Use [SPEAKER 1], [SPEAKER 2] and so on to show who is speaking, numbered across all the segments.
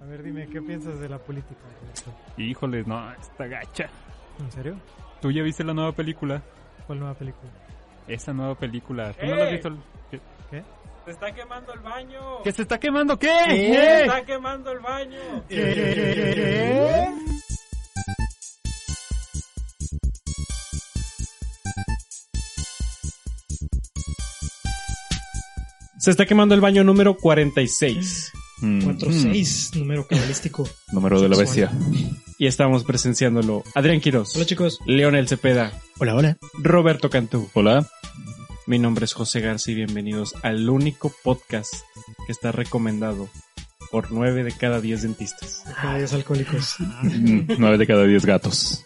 [SPEAKER 1] A ver, dime, ¿qué piensas de la política?
[SPEAKER 2] Híjole, no, está gacha.
[SPEAKER 1] ¿En serio?
[SPEAKER 2] ¿Tú ya viste la nueva película?
[SPEAKER 1] ¿Cuál nueva película?
[SPEAKER 2] Esa nueva película. ¿Tú no la has
[SPEAKER 3] ¡Eh!
[SPEAKER 2] visto? ¿Qué?
[SPEAKER 1] ¿Qué?
[SPEAKER 3] Se está quemando el baño.
[SPEAKER 2] ¿Que se está quemando? ¿Qué?
[SPEAKER 4] ¡Eh!
[SPEAKER 3] Se
[SPEAKER 2] ¿Qué?
[SPEAKER 3] está quemando el baño.
[SPEAKER 4] Se está quemando el baño número 46
[SPEAKER 5] Mm,
[SPEAKER 6] 4-6, número cabalístico.
[SPEAKER 5] mm, número de la bestia.
[SPEAKER 6] Sexual.
[SPEAKER 4] y estamos presenciándolo. Adrián Quiroz,
[SPEAKER 6] Hola chicos.
[SPEAKER 4] Leonel Cepeda,
[SPEAKER 6] Hola, hola.
[SPEAKER 4] Roberto Cantú.
[SPEAKER 5] Hola.
[SPEAKER 4] Mi nombre es José García y bienvenidos al único podcast que está recomendado por 9 de cada 10 dentistas.
[SPEAKER 6] Adiós alcohólicos.
[SPEAKER 5] Mm, Nueve de cada diez gatos.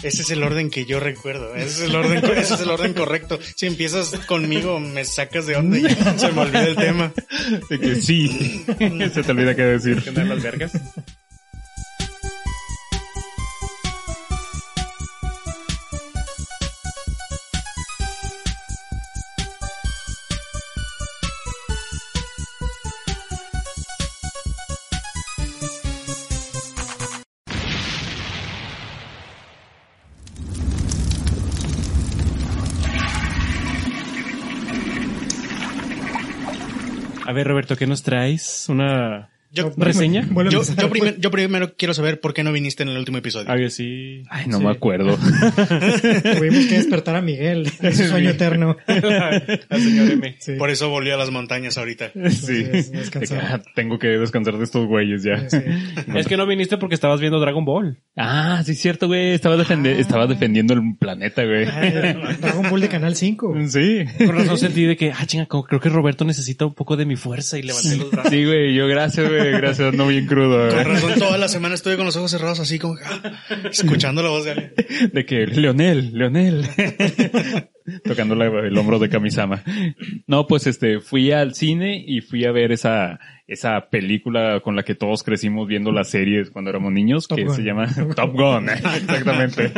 [SPEAKER 7] Ese es el orden que yo recuerdo. Ese es el orden, ese es el orden correcto. Si empiezas conmigo, me sacas de onda y ya se me olvida el tema.
[SPEAKER 5] De que sí. se te olvida qué decir.
[SPEAKER 4] las vergas? A ver, Roberto, ¿qué nos traes? Una
[SPEAKER 7] Yo,
[SPEAKER 4] reseña.
[SPEAKER 6] pues, Vuelve a
[SPEAKER 7] yo,
[SPEAKER 6] empezar.
[SPEAKER 7] yo primer- yo primero quiero saber por qué no viniste en el último episodio.
[SPEAKER 4] A ver, sí.
[SPEAKER 5] Ay, no
[SPEAKER 4] Sí.
[SPEAKER 5] me acuerdo.
[SPEAKER 6] Tuvimos que despertar a Miguel. Es un sueño eterno.
[SPEAKER 4] Al señor M.
[SPEAKER 6] Sí.
[SPEAKER 7] Por eso volví a las montañas ahorita.
[SPEAKER 4] Ah.
[SPEAKER 5] sí.
[SPEAKER 6] es,
[SPEAKER 5] De que,
[SPEAKER 6] descansar.
[SPEAKER 5] ah, tengo que descansar de estos güeyes ya.
[SPEAKER 6] Sí.
[SPEAKER 4] Es que no viniste porque estabas viendo Dragon Ball.
[SPEAKER 5] Ah, sí, es cierto, güey. Estaba, defende- estaba defendiendo el planeta, güey.
[SPEAKER 6] Ay, Dragon Ball de Canal 5.
[SPEAKER 7] Mm.
[SPEAKER 5] Sí.
[SPEAKER 4] Con razón sentí de que, ah, chinga, como creo que Roberto necesita un poco de mi fuerza y levanté los brazos.
[SPEAKER 5] Sí, güey. Yo, gracias, güey. Gracias. No bien crudo,
[SPEAKER 7] Con
[SPEAKER 5] güey.
[SPEAKER 7] razón, toda la semana estuve con los ojos cerrados así como que, ah, escuchando la voz de alguien.
[SPEAKER 5] De que, Leonel, Leonel. Tocando la- el hombro de Kamisama. No, pues este, fui al cine y fui a ver esa, esa película con la que todos crecimos viendo las series cuando éramos niños,
[SPEAKER 6] Top
[SPEAKER 5] que
[SPEAKER 6] Gun.
[SPEAKER 5] se llama Top Gun. Exactamente.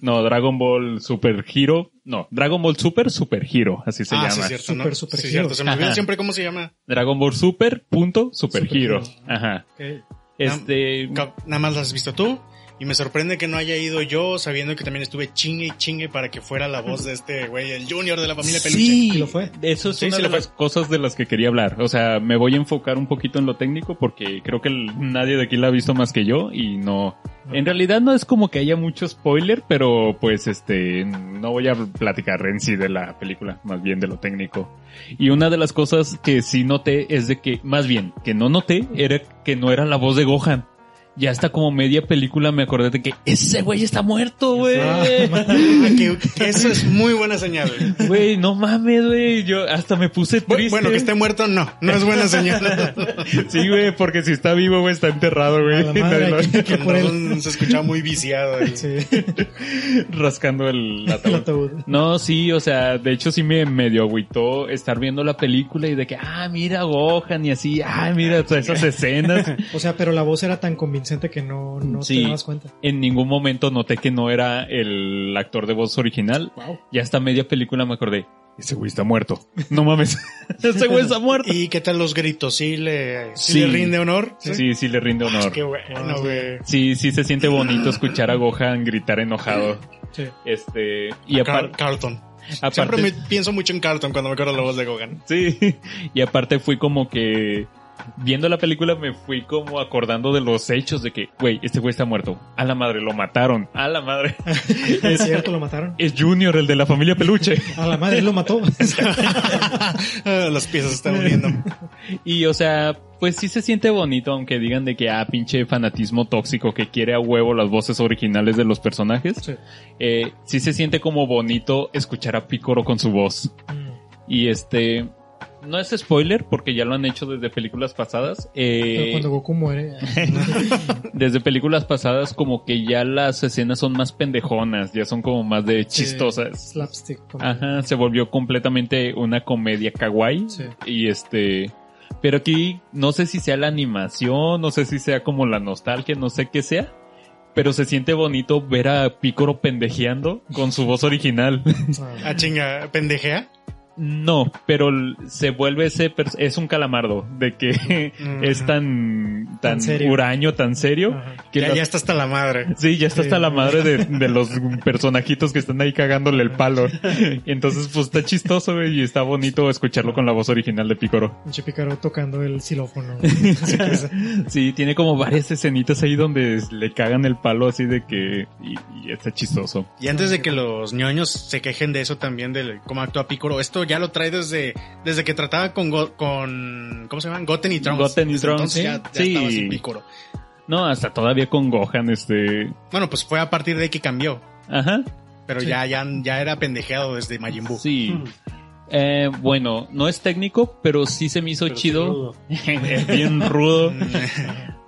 [SPEAKER 5] No, Dragon Ball Super Hero. No, Dragon Ball Super Super Hero. Así se
[SPEAKER 7] ah,
[SPEAKER 5] llama.
[SPEAKER 7] sí, es cierto, ¿no?
[SPEAKER 6] Super, super
[SPEAKER 7] Sí, es
[SPEAKER 6] giro.
[SPEAKER 7] cierto. Se me olvida
[SPEAKER 5] Ajá.
[SPEAKER 7] siempre cómo se llama.
[SPEAKER 5] Dragon Ball Super punto Super,
[SPEAKER 6] Super
[SPEAKER 5] Hero.
[SPEAKER 6] Hero.
[SPEAKER 5] Ajá.
[SPEAKER 6] Ok.
[SPEAKER 5] Este,
[SPEAKER 7] Cap- Nada más las has visto tú. Y me sorprende que no haya ido yo, sabiendo que también estuve chingue y chingue para que fuera la voz de este güey, el junior de la familia Peluche.
[SPEAKER 6] Y lo fue.
[SPEAKER 5] Eso es
[SPEAKER 7] Sí,
[SPEAKER 5] una
[SPEAKER 7] sí
[SPEAKER 5] de
[SPEAKER 7] lo fue.
[SPEAKER 5] las cosas de las que quería hablar. O sea, me voy a enfocar un poquito en lo técnico porque creo que el- nadie de aquí la ha visto más que yo y no... En realidad no es como que haya mucho spoiler, pero pues este, no voy a platicar en sí de la película, más bien de lo técnico. Y una de las cosas que sí noté es de que, más bien, que no noté era que no era la voz de Gohan. Ya hasta como media película me acordé de que ese güey está muerto, güey.
[SPEAKER 7] Ah, que- que eso es muy buena señal.
[SPEAKER 5] Güey, no mames, güey. Yo hasta me puse
[SPEAKER 7] Bu-
[SPEAKER 5] triste.
[SPEAKER 7] Bueno, que esté muerto, no. No es buena señal.
[SPEAKER 5] Sí, güey, porque si está vivo, güey, está enterrado, güey.
[SPEAKER 6] A la madre,
[SPEAKER 5] Nadie
[SPEAKER 6] qué- qué
[SPEAKER 7] Que
[SPEAKER 6] cruel.
[SPEAKER 7] no, se escuchaba muy viciado. el-
[SPEAKER 6] Sí,
[SPEAKER 5] lo- Rascando el
[SPEAKER 6] el
[SPEAKER 5] ataúd.
[SPEAKER 6] ataúd.
[SPEAKER 5] No, sí, o sea, de hecho sí me medio agüitó estar viendo la película y de que, ah, mira Gohan y así, ah, mira todas esas escenas.
[SPEAKER 6] O sea, pero la voz era tan convincente que no, no
[SPEAKER 5] Sí.
[SPEAKER 6] te dabas cuenta.
[SPEAKER 5] En ningún momento noté que no era el actor de voz original.
[SPEAKER 6] Wow.
[SPEAKER 5] Ya hasta media película me acordé. Ese güey está muerto. No mames. Ese güey está muerto.
[SPEAKER 7] ¿Y qué tal los gritos? ¿Sí le, sí
[SPEAKER 5] Sí.
[SPEAKER 7] le rinde honor?
[SPEAKER 5] Sí, sí le rinde honor.
[SPEAKER 6] Ah,
[SPEAKER 7] Qué bueno, güey.
[SPEAKER 5] Sí, sí se siente bonito escuchar a Gohan gritar enojado.
[SPEAKER 6] Sí.
[SPEAKER 5] Este, y
[SPEAKER 7] Car-
[SPEAKER 5] aparte...
[SPEAKER 7] Carlton.
[SPEAKER 5] Aparte,
[SPEAKER 7] Siempre me pienso mucho en Carlton cuando me acuerdo la voz de Gogan.
[SPEAKER 5] sí. Y aparte fui como que viendo la película me fui como acordando de los hechos de que, güey, este güey está muerto. A la madre, lo mataron. A la madre.
[SPEAKER 6] Es cierto, lo mataron.
[SPEAKER 5] Es Junior, el de la familia peluche.
[SPEAKER 6] A la madre lo mató.
[SPEAKER 7] Ah, Las piezas se están uniendo.
[SPEAKER 5] Y o sea, pues sí se siente bonito, aunque digan de que, ah, pinche fanatismo tóxico que quiere a huevo las voces originales de los personajes.
[SPEAKER 6] Sí.
[SPEAKER 5] Eh, sí se siente como bonito escuchar a Picoro con su voz. Y este, no es spoiler porque ya lo han hecho desde películas pasadas.
[SPEAKER 6] Pero
[SPEAKER 5] Eh,
[SPEAKER 6] cuando Goku muere.
[SPEAKER 5] desde películas pasadas como que ya las escenas son más pendejonas, ya son como más de
[SPEAKER 6] Sí,
[SPEAKER 5] chistosas.
[SPEAKER 6] Slapstick. como-
[SPEAKER 5] Ajá, se volvió completamente una comedia kawaii
[SPEAKER 6] Sí.
[SPEAKER 5] y este pero aquí no sé si sea la animación, no sé si sea como la nostalgia, no sé qué sea, pero se siente bonito ver a Picoro pendejeando con su voz original.
[SPEAKER 6] Ah.
[SPEAKER 7] Ah, chinga, pendejea.
[SPEAKER 4] No, pero l- se vuelve ese, pers- es un calamardo, de que es tan,
[SPEAKER 7] Mm,
[SPEAKER 4] tan,
[SPEAKER 6] Tan serio.
[SPEAKER 4] huraño, tan serio,
[SPEAKER 8] Ajá.
[SPEAKER 4] que
[SPEAKER 7] Ah. ya,
[SPEAKER 4] las-
[SPEAKER 7] ya está hasta la madre.
[SPEAKER 4] Sí, ya está
[SPEAKER 8] Sí.
[SPEAKER 4] hasta la madre de, de los personajitos que están ahí cagándole el palo. Entonces, pues está chistoso, güey, y está bonito escucharlo con la voz original de Picoro.
[SPEAKER 6] Un chipicaro tocando el xilófono.
[SPEAKER 4] Sí, tiene como varias escenitas ahí donde le cagan el palo así de que... Y, y está chistoso.
[SPEAKER 7] Y antes de que los ñoños se quejen de eso también, de cómo actúa Picoro, esto ya lo trae desde, desde que trataba con, Go- con ¿cómo se llaman? Goten y Trunks.
[SPEAKER 4] Goten y
[SPEAKER 7] Desde
[SPEAKER 4] Trunks,
[SPEAKER 7] entonces
[SPEAKER 4] sí.
[SPEAKER 7] ya, ya
[SPEAKER 4] Sí.
[SPEAKER 7] estaba así Picoro.
[SPEAKER 4] No, hasta todavía con Gohan, este...
[SPEAKER 7] Bueno, pues fue a partir de ahí que cambió.
[SPEAKER 4] Ajá.
[SPEAKER 7] Pero ya, ya, ya era pendejeado desde Majin Buu.
[SPEAKER 4] Sí. Eh, bueno, no es técnico, pero sí se me hizo chido. Bien rudo.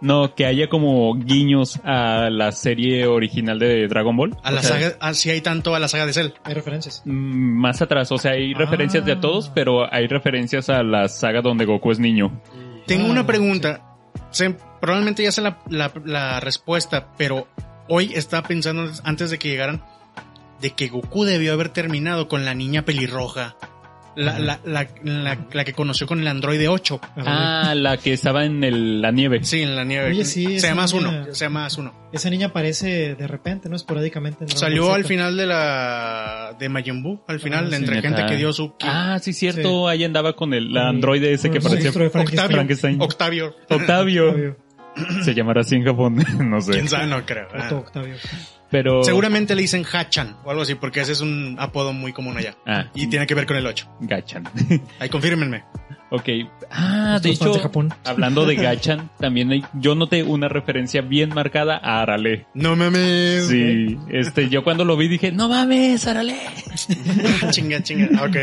[SPEAKER 4] No, que haya como guiños a la serie original de Dragon Ball.
[SPEAKER 7] A la
[SPEAKER 4] O sea,
[SPEAKER 7] saga, así hay tanto a la saga de Cell.
[SPEAKER 6] Hay referencias.
[SPEAKER 4] mm, Más atrás, o sea, hay
[SPEAKER 6] Ah.
[SPEAKER 4] referencias de a todos, pero hay referencias a la saga donde Goku es niño.
[SPEAKER 7] Tengo
[SPEAKER 6] Ah,
[SPEAKER 7] una pregunta. Se- probablemente ya sé la, la- la respuesta, pero hoy estaba pensando antes de que llegaran de que Goku debió haber terminado con la niña pelirroja. La, la, la, la- la que conoció con el androide 8.
[SPEAKER 4] Ah, la que estaba en el- la nieve.
[SPEAKER 7] Sí, en la nieve.
[SPEAKER 6] Oye, sí,
[SPEAKER 7] se
[SPEAKER 6] esa
[SPEAKER 7] llama
[SPEAKER 6] niña-
[SPEAKER 7] uno. Se llama uno.
[SPEAKER 6] Esa niña aparece de repente, ¿no? Esporádicamente. en Dragon
[SPEAKER 7] Salió
[SPEAKER 6] Ball
[SPEAKER 7] al
[SPEAKER 6] Z.
[SPEAKER 7] final de la de Majin Buu, al final,
[SPEAKER 6] Ah, sí.
[SPEAKER 7] entre gente
[SPEAKER 4] Neta.
[SPEAKER 7] que dio su
[SPEAKER 4] Ah, sí, cierto, ahí andaba con el la androide ese que
[SPEAKER 6] Con el
[SPEAKER 4] parecía
[SPEAKER 6] monstruo de Frankenstein.
[SPEAKER 7] Octavio.
[SPEAKER 4] Frankenstein.
[SPEAKER 7] Octavio.
[SPEAKER 4] Octavio.
[SPEAKER 6] Octavio.
[SPEAKER 4] Se llamará así en Japón, no sé.
[SPEAKER 7] Quién sabe, no creo. Ah.
[SPEAKER 6] Otto Octavio.
[SPEAKER 4] Pero...
[SPEAKER 7] Seguramente le dicen Hachan o algo así, porque ese es un apodo muy común allá.
[SPEAKER 4] Ah,
[SPEAKER 7] Y tiene que ver con el 8.
[SPEAKER 4] Gachan.
[SPEAKER 7] Ahí confírmenme.
[SPEAKER 4] Ok. Ah, de
[SPEAKER 6] Nuestros fans
[SPEAKER 4] hecho,
[SPEAKER 6] de Japón.
[SPEAKER 4] hablando de Gachan, también hay- yo noté una referencia bien marcada a Arale.
[SPEAKER 7] No mames.
[SPEAKER 4] Sí, este, yo cuando lo vi dije, no mames, Arale.
[SPEAKER 7] chinga, chinga. Ah, Ok.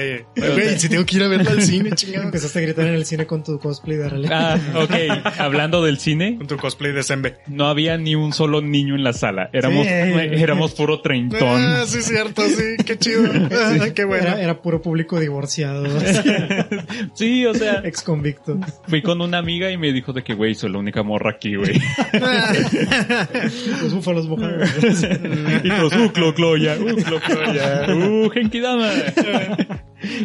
[SPEAKER 7] Güey, si tengo que ir a verlo al cine, chinga.
[SPEAKER 6] Empezaste a gritar en el cine con tu cosplay de Arale.
[SPEAKER 4] Ah, ok. Hablando del cine,
[SPEAKER 7] Con tu cosplay de Sembe.
[SPEAKER 4] no había ni un solo niño en la sala. Éramos,
[SPEAKER 6] Sí.
[SPEAKER 4] éramos puro
[SPEAKER 7] Ah,
[SPEAKER 4] treintón.
[SPEAKER 7] sí, cierto, sí. Qué chido. Ah, Qué bueno.
[SPEAKER 6] Era, era puro público divorciado,
[SPEAKER 4] Sí, o sea,
[SPEAKER 6] ex convicto.
[SPEAKER 4] fui con una amiga y me dijo de que, güey, soy la única morra aquí, güey.
[SPEAKER 7] Ah.
[SPEAKER 6] Los búfalos mojados.
[SPEAKER 4] Y todos, uh, clo, clo, ya, uh, clo, clo, ya, uh, Genkidama.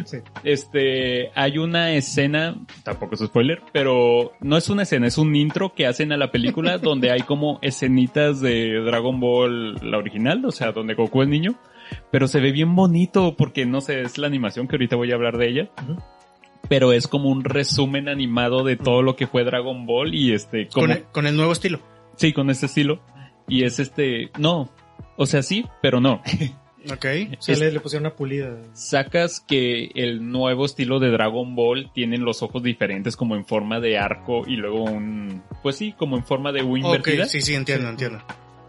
[SPEAKER 6] Sí.
[SPEAKER 4] Este, hay una escena, tampoco es spoiler, pero no es una escena, es un intro que hacen a la película donde hay como escenitas de Dragon Ball, la original, o sea, donde Goku es niño, pero se ve bien bonito porque no sé, es la animación que ahorita voy a hablar de ella.
[SPEAKER 6] Ujú.
[SPEAKER 4] Pero es como un resumen animado de todo lo que fue Dragon Ball y este, como
[SPEAKER 7] Con el, con el nuevo estilo.
[SPEAKER 4] Sí, con este estilo. Y es este, no. O sea, sí, pero no.
[SPEAKER 7] Ok.
[SPEAKER 6] O sea, le, le pusieron una pulida.
[SPEAKER 4] Sacas que el nuevo estilo de Dragon Ball tienen los ojos diferentes como en forma de arco y luego un, pues sí, como en forma de U
[SPEAKER 7] Ok,
[SPEAKER 4] invertida.
[SPEAKER 7] sí, sí, entiendo, entiendo.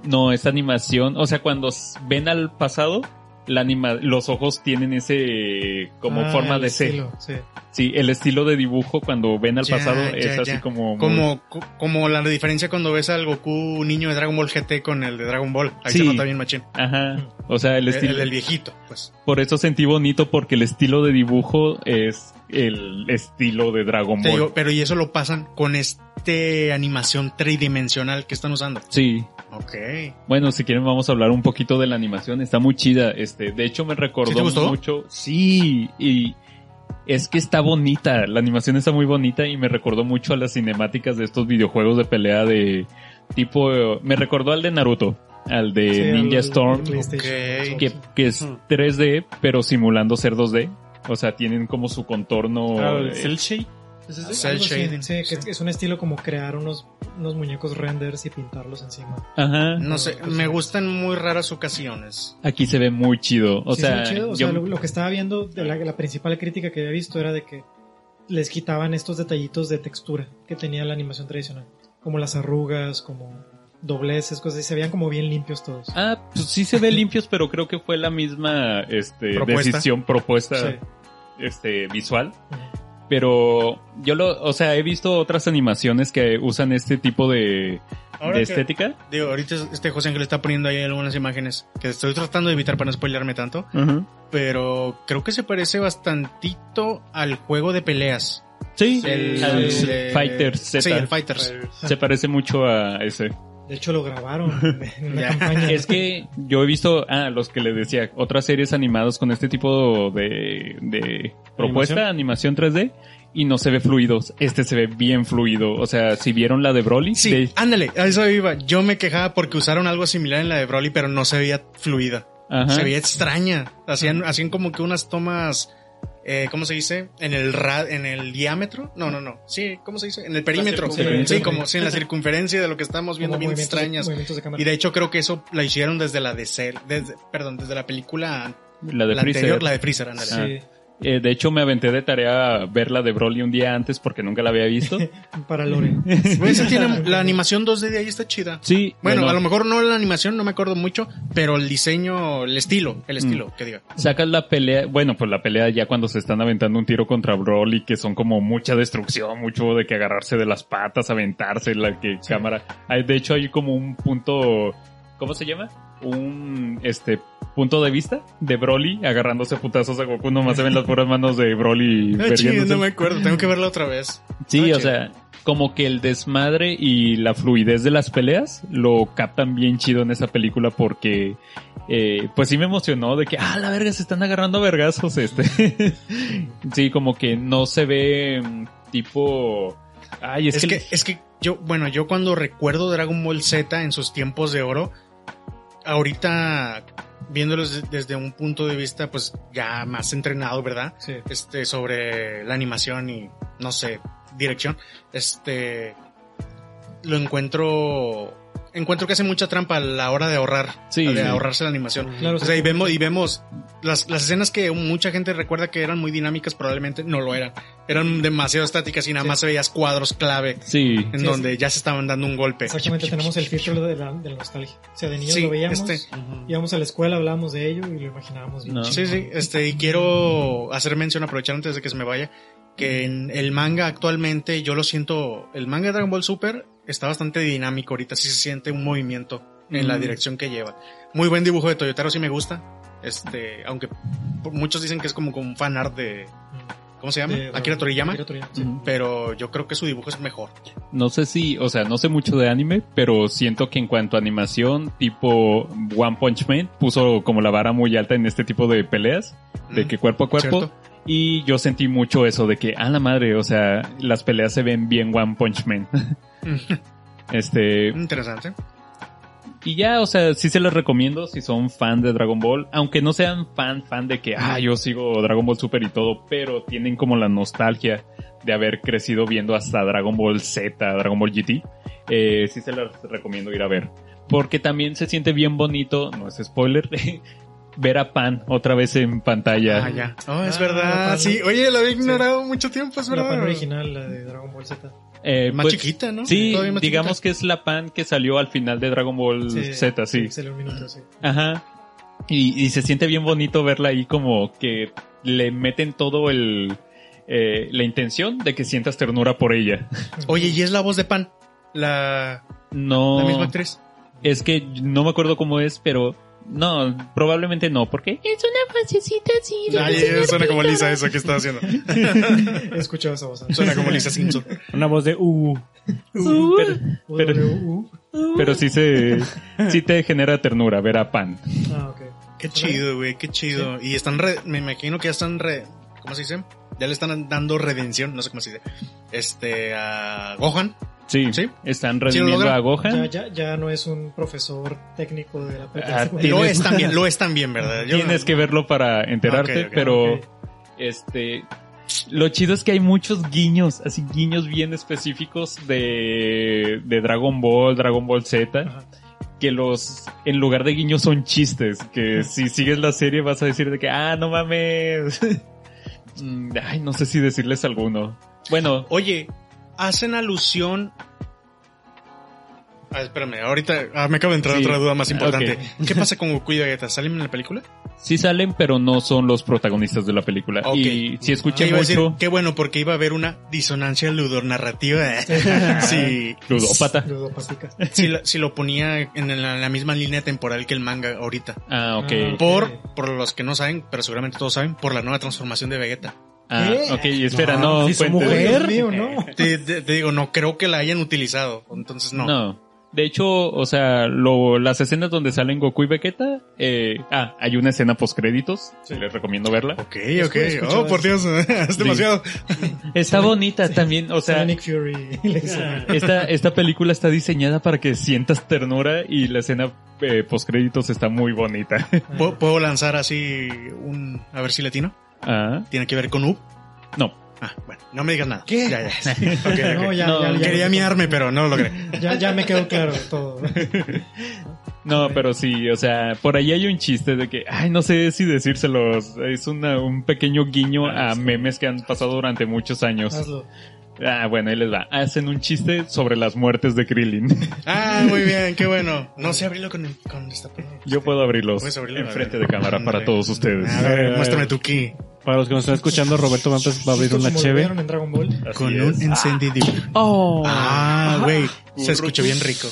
[SPEAKER 4] No, esta animación, o sea, cuando s- ven al pasado, la anima, los ojos tienen ese, como
[SPEAKER 6] Ah,
[SPEAKER 4] forma
[SPEAKER 6] el
[SPEAKER 4] de Eh, C.
[SPEAKER 6] estilo, sí.
[SPEAKER 4] Sí, el estilo de dibujo cuando ven al
[SPEAKER 7] Ya,
[SPEAKER 4] pasado
[SPEAKER 7] ya,
[SPEAKER 4] es así
[SPEAKER 7] ya.
[SPEAKER 4] como... muy-
[SPEAKER 7] Como, co- como la diferencia cuando ves al Goku niño de Dragon Ball GT con el de Dragon Ball. Ahí se
[SPEAKER 4] Sí.
[SPEAKER 7] nota bien machín.
[SPEAKER 4] Ajá. O sea, el
[SPEAKER 7] El,
[SPEAKER 4] estilo...
[SPEAKER 7] el del viejito, pues.
[SPEAKER 4] Por eso sentí bonito porque el estilo de dibujo es el estilo de Dragon
[SPEAKER 7] Te
[SPEAKER 4] Ball.
[SPEAKER 7] digo, pero y eso lo pasan con este animación tridimensional que están usando.
[SPEAKER 4] Sí.
[SPEAKER 7] Ok.
[SPEAKER 4] Bueno, si quieren vamos a hablar un poquito de la animación. Está muy chida. Este, de hecho me recordó
[SPEAKER 7] ¿Sí te gustó?
[SPEAKER 4] mucho. Sí. Y es que está bonita. La animación está muy bonita y me recordó mucho a las cinemáticas de estos videojuegos de pelea de tipo. eh, Me recordó al de Naruto, al de
[SPEAKER 6] Sí,
[SPEAKER 4] Ninja
[SPEAKER 6] al-
[SPEAKER 4] Storm,
[SPEAKER 6] PlayStation.
[SPEAKER 7] Ok.
[SPEAKER 4] que, que es 3D pero simulando ser 2D. O sea, tienen como su contorno.
[SPEAKER 8] Ah, el
[SPEAKER 4] eh,
[SPEAKER 8] cel shade.
[SPEAKER 6] Pues es-
[SPEAKER 7] Cell
[SPEAKER 6] algo así,
[SPEAKER 7] shading.
[SPEAKER 6] sí, que es- es un estilo como crear unos, unos muñecos renders y pintarlos encima.
[SPEAKER 4] Ajá.
[SPEAKER 7] No sé, me gustan muy raras ocasiones.
[SPEAKER 4] Aquí se ve muy chido. O
[SPEAKER 6] Sí,
[SPEAKER 4] sea,
[SPEAKER 6] está chido, o
[SPEAKER 4] yo-
[SPEAKER 6] sea, lo, lo que estaba viendo, de la, la principal crítica que había visto era de que les quitaban estos detallitos de textura que tenía la animación tradicional. Como las arrugas, como dobleces, cosas así. Se veían como bien limpios todos.
[SPEAKER 4] Ah, pues sí se ve limpios, pero creo que fue la misma este,
[SPEAKER 7] Propuesta.
[SPEAKER 4] decisión, propuesta
[SPEAKER 6] Sí.
[SPEAKER 4] este, visual.
[SPEAKER 6] Ujú.
[SPEAKER 4] Pero yo lo, o sea, he visto otras animaciones que usan este tipo de,
[SPEAKER 7] Ahora
[SPEAKER 4] de
[SPEAKER 7] que-
[SPEAKER 4] estética.
[SPEAKER 7] Digo, ahorita este José Ángel está poniendo ahí algunas imágenes que estoy tratando de evitar para no spoilearme tanto, pero creo que se parece bastantito al juego de peleas.
[SPEAKER 4] Sí,
[SPEAKER 7] El-
[SPEAKER 4] al
[SPEAKER 7] el-
[SPEAKER 4] Fighter Z.
[SPEAKER 7] Sí, el Fighters.
[SPEAKER 4] se parece mucho a ese.
[SPEAKER 6] Ah, De hecho, lo grabaron en una
[SPEAKER 7] Ya.
[SPEAKER 6] campaña.
[SPEAKER 4] Es que yo he visto, ah, los que les decía, otras series animadas con este tipo de, de propuesta, animación 3D, y no se ve fluidos. Este se ve bien fluido. O sea, si vieron la de Broly,
[SPEAKER 7] Sí,
[SPEAKER 4] de-
[SPEAKER 7] ándale, a eso iba. Yo me quejaba porque usaron algo similar en la de Broly, pero no se veía fluida.
[SPEAKER 4] ajá.
[SPEAKER 7] Se veía extraña. Hacían, hacían como que unas tomas, eh, ¿cómo se dice? En el ra- en el diámetro. No, no, no. Sí, ¿cómo se dice? En el perímetro.
[SPEAKER 4] circunferencia.
[SPEAKER 7] Sí, como sí, en la circunferencia de lo que estamos
[SPEAKER 6] Como
[SPEAKER 7] viendo, bien
[SPEAKER 6] movimientos de-
[SPEAKER 7] extrañas.
[SPEAKER 6] movimientos de cámara.
[SPEAKER 7] Y de hecho creo que eso la hicieron desde la de Cell, desde, perdón, desde la película
[SPEAKER 4] la de
[SPEAKER 7] la
[SPEAKER 4] Freezer.
[SPEAKER 7] anterior, la de Freezer, ándale.
[SPEAKER 4] Ah. Eh, de hecho, me aventé de tarea ver la de Broly un día antes porque nunca la había visto.
[SPEAKER 6] Sí, para Lore.
[SPEAKER 7] Güey, Pues esa tiene- la animación 2D de ahí está chida.
[SPEAKER 4] Sí,
[SPEAKER 7] Bueno, a lo mejor no la animación, no me acuerdo mucho, pero el diseño, el estilo, el estilo,
[SPEAKER 4] Mm.
[SPEAKER 7] que diga.
[SPEAKER 4] sacas la pelea, bueno, pues la pelea ya cuando se están aventando un tiro contra Broly, que son como mucha destrucción, mucho de que agarrarse de las patas, aventarse, la que cámara. Hay, de hecho, hay como un punto, ¿cómo se llama? Un, este, punto de vista de Broly agarrándose a putazos a Goku, nomás se ven las puras manos de Broly.
[SPEAKER 7] Ah, ching,
[SPEAKER 4] verguiéndose.
[SPEAKER 7] no me acuerdo, tengo que verla otra vez.
[SPEAKER 4] Sí,
[SPEAKER 7] Ah,
[SPEAKER 4] o
[SPEAKER 7] chido.
[SPEAKER 4] sea, como que el desmadre y la fluidez de las peleas lo captan bien chido en esa película porque, eh, pues sí me emocionó de que, ah, la verga, se están agarrando a vergazos este. sí, como que no se ve mm, tipo, ay, es,
[SPEAKER 7] Es,
[SPEAKER 4] que,
[SPEAKER 7] que, es que yo, bueno, yo cuando recuerdo Dragon Ball Z en sus tiempos de oro, ahorita viéndolos de- desde un punto de vista, pues ya más entrenado, ¿verdad?
[SPEAKER 6] Sí.
[SPEAKER 7] Este, sobre la animación y, no sé, dirección, este, lo encuentro, encuentro que hace mucha trampa a la hora de ahorrar,
[SPEAKER 4] Sí.
[SPEAKER 7] de ahorrarse la animación.
[SPEAKER 6] Claro,
[SPEAKER 7] O sea, y vemos, y vemos las, las escenas que mucha gente recuerda que eran muy dinámicas, probablemente no lo eran. Eran demasiado estáticas y nada
[SPEAKER 6] Sí.
[SPEAKER 7] más veías cuadros clave
[SPEAKER 4] sí,
[SPEAKER 7] en
[SPEAKER 6] Sí,
[SPEAKER 7] donde ya se estaban dando un golpe.
[SPEAKER 6] Exactamente, tenemos el filtro de la, de la nostalgia. O sea, de niños
[SPEAKER 7] Sí,
[SPEAKER 6] lo veíamos,
[SPEAKER 7] este.
[SPEAKER 6] íbamos a la escuela, hablábamos de ello y lo imaginábamos. bien
[SPEAKER 4] No.
[SPEAKER 6] chido.
[SPEAKER 7] Sí, sí, este, y quiero hacer mención, aprovechar antes de que se me vaya, que en el manga actualmente yo lo siento, el manga de Dragon Ball Super está bastante dinámico ahorita, sí se siente un movimiento en la
[SPEAKER 4] Mm.
[SPEAKER 7] dirección que lleva. Muy buen dibujo de Toyotaro, sí me gusta, este, aunque por- muchos dicen que es como con fan art de, ¿cómo se llama?
[SPEAKER 6] De-
[SPEAKER 7] Akira Toriyama,
[SPEAKER 6] Akira Toriyama, sí.
[SPEAKER 7] pero yo creo que su dibujo es mejor.
[SPEAKER 4] no sé si, o sea, no sé mucho de anime, pero siento que en cuanto a animación, tipo One Punch Man puso como la vara muy alta en este tipo de peleas. de
[SPEAKER 7] Mm,
[SPEAKER 4] que cuerpo a cuerpo.
[SPEAKER 7] cierto.
[SPEAKER 4] Y yo sentí mucho eso de que, a la madre, o sea, las peleas se ven bien One Punch Man.
[SPEAKER 7] Mm.
[SPEAKER 4] este,
[SPEAKER 7] Interesante.
[SPEAKER 4] y ya, o sea, sí se los recomiendo si son fan de Dragon Ball, aunque no sean fan, fan de que, ah, yo sigo Dragon Ball Super y todo, pero tienen como la nostalgia de haber crecido viendo hasta Dragon Ball Z, Dragon Ball GT, eh, sí se los recomiendo ir a ver. Porque también se siente bien bonito, no es spoiler, ver a Pan otra vez en pantalla.
[SPEAKER 7] Ah, ya. Oh, es
[SPEAKER 6] Ah,
[SPEAKER 7] verdad.
[SPEAKER 6] la
[SPEAKER 7] sí,
[SPEAKER 6] pan-
[SPEAKER 7] oye, lo había ignorado mucho tiempo, es
[SPEAKER 6] La
[SPEAKER 7] verdad.
[SPEAKER 6] pan original, la de Dragon Ball Z.
[SPEAKER 4] Eh,
[SPEAKER 7] Más
[SPEAKER 4] pues,
[SPEAKER 7] chiquita, ¿no?
[SPEAKER 4] Sí,
[SPEAKER 7] Todavía más
[SPEAKER 4] digamos que es la pan que salió al final de Dragon Ball Z, sí.
[SPEAKER 6] Se un minuto, sí.
[SPEAKER 4] Ajá. Y, y se siente bien bonito verla ahí como que le meten todo el... eh, la intención de que sientas ternura por ella.
[SPEAKER 7] chiquita. Oye, ¿y es la voz de Pan? La,
[SPEAKER 4] No...
[SPEAKER 7] la misma actriz.
[SPEAKER 4] Es que no me acuerdo cómo es, pero... No, probablemente no, porque...
[SPEAKER 9] Es una frasecita así. de
[SPEAKER 7] Ay,
[SPEAKER 9] señor
[SPEAKER 7] suena como
[SPEAKER 9] Pintor.
[SPEAKER 7] Lisa eso que está haciendo.
[SPEAKER 6] He escuchado esa voz. antes.
[SPEAKER 7] Suena como Lisa Simpson.
[SPEAKER 5] Una voz de uh.
[SPEAKER 9] Uh,
[SPEAKER 4] pero-
[SPEAKER 6] W-U.
[SPEAKER 9] uh.
[SPEAKER 4] Pero sí se... sí te genera ternura ver a Pan.
[SPEAKER 6] Ah, ok.
[SPEAKER 7] Qué chido, güey, qué chido. Y están re, me imagino que ya están re, ¿cómo se dice? Ya le están dando redención, no sé cómo se dice. Este, a Gohan.
[SPEAKER 4] Sí.
[SPEAKER 7] Sí.
[SPEAKER 4] Están redimiendo
[SPEAKER 7] logra.
[SPEAKER 4] a
[SPEAKER 6] Ya,
[SPEAKER 4] Gohan.
[SPEAKER 6] ya, ya no es un profesor técnico de la
[SPEAKER 4] Ah,
[SPEAKER 6] secundaria.
[SPEAKER 7] Lo
[SPEAKER 4] Tienes-
[SPEAKER 7] es también, lo es también, ¿verdad? Yo-
[SPEAKER 4] Tienes que verlo para enterarte,
[SPEAKER 7] Ok, ok,
[SPEAKER 4] pero
[SPEAKER 6] ok.
[SPEAKER 4] este lo chido es que hay muchos guiños, así guiños bien específicos de, de Dragon Ball, Dragon Ball Z,
[SPEAKER 6] Ajá.
[SPEAKER 4] que los en lugar de guiños son chistes, que si sigues la serie vas a decir de que ah, no mames. Mm, Ay, no sé si decirles alguno. Bueno,
[SPEAKER 7] Oye, hacen alusión. Ah, espérame, ahorita ah, me acaba de entrar
[SPEAKER 4] Sí.
[SPEAKER 7] otra duda más
[SPEAKER 4] Ah,
[SPEAKER 7] importante. ¿Qué pasa con Goku y Vegeta? ¿Salen en la película?
[SPEAKER 4] sí salen, pero no son los protagonistas de la película.
[SPEAKER 7] Ok.
[SPEAKER 4] Y si escuché
[SPEAKER 7] Que iba a decir,
[SPEAKER 4] mucho,
[SPEAKER 7] qué bueno, porque iba a haber una disonancia ludonarrativa. si,
[SPEAKER 4] ludópata.
[SPEAKER 6] Ludopática.
[SPEAKER 7] si, la- si lo ponía en la, en la misma línea temporal que el manga ahorita.
[SPEAKER 4] Ah, ok.
[SPEAKER 6] Ah.
[SPEAKER 7] Por, por los que no saben, pero seguramente todos saben, por la nueva transformación de Vegeta.
[SPEAKER 4] Ah,
[SPEAKER 6] ¿Qué?
[SPEAKER 4] ok, espera,
[SPEAKER 5] No,
[SPEAKER 4] no,
[SPEAKER 5] sí son
[SPEAKER 4] cuentes.
[SPEAKER 5] mujeres.
[SPEAKER 6] Dios mío, ¿no?
[SPEAKER 7] Te, te- te digo, no creo que la hayan utilizado, entonces no.
[SPEAKER 4] No.
[SPEAKER 5] De hecho, o sea, lo- las escenas donde salen Goku y Vegeta, eh, ah, hay una escena post créditos, les recomiendo verla.
[SPEAKER 7] Ok, ok.
[SPEAKER 6] Escucha, escucha,
[SPEAKER 7] Oh, por Dios, es demasiado.
[SPEAKER 5] Está bonita también, o sea,
[SPEAKER 6] Sonic Fury. le dice.
[SPEAKER 5] esta, este esta película está diseñada para que sientas ternura y la escena post créditos está muy bonita.
[SPEAKER 7] ¿Puedo, puedo lanzar así un. A ver si latino.
[SPEAKER 5] Ah,
[SPEAKER 7] ¿Tiene que ver con U?
[SPEAKER 5] no.
[SPEAKER 7] Ah, bueno, no me digas nada. ¿Qué? Ya, ya. Ok, ok.
[SPEAKER 6] Ah, No, ya,
[SPEAKER 5] No,
[SPEAKER 6] ya, ya,
[SPEAKER 7] Quería miarme, pero no lo logré.
[SPEAKER 6] ya, ya me quedó claro todo.
[SPEAKER 5] No, pero sí, o sea, por ahí hay un chiste de que, ay, no sé si decírselos. Es una, un pequeño guiño a memes que han pasado durante muchos años.
[SPEAKER 6] Hazlo.
[SPEAKER 5] Ah, bueno, ahí les va. Hacen un chiste sobre las muertes de Krillin.
[SPEAKER 7] Ah, muy bien, qué bueno. No sé abrirlo con, con esta.
[SPEAKER 5] Yo puedo abrirlos
[SPEAKER 7] Puedes abrirlo,
[SPEAKER 5] enfrente
[SPEAKER 7] Pues,
[SPEAKER 5] de
[SPEAKER 7] a ver.
[SPEAKER 5] cámara para
[SPEAKER 7] Ándale.
[SPEAKER 5] todos ustedes.
[SPEAKER 7] A ver, muéstrame tu ki.
[SPEAKER 4] Para los que nos están escuchando, Roberto va a empe- va a abrir
[SPEAKER 6] Justo
[SPEAKER 4] una
[SPEAKER 6] como lo
[SPEAKER 4] cheve.
[SPEAKER 6] vieron en Dragon Ball.
[SPEAKER 5] Así
[SPEAKER 7] Con
[SPEAKER 5] es.
[SPEAKER 7] un encendido.
[SPEAKER 2] Oh.
[SPEAKER 7] Ah, güey. Se escuchó bien rico.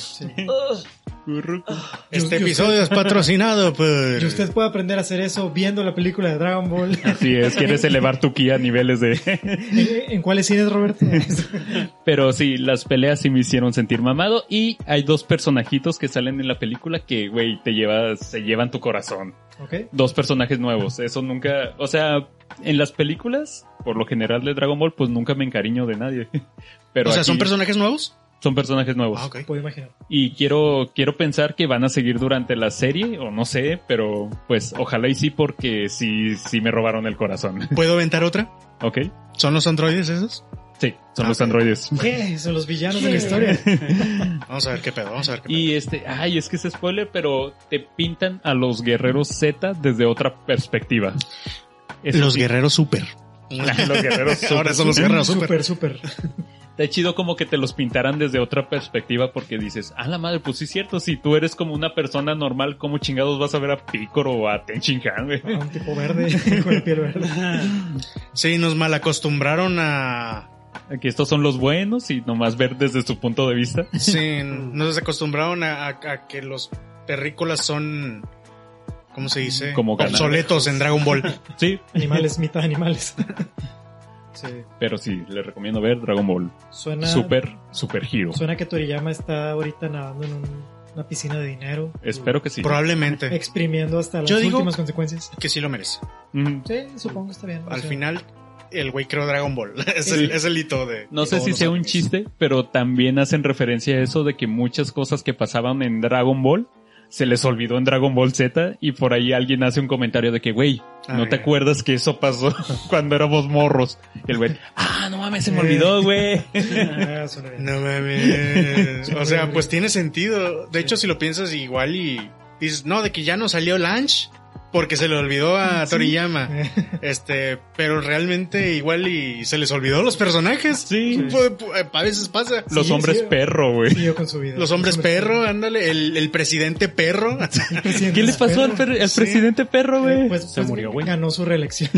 [SPEAKER 7] Este episodio es patrocinado por.
[SPEAKER 6] Y usted puede aprender a hacer eso viendo la película de Dragon Ball.
[SPEAKER 5] Así es, quieres elevar tu ki a niveles de...
[SPEAKER 6] ¿En, en cuáles cines, Roberto?
[SPEAKER 5] Pero sí, las peleas sí me hicieron sentir mamado y hay dos personajitos que salen en la película que, güey, te llevas, se llevan tu corazón.
[SPEAKER 6] ¿Ok?
[SPEAKER 5] dos personajes nuevos. Eso nunca, o sea, en las películas, por lo general de Dragon Ball, pues nunca me encariño de nadie. Pero
[SPEAKER 7] o sea, ¿son
[SPEAKER 5] aquí
[SPEAKER 7] personajes nuevos?
[SPEAKER 5] son personajes nuevos.
[SPEAKER 7] Ah, ok.
[SPEAKER 6] Puedo imaginar.
[SPEAKER 5] Y quiero, quiero pensar que van a seguir durante la serie, o no sé, pero pues ojalá y sí, porque sí, sí me robaron el corazón.
[SPEAKER 7] ¿Puedo aventar otra?
[SPEAKER 5] ¿Ok?
[SPEAKER 7] ¿Son los androides esos?
[SPEAKER 5] Sí, son
[SPEAKER 7] Ah,
[SPEAKER 5] los
[SPEAKER 7] ok.
[SPEAKER 5] androides.
[SPEAKER 6] ¿Qué? Son los villanos de la historia.
[SPEAKER 7] Vamos a ver qué pedo, vamos a ver qué pedo.
[SPEAKER 5] Y este, ay, es que es spoiler, pero te pintan a los guerreros Z desde otra perspectiva. Eso
[SPEAKER 7] los
[SPEAKER 5] sí,
[SPEAKER 7] guerreros super.
[SPEAKER 5] los guerreros
[SPEAKER 7] Ahora son los guerreros super.
[SPEAKER 6] Súper, súper.
[SPEAKER 5] Está chido como que te los pintaran desde otra perspectiva porque dices, ah la madre, pues sí es cierto, si tú eres como una persona normal, ¿cómo chingados vas a ver a Picoro o a Tenchinhan, güey?
[SPEAKER 6] A Ah, un tipo verde, con la piel verde.
[SPEAKER 7] Sí, nos malacostumbraron a.
[SPEAKER 5] Aquí estos son los buenos y nomás ver desde su punto de vista.
[SPEAKER 7] Sí, nos acostumbraron a, a- a que los terrícolas son. ¿Cómo se dice?
[SPEAKER 5] Como canales.
[SPEAKER 7] obsoletos en Dragon Ball.
[SPEAKER 5] Sí,
[SPEAKER 6] Animales, mitad animales. Sí.
[SPEAKER 5] pero sí, les recomiendo ver Dragon Ball.
[SPEAKER 6] Suena,
[SPEAKER 5] Super, super giro.
[SPEAKER 6] suena que Toriyama está ahorita nadando en un- una piscina de dinero.
[SPEAKER 5] Espero que sí.
[SPEAKER 7] Probablemente.
[SPEAKER 6] Exprimiendo hasta las
[SPEAKER 7] Yo digo-
[SPEAKER 6] últimas consecuencias.
[SPEAKER 7] Que sí lo merece.
[SPEAKER 5] Mm.
[SPEAKER 6] Sí, supongo está bien. o
[SPEAKER 7] Al
[SPEAKER 6] sea,
[SPEAKER 7] final, el güey creó Dragon Ball. Es, el, es el hito de.
[SPEAKER 5] No sé
[SPEAKER 7] todos
[SPEAKER 5] si
[SPEAKER 7] los
[SPEAKER 5] sea un
[SPEAKER 7] animes.
[SPEAKER 5] chiste, pero también hacen referencia a eso de que muchas cosas que pasaban en Dragon Ball se les olvidó en Dragon Ball Z y por ahí alguien hace un comentario de que, güey,
[SPEAKER 7] Ah,
[SPEAKER 5] ¿no te
[SPEAKER 7] mira.
[SPEAKER 5] acuerdas que eso pasó cuando éramos morros? Y el güey, ah, no mames, se me olvidó, güey.
[SPEAKER 6] ah, suena bien.
[SPEAKER 7] No mames. O sea, pues tiene sentido. De hecho, si lo piensas igual y dices, no, de que ya no salió Lunch porque se le olvidó a Toriyama. Este, pero realmente igual y se les olvidó a los personajes.
[SPEAKER 5] Sí.
[SPEAKER 7] Pu- pu- eh, A veces pasa.
[SPEAKER 5] Los
[SPEAKER 6] Sí,
[SPEAKER 5] hombres
[SPEAKER 6] sí.
[SPEAKER 5] perro, güey.
[SPEAKER 6] Siguió con su vida.
[SPEAKER 7] Los hombres perro, ándale, el, el presidente perro.
[SPEAKER 5] ¿Qué les pasó al, per- al
[SPEAKER 4] Este
[SPEAKER 5] presidente perro, güey?
[SPEAKER 6] Pues,
[SPEAKER 5] se murió, güey.
[SPEAKER 6] Ganó su reelección.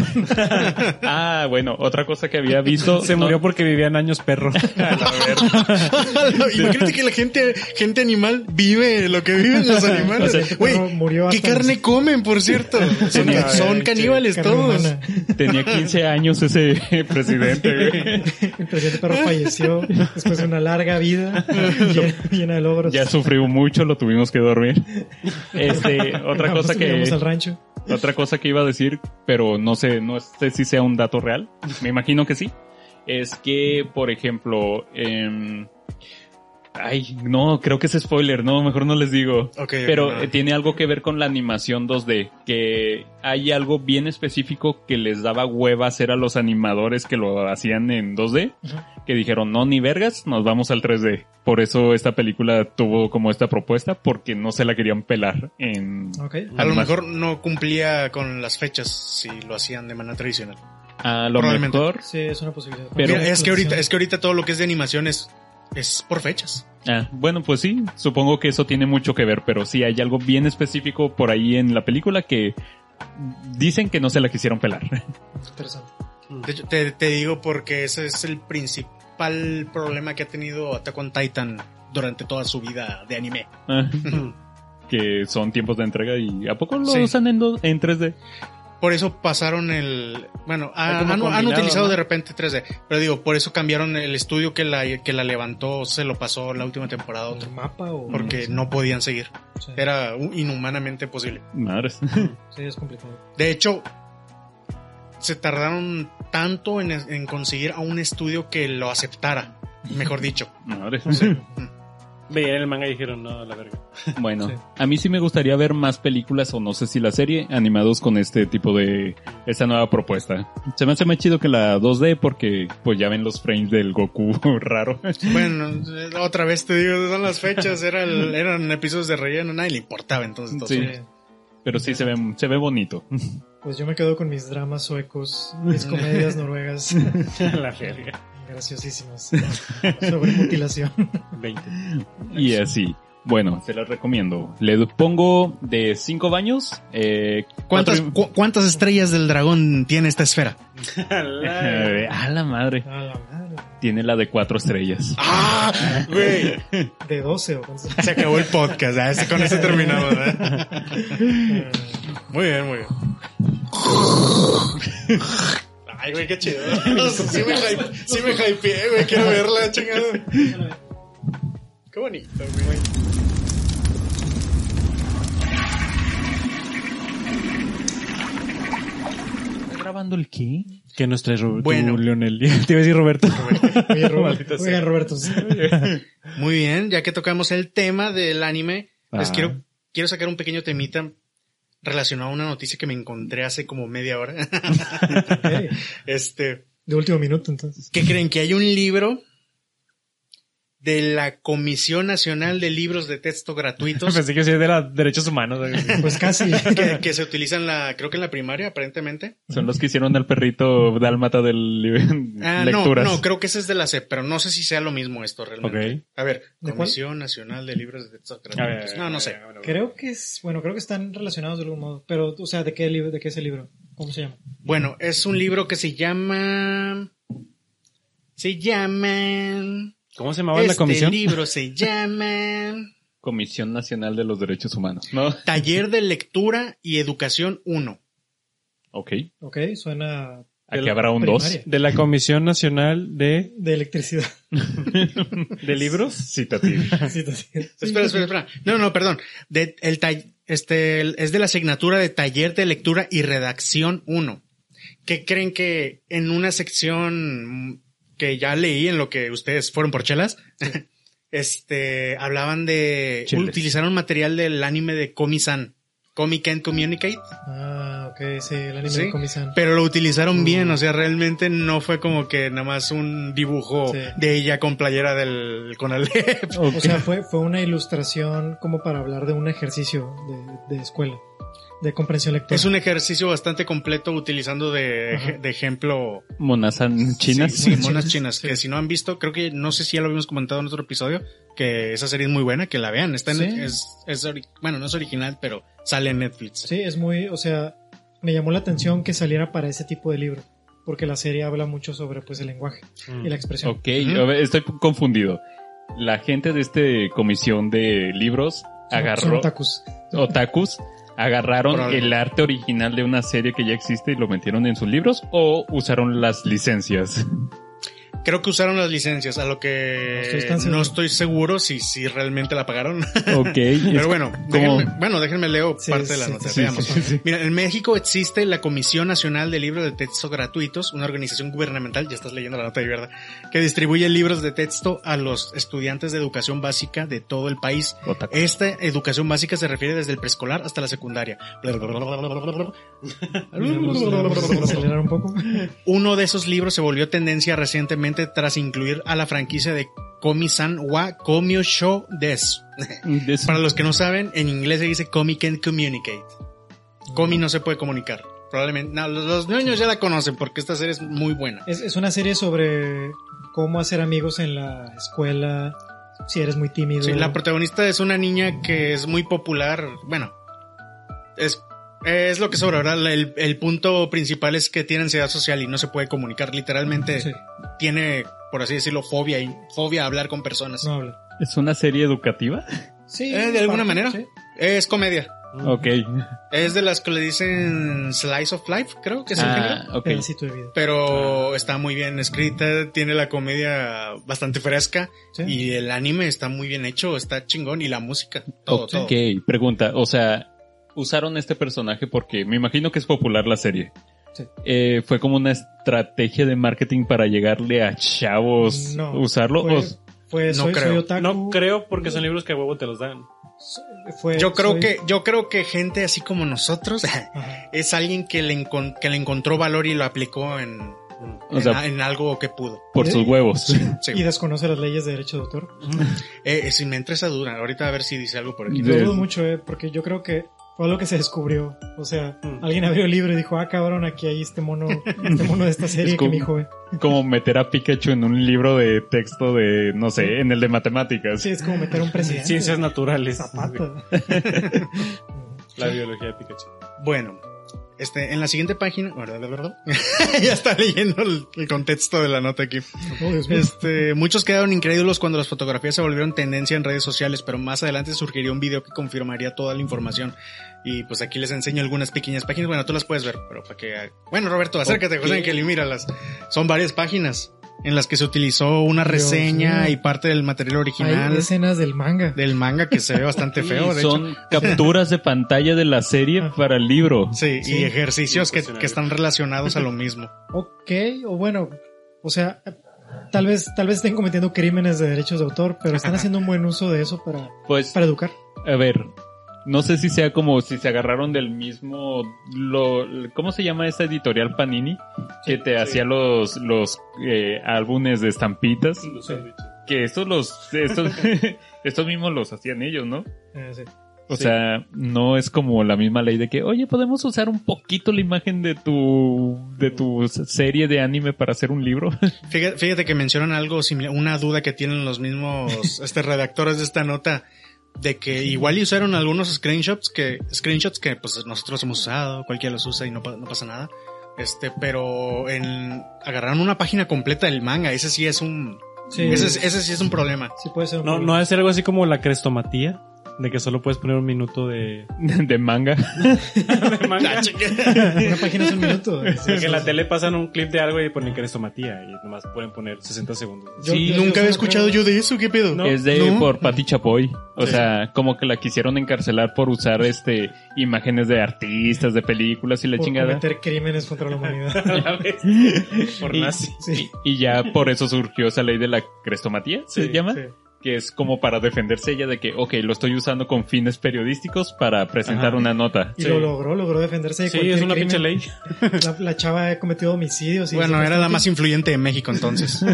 [SPEAKER 5] Ah, bueno, otra cosa que había visto.
[SPEAKER 4] Se
[SPEAKER 5] no-
[SPEAKER 4] murió porque vivían años perro.
[SPEAKER 7] Imagínate que la gente, gente animal vive lo que viven los animales. Güey,
[SPEAKER 6] Pero murió
[SPEAKER 7] ¿qué
[SPEAKER 6] hasta-
[SPEAKER 7] carne comen, por cierto? Son,
[SPEAKER 5] Tenía-
[SPEAKER 7] son caníbales
[SPEAKER 6] carne
[SPEAKER 7] todos.
[SPEAKER 6] humana.
[SPEAKER 5] Tenía 15 años ese presidente, güey.
[SPEAKER 6] El presidente perro falleció después de una larga vida llena, llena de logros.
[SPEAKER 5] Ya sufrió mucho, lo tuvimos que dormir. Este, otra
[SPEAKER 6] Ambos
[SPEAKER 5] cosa que
[SPEAKER 6] subíamos al rancho.
[SPEAKER 5] otra cosa que iba a decir, pero no sé, no sé si sea un dato real. Me imagino que sí. Es que, por ejemplo, em, ay, no, creo que es spoiler, no, mejor no les digo.
[SPEAKER 7] Ok,
[SPEAKER 5] Pero
[SPEAKER 7] no.
[SPEAKER 5] eh, tiene algo que ver con la animación 2D, que hay algo bien específico que les daba hueva hacer a los animadores que lo hacían en 2D, que dijeron, no, ni vergas, nos vamos al 3D. Por eso esta película tuvo como esta propuesta, porque no se la querían pelar en...
[SPEAKER 6] Ok.
[SPEAKER 7] A lo
[SPEAKER 5] Animal.
[SPEAKER 7] mejor no cumplía con las fechas si lo hacían de manera tradicional.
[SPEAKER 5] A lo
[SPEAKER 7] Probablemente.
[SPEAKER 5] mejor...
[SPEAKER 6] Sí, es una posibilidad.
[SPEAKER 5] Pero-
[SPEAKER 7] Mira, es que ahorita,
[SPEAKER 6] es...
[SPEAKER 7] es que ahorita todo lo que es de animación es, es por fechas.
[SPEAKER 5] Ah, bueno, pues sí, supongo que eso tiene mucho que ver, pero sí hay algo bien específico por ahí en la película que dicen que no se la quisieron pelar.
[SPEAKER 6] interesante.
[SPEAKER 5] Mm.
[SPEAKER 7] De hecho, te, te digo porque ese es el principal problema que ha tenido Attack on Titan durante toda su vida de anime.
[SPEAKER 5] Ah, que son tiempos de entrega y ¿a poco lo
[SPEAKER 7] Sí.
[SPEAKER 5] usan en, do- en 3D?
[SPEAKER 7] por eso pasaron el. Bueno, ha-
[SPEAKER 5] como
[SPEAKER 7] han, han
[SPEAKER 5] combinado,
[SPEAKER 7] utilizado
[SPEAKER 5] ¿no?
[SPEAKER 7] de repente 3D. Pero digo, por eso cambiaron el estudio que la, que la levantó, se lo pasó la última temporada a otro.
[SPEAKER 6] ¿El mapa o...?
[SPEAKER 7] Porque no podían seguir.
[SPEAKER 6] Sí,
[SPEAKER 7] Era u- inhumanamente posible.
[SPEAKER 5] Madres.
[SPEAKER 6] sí, es complicado.
[SPEAKER 7] De hecho, se tardaron tanto en, en conseguir a un estudio que lo aceptara. Mejor dicho.
[SPEAKER 5] Madres.
[SPEAKER 8] Veían el manga y dijeron, no, la verga.
[SPEAKER 5] Bueno,
[SPEAKER 6] Sí.
[SPEAKER 5] a mí sí me gustaría ver más películas o no sé si la serie animados con este tipo de esta nueva propuesta. Se me hace más chido que la 2D porque pues ya ven los frames del Goku raro.
[SPEAKER 7] Bueno, eh, otra vez te digo, son las fechas, era el- eran episodios de relleno, nadie le importaba entonces. todo.
[SPEAKER 5] Sí.
[SPEAKER 6] Sí.
[SPEAKER 5] Pero sí se ve se ve bonito.
[SPEAKER 6] Pues yo me quedo con mis dramas suecos, mis comedias noruegas
[SPEAKER 8] la verga.
[SPEAKER 6] graciosísimas sobre mutilación.
[SPEAKER 8] 20.
[SPEAKER 5] Y así. Bueno, se las recomiendo. Le pongo de 5 baños. Eh,
[SPEAKER 7] ¿Cuántas,
[SPEAKER 5] cuatro-
[SPEAKER 7] cu- ¿Cuántas estrellas del dragón tiene esta esfera?
[SPEAKER 8] La-
[SPEAKER 5] Eh, a la madre.
[SPEAKER 6] A la madre.
[SPEAKER 5] Tiene la de 4 estrellas.
[SPEAKER 7] ¡Ah! Güey,
[SPEAKER 6] De 12 o cuántos.
[SPEAKER 7] se acabó el podcast, ah, ese- con eso terminamos. ¿verdad? Muy bien, muy bien. Ay, güey, qué chido. Sí me, hype- sí me hypeé, güey, quiero verla, chingada. Qué bonito, güey.
[SPEAKER 5] grabando el qué?
[SPEAKER 4] ¿Qué nos traes, Roberto?
[SPEAKER 7] Bueno.
[SPEAKER 4] Leonel. Te iba a decir Roberto.
[SPEAKER 6] Oye, Roberto. Oigan, Roberto.
[SPEAKER 7] Muy bien, ya que tocamos el tema del anime, les
[SPEAKER 4] Ah.
[SPEAKER 7] quiero, quiero sacar un pequeño temita relacionado a una noticia que me encontré hace como media hora.
[SPEAKER 6] Ok.
[SPEAKER 7] este,
[SPEAKER 6] De último minuto, entonces.
[SPEAKER 7] ¿qué creen? Que hay un libro de la Comisión Nacional de Libros de Texto Gratuitos
[SPEAKER 4] Pensé que sí de los derechos humanos.
[SPEAKER 6] Pues casi.
[SPEAKER 7] que, que se utiliza en la, creo que en la primaria, aparentemente.
[SPEAKER 5] Son los que hicieron al perrito dálmata del
[SPEAKER 7] Ah, no,
[SPEAKER 5] lecturas.
[SPEAKER 7] no, creo que ese es de la CEP, pero no sé si sea lo mismo esto realmente.
[SPEAKER 4] Ok.
[SPEAKER 7] A ver,
[SPEAKER 6] ¿De cuál?
[SPEAKER 7] Comisión Nacional de Libros de Texto
[SPEAKER 8] A ver, a
[SPEAKER 7] Gratuitos.
[SPEAKER 8] ver,
[SPEAKER 7] No, no
[SPEAKER 8] a
[SPEAKER 7] sé.
[SPEAKER 8] ver, a ver, a ver.
[SPEAKER 6] Creo que es, bueno, creo que están relacionados de algún modo. Pero, o sea, ¿de qué libro, de qué es el libro? ¿Cómo se llama?
[SPEAKER 7] Bueno, es un libro que se llama. Se llama.
[SPEAKER 8] ¿Cómo se llamaba
[SPEAKER 7] Este
[SPEAKER 8] la comisión?
[SPEAKER 7] libro se llama.
[SPEAKER 5] Comisión Nacional de los Derechos Humanos. No.
[SPEAKER 7] Taller de Lectura y Educación 1.
[SPEAKER 5] Ok.
[SPEAKER 6] Ok, suena
[SPEAKER 5] Aquí habrá un 2.
[SPEAKER 6] primaria.
[SPEAKER 4] De la Comisión Nacional de,
[SPEAKER 6] De electricidad.
[SPEAKER 4] de Libros.
[SPEAKER 5] Citativo.
[SPEAKER 6] Sí, sí, sí.
[SPEAKER 7] Espera, espera, espera. No, no, perdón. De- el tall- este, el- es de la asignatura de Taller de Lectura y Redacción 1. ¿Qué creen que en una sección mm, que ya leí en lo que ustedes fueron por chelas? este, hablaban de.
[SPEAKER 5] Chelas.
[SPEAKER 7] Utilizaron material del anime de Komi-san. Komi Can Communicate.
[SPEAKER 6] Ah, ok, sí, el anime
[SPEAKER 7] Sí,
[SPEAKER 6] de Komi-san.
[SPEAKER 7] Pero lo utilizaron
[SPEAKER 6] Mm.
[SPEAKER 7] bien, o sea, realmente no fue como que nada más un dibujo
[SPEAKER 6] Sí.
[SPEAKER 7] de ella con playera del Conalep.
[SPEAKER 6] O sea, fue, fue una ilustración como para hablar de un ejercicio de, de escuela, de comprensión lectora.
[SPEAKER 7] Es un ejercicio bastante completo utilizando
[SPEAKER 6] Ajá.
[SPEAKER 7] de, de ejemplo
[SPEAKER 5] Monazan chinas.
[SPEAKER 7] Sí, sí, monas chinas, que si no han visto, creo que no sé si ya lo habíamos comentado en otro episodio, que esa serie es muy buena, que la vean. Está en-
[SPEAKER 6] Sí.
[SPEAKER 7] es, es ori- bueno, no es original, pero sale en Netflix.
[SPEAKER 6] Sí, es muy, o sea, me llamó la atención que saliera para ese tipo de libro, porque la serie habla mucho sobre pues el lenguaje y la expresión.
[SPEAKER 5] Ok, a ver, estoy confundido. La gente de este comisión de libros
[SPEAKER 6] Son- son
[SPEAKER 5] agarró
[SPEAKER 6] otakus.
[SPEAKER 5] otakus agarraron
[SPEAKER 7] Probable.
[SPEAKER 5] el arte original de una serie que ya existe y lo metieron en sus libros o usaron las licencias.
[SPEAKER 7] Creo que usaron las licencias, a lo que
[SPEAKER 6] No estoy tan seguro.
[SPEAKER 7] no estoy seguro si, si realmente la pagaron.
[SPEAKER 5] Ok,
[SPEAKER 7] Pero bueno,
[SPEAKER 5] como-
[SPEAKER 7] déjenme, bueno, déjenme leo
[SPEAKER 6] Sí,
[SPEAKER 7] parte de la
[SPEAKER 6] sí,
[SPEAKER 7] nota.
[SPEAKER 6] sí,
[SPEAKER 7] veamos. Mira, en México existe la Comisión Nacional de Libros de Texto Gratuitos, una organización gubernamental, ya estás leyendo la nota de verdad, que distribuye libros de texto a los estudiantes de educación básica de todo el país.
[SPEAKER 5] Otaku.
[SPEAKER 7] Esta educación básica se refiere desde el preescolar hasta la secundaria.
[SPEAKER 6] Vamos a acelerar un poco.
[SPEAKER 7] Uno de esos libros se volvió tendencia recientemente tras incluir a la franquicia de Komi-san wa Komyo Sho Des.
[SPEAKER 5] De eso-
[SPEAKER 7] Para los que no saben, en inglés se dice Comi can communicate. Comi no se puede comunicar. Probablemente, no, los, los niños ya la conocen porque esta serie es muy buena.
[SPEAKER 6] Es, es una serie sobre cómo hacer amigos en la escuela, si eres muy tímido.
[SPEAKER 7] Sí, la protagonista es una niña que es muy popular. Bueno, es, es lo que sobra, ¿verdad? La- El, el punto principal es que tiene ansiedad social y no se puede comunicar. Literalmente
[SPEAKER 6] Sí,
[SPEAKER 7] tiene, por así decirlo, fobia y fobia a hablar con personas.
[SPEAKER 6] no habla.
[SPEAKER 5] ¿Es una serie educativa?
[SPEAKER 6] Sí,
[SPEAKER 7] Eh, de alguna
[SPEAKER 6] parte,
[SPEAKER 7] manera.
[SPEAKER 6] sí.
[SPEAKER 7] Es comedia.
[SPEAKER 5] Ok.
[SPEAKER 7] Es de las que le dicen Slice of Life, creo que es el género.
[SPEAKER 5] Ah, ok.
[SPEAKER 6] Pedacito de vida.
[SPEAKER 7] Pero está muy bien escrita, tiene la comedia bastante fresca
[SPEAKER 6] Sí.
[SPEAKER 7] y el anime está muy bien hecho, está chingón y la música, todo, todo.
[SPEAKER 5] Ok, pregunta. O sea, usaron este personaje porque me imagino que es popular la serie.
[SPEAKER 6] Sí.
[SPEAKER 5] Eh, fue como una estrategia de marketing para llegarle a chavos
[SPEAKER 6] No,
[SPEAKER 5] pues, usarlo.
[SPEAKER 6] Fue,
[SPEAKER 5] o-
[SPEAKER 6] fue
[SPEAKER 7] No
[SPEAKER 6] soy,
[SPEAKER 7] creo.
[SPEAKER 6] soy otaku.
[SPEAKER 8] No creo porque son libros que a huevo te los dan.
[SPEAKER 6] Fue,
[SPEAKER 7] Yo creo
[SPEAKER 6] soy-
[SPEAKER 7] que, yo creo que gente así como nosotros
[SPEAKER 6] Ajá.
[SPEAKER 7] es alguien que le, encon- que le encontró valor y lo aplicó en,
[SPEAKER 5] O
[SPEAKER 7] en
[SPEAKER 5] sea-
[SPEAKER 7] a- en algo que pudo.
[SPEAKER 5] por sus huevos.
[SPEAKER 7] ¿Eh? Sí.
[SPEAKER 6] Y desconoce las leyes de derecho de autor.
[SPEAKER 7] Eh, eh, si me entra esa duda, ahorita a ver si dice algo por aquí.
[SPEAKER 6] Lo
[SPEAKER 5] Sí.
[SPEAKER 6] dudo mucho, eh, porque yo creo que fue algo que se descubrió. O sea,
[SPEAKER 8] Mm.
[SPEAKER 6] alguien abrió el libro y dijo, ah, cabrón, aquí hay este mono, este mono de esta serie
[SPEAKER 5] Es
[SPEAKER 6] que
[SPEAKER 5] como-
[SPEAKER 6] me dijo, eh.
[SPEAKER 5] como meter a Pikachu en un libro de texto de, no sé, en el de matemáticas.
[SPEAKER 6] Sí, es como meter a un presidente.
[SPEAKER 8] Ciencias naturales.
[SPEAKER 6] Zapata.
[SPEAKER 8] La biología de Pikachu.
[SPEAKER 7] Bueno, este, en la siguiente página, ¿verdad? ¿verdad? ya está leyendo el- el contexto de la nota aquí.
[SPEAKER 6] Oh, Dios mío.
[SPEAKER 7] Este, muchos quedaron incrédulos cuando las fotografías se volvieron tendencia en redes sociales, pero más adelante surgiría un video que confirmaría toda la información. Y pues aquí les enseño algunas pequeñas páginas. Bueno, tú las puedes ver, pero para que. Bueno, Roberto, acércate, José Ángel, y míralas. Son varias páginas en las que se utilizó una
[SPEAKER 6] Dios
[SPEAKER 7] reseña
[SPEAKER 6] mío.
[SPEAKER 7] y parte del material
[SPEAKER 6] Hay
[SPEAKER 7] original
[SPEAKER 6] escenas del manga.
[SPEAKER 7] del manga que se ve bastante feo,
[SPEAKER 5] Y
[SPEAKER 7] de hecho.
[SPEAKER 5] son capturas de pantalla de la serie para el libro.
[SPEAKER 7] Sí, y
[SPEAKER 6] Sí.
[SPEAKER 7] ejercicios que,
[SPEAKER 8] Impresionante.
[SPEAKER 7] que están relacionados a lo mismo.
[SPEAKER 6] Ok, o bueno, o sea, tal vez, tal vez estén cometiendo crímenes de derechos de autor, pero están haciendo un buen uso de eso para,
[SPEAKER 5] Pues,
[SPEAKER 6] para educar.
[SPEAKER 5] a ver, no sé si sea como si se agarraron del mismo, lo, ¿cómo se llama esta editorial Panini? Que te hacía los, los eh, álbumes de estampitas.
[SPEAKER 8] Los sándwiches.
[SPEAKER 5] Que estos los, estos, estos mismos los hacían ellos, ¿no?
[SPEAKER 6] Eh, sí.
[SPEAKER 5] O
[SPEAKER 8] Sí.
[SPEAKER 5] sea, no es como la misma ley de que, oye, podemos usar un poquito la imagen de tu, de tu serie de anime para hacer un libro.
[SPEAKER 7] Fíjate, fíjate que mencionan algo similar, una duda que tienen los mismos este, redactores de esta nota, de que igual y usaron algunos screenshots que, screenshots que pues nosotros hemos usado, cualquiera los usa y no, pa- no pasa nada. Este, pero en, agarraron una página completa del manga, ese sí es un,
[SPEAKER 6] Sí,
[SPEAKER 7] ese, es- ese sí es un problema.
[SPEAKER 6] sí puede ser un
[SPEAKER 8] No,
[SPEAKER 6] problema.
[SPEAKER 8] no es algo así como la crestomatía, de que solo puedes poner un minuto de,
[SPEAKER 5] de manga.
[SPEAKER 8] de
[SPEAKER 7] Ah,
[SPEAKER 8] manga.
[SPEAKER 6] Una página es un minuto. eh.
[SPEAKER 8] De que en la tele pasan un clip de algo y ponen crestomatía y nomás pueden poner 60 segundos.
[SPEAKER 6] Yo- yo- yo
[SPEAKER 7] Nunca había
[SPEAKER 6] creo-
[SPEAKER 7] escuchado yo de eso, ¿qué pedo?
[SPEAKER 5] es de
[SPEAKER 7] ¿No?
[SPEAKER 5] por Patti Chapoy. O
[SPEAKER 7] Sí.
[SPEAKER 5] sea, como que la quisieron encarcelar por usar este imágenes de artistas, de películas y la
[SPEAKER 6] por
[SPEAKER 5] chingada.
[SPEAKER 6] cometer crímenes contra la humanidad.
[SPEAKER 8] Ya ves. Por
[SPEAKER 5] Y-
[SPEAKER 8] nazi.
[SPEAKER 6] Sí.
[SPEAKER 5] Y ya por eso surgió esa ley de la crestomatía, se
[SPEAKER 8] Sí,
[SPEAKER 5] llama,
[SPEAKER 6] sí.
[SPEAKER 5] que es como para defenderse ella de que, ok, lo estoy usando con fines periodísticos para presentar
[SPEAKER 8] Ajá.
[SPEAKER 5] una nota.
[SPEAKER 6] Y
[SPEAKER 8] Sí.
[SPEAKER 6] lo logró, logró defenderse de
[SPEAKER 8] Sí,
[SPEAKER 6] cualquier
[SPEAKER 8] es una
[SPEAKER 6] crimen.
[SPEAKER 8] pinche ley.
[SPEAKER 6] La, la chava ha cometido homicidios. Y "Pues,
[SPEAKER 7] Bueno, era la más
[SPEAKER 6] supuestamente
[SPEAKER 7] influyente de México entonces.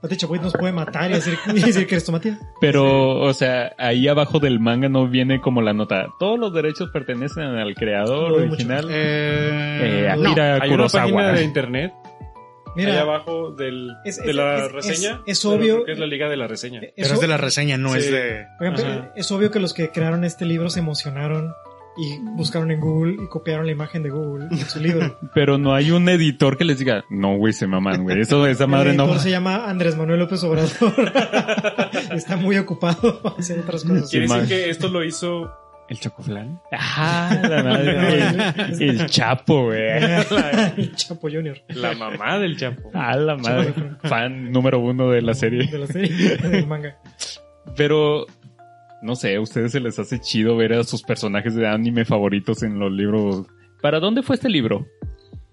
[SPEAKER 6] Pati Chapoy nos puede matar y decir, y decir que eres tomatía.
[SPEAKER 5] Pero, o sea, ahí abajo del manga no viene como la nota. Todos los derechos pertenecen al creador
[SPEAKER 6] No, hay
[SPEAKER 5] original.
[SPEAKER 7] Eh,
[SPEAKER 5] Eh,
[SPEAKER 7] no.
[SPEAKER 5] Akira
[SPEAKER 8] Hay una
[SPEAKER 5] Kurosawa.
[SPEAKER 8] página de internet allá
[SPEAKER 6] Mira, eh,
[SPEAKER 8] abajo del,
[SPEAKER 6] Es-
[SPEAKER 8] de
[SPEAKER 6] es-
[SPEAKER 8] la
[SPEAKER 6] es-
[SPEAKER 8] reseña.
[SPEAKER 6] es- es
[SPEAKER 8] pero
[SPEAKER 6] obvio. Eh,
[SPEAKER 8] creo que es la liga de la reseña.
[SPEAKER 7] Pero es de la reseña, no
[SPEAKER 8] Sí.
[SPEAKER 7] es de...
[SPEAKER 6] Por ejemplo,
[SPEAKER 8] Ajá.
[SPEAKER 6] es obvio que los que crearon este libro se emocionaron y buscaron en Google y copiaron la imagen de Google en su libro.
[SPEAKER 5] Pero no hay un editor que les diga, no, güey, se mamán, güey. Eso, esa
[SPEAKER 6] El
[SPEAKER 5] madre no.
[SPEAKER 6] editor se llama Andrés Manuel López Obrador. Está muy ocupado haciendo otras cosas.
[SPEAKER 8] Quiere
[SPEAKER 5] Sí,
[SPEAKER 8] decir
[SPEAKER 5] man.
[SPEAKER 8] que esto lo hizo
[SPEAKER 5] ¿El chocoflan? Ajá, Ah, la madre. el, el chapo, güey.
[SPEAKER 6] El Chapo Junior.
[SPEAKER 8] la mamá del Chapo.
[SPEAKER 5] A Ah, la madre. Fan número uno de la serie.
[SPEAKER 6] De la serie, del manga.
[SPEAKER 5] Pero, no sé, a ustedes se les hace chido ver a sus personajes de anime favoritos en los libros. ¿Para dónde fue este libro?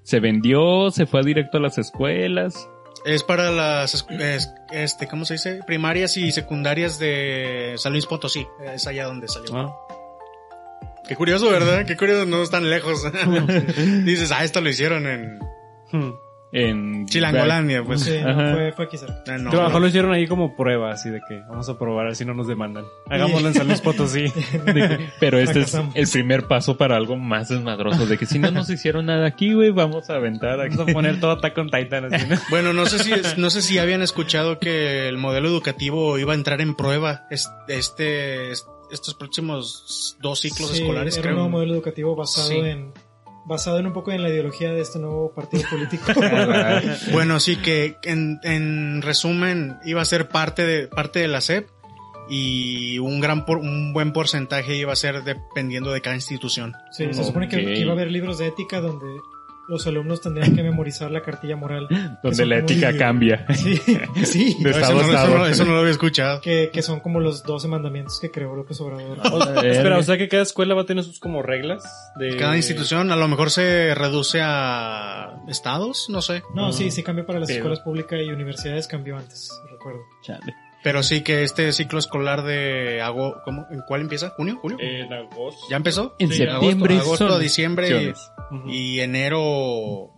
[SPEAKER 5] ¿Se vendió? ¿Se fue directo a las escuelas?
[SPEAKER 7] Es para las, es- es- este, ¿cómo se dice? Primarias y secundarias de San Luis Potosí. Es allá donde salió.
[SPEAKER 8] Ah.
[SPEAKER 7] Qué curioso, ¿verdad? Qué curioso, no están lejos. Dices, ah, esto lo hicieron en
[SPEAKER 8] Hmm.
[SPEAKER 5] En
[SPEAKER 7] Chilangolandia, pues.
[SPEAKER 6] Sí, no,
[SPEAKER 5] Ajá.
[SPEAKER 6] fue, fue aquí cerca.
[SPEAKER 7] Ah, no,
[SPEAKER 8] Pero a lo mejor
[SPEAKER 7] no.
[SPEAKER 8] lo hicieron ahí como prueba, así de que vamos a probar, así no nos demandan. Hagámoslo en San Luis Potosí.
[SPEAKER 5] Pero este es
[SPEAKER 6] Fracasamos.
[SPEAKER 5] el primer paso para algo más desmadroso. De que si no nos hicieron nada aquí, güey, vamos a aventar aquí.
[SPEAKER 8] Vamos a poner todo Attack on Titan. Así, ¿no?
[SPEAKER 7] Bueno, no sé si, es- no sé si habían escuchado que el modelo educativo iba a entrar en prueba es- este, es- estos próximos dos ciclos
[SPEAKER 6] Sí,
[SPEAKER 7] escolares,
[SPEAKER 6] era
[SPEAKER 7] creo.
[SPEAKER 6] un nuevo modelo educativo basado
[SPEAKER 7] Sí.
[SPEAKER 6] en basado en un poco en la ideología de este nuevo partido político.
[SPEAKER 5] Ah,
[SPEAKER 7] Bueno, sí que en, en resumen iba a ser parte de parte de la SEP y un gran por- un buen porcentaje iba a ser dependiendo de cada institución.
[SPEAKER 6] Sí, se supone que,
[SPEAKER 5] Ok.
[SPEAKER 6] que iba a haber libros de ética donde los alumnos tendrían que memorizar la cartilla moral.
[SPEAKER 5] Donde la ética cambia.
[SPEAKER 6] Sí, sí.
[SPEAKER 5] De
[SPEAKER 7] eso,
[SPEAKER 5] estado
[SPEAKER 7] no,
[SPEAKER 5] a
[SPEAKER 7] eso
[SPEAKER 5] estado.
[SPEAKER 7] no- eso no lo había escuchado.
[SPEAKER 6] Que, que son como los 12 mandamientos que creó López Obrador.
[SPEAKER 8] Espera, o sea que cada escuela va a tener sus como reglas de...
[SPEAKER 7] Cada institución a lo mejor se reduce a estados, no sé.
[SPEAKER 6] No, sí, sí cambió para las
[SPEAKER 8] Pero-
[SPEAKER 6] escuelas públicas y universidades, cambió antes, recuerdo.
[SPEAKER 5] Chale.
[SPEAKER 7] Pero sí que este ciclo escolar de agosto, ¿cómo? ¿En cuál empieza? ¿Junio? ¿Julio?
[SPEAKER 8] En agosto.
[SPEAKER 7] ¿Ya empezó?
[SPEAKER 5] Eh, En
[SPEAKER 7] Sí,
[SPEAKER 5] septiembre
[SPEAKER 7] Agosto, agosto
[SPEAKER 5] son
[SPEAKER 7] diciembre
[SPEAKER 5] opciones.
[SPEAKER 8] Ujú.
[SPEAKER 7] y, y enero.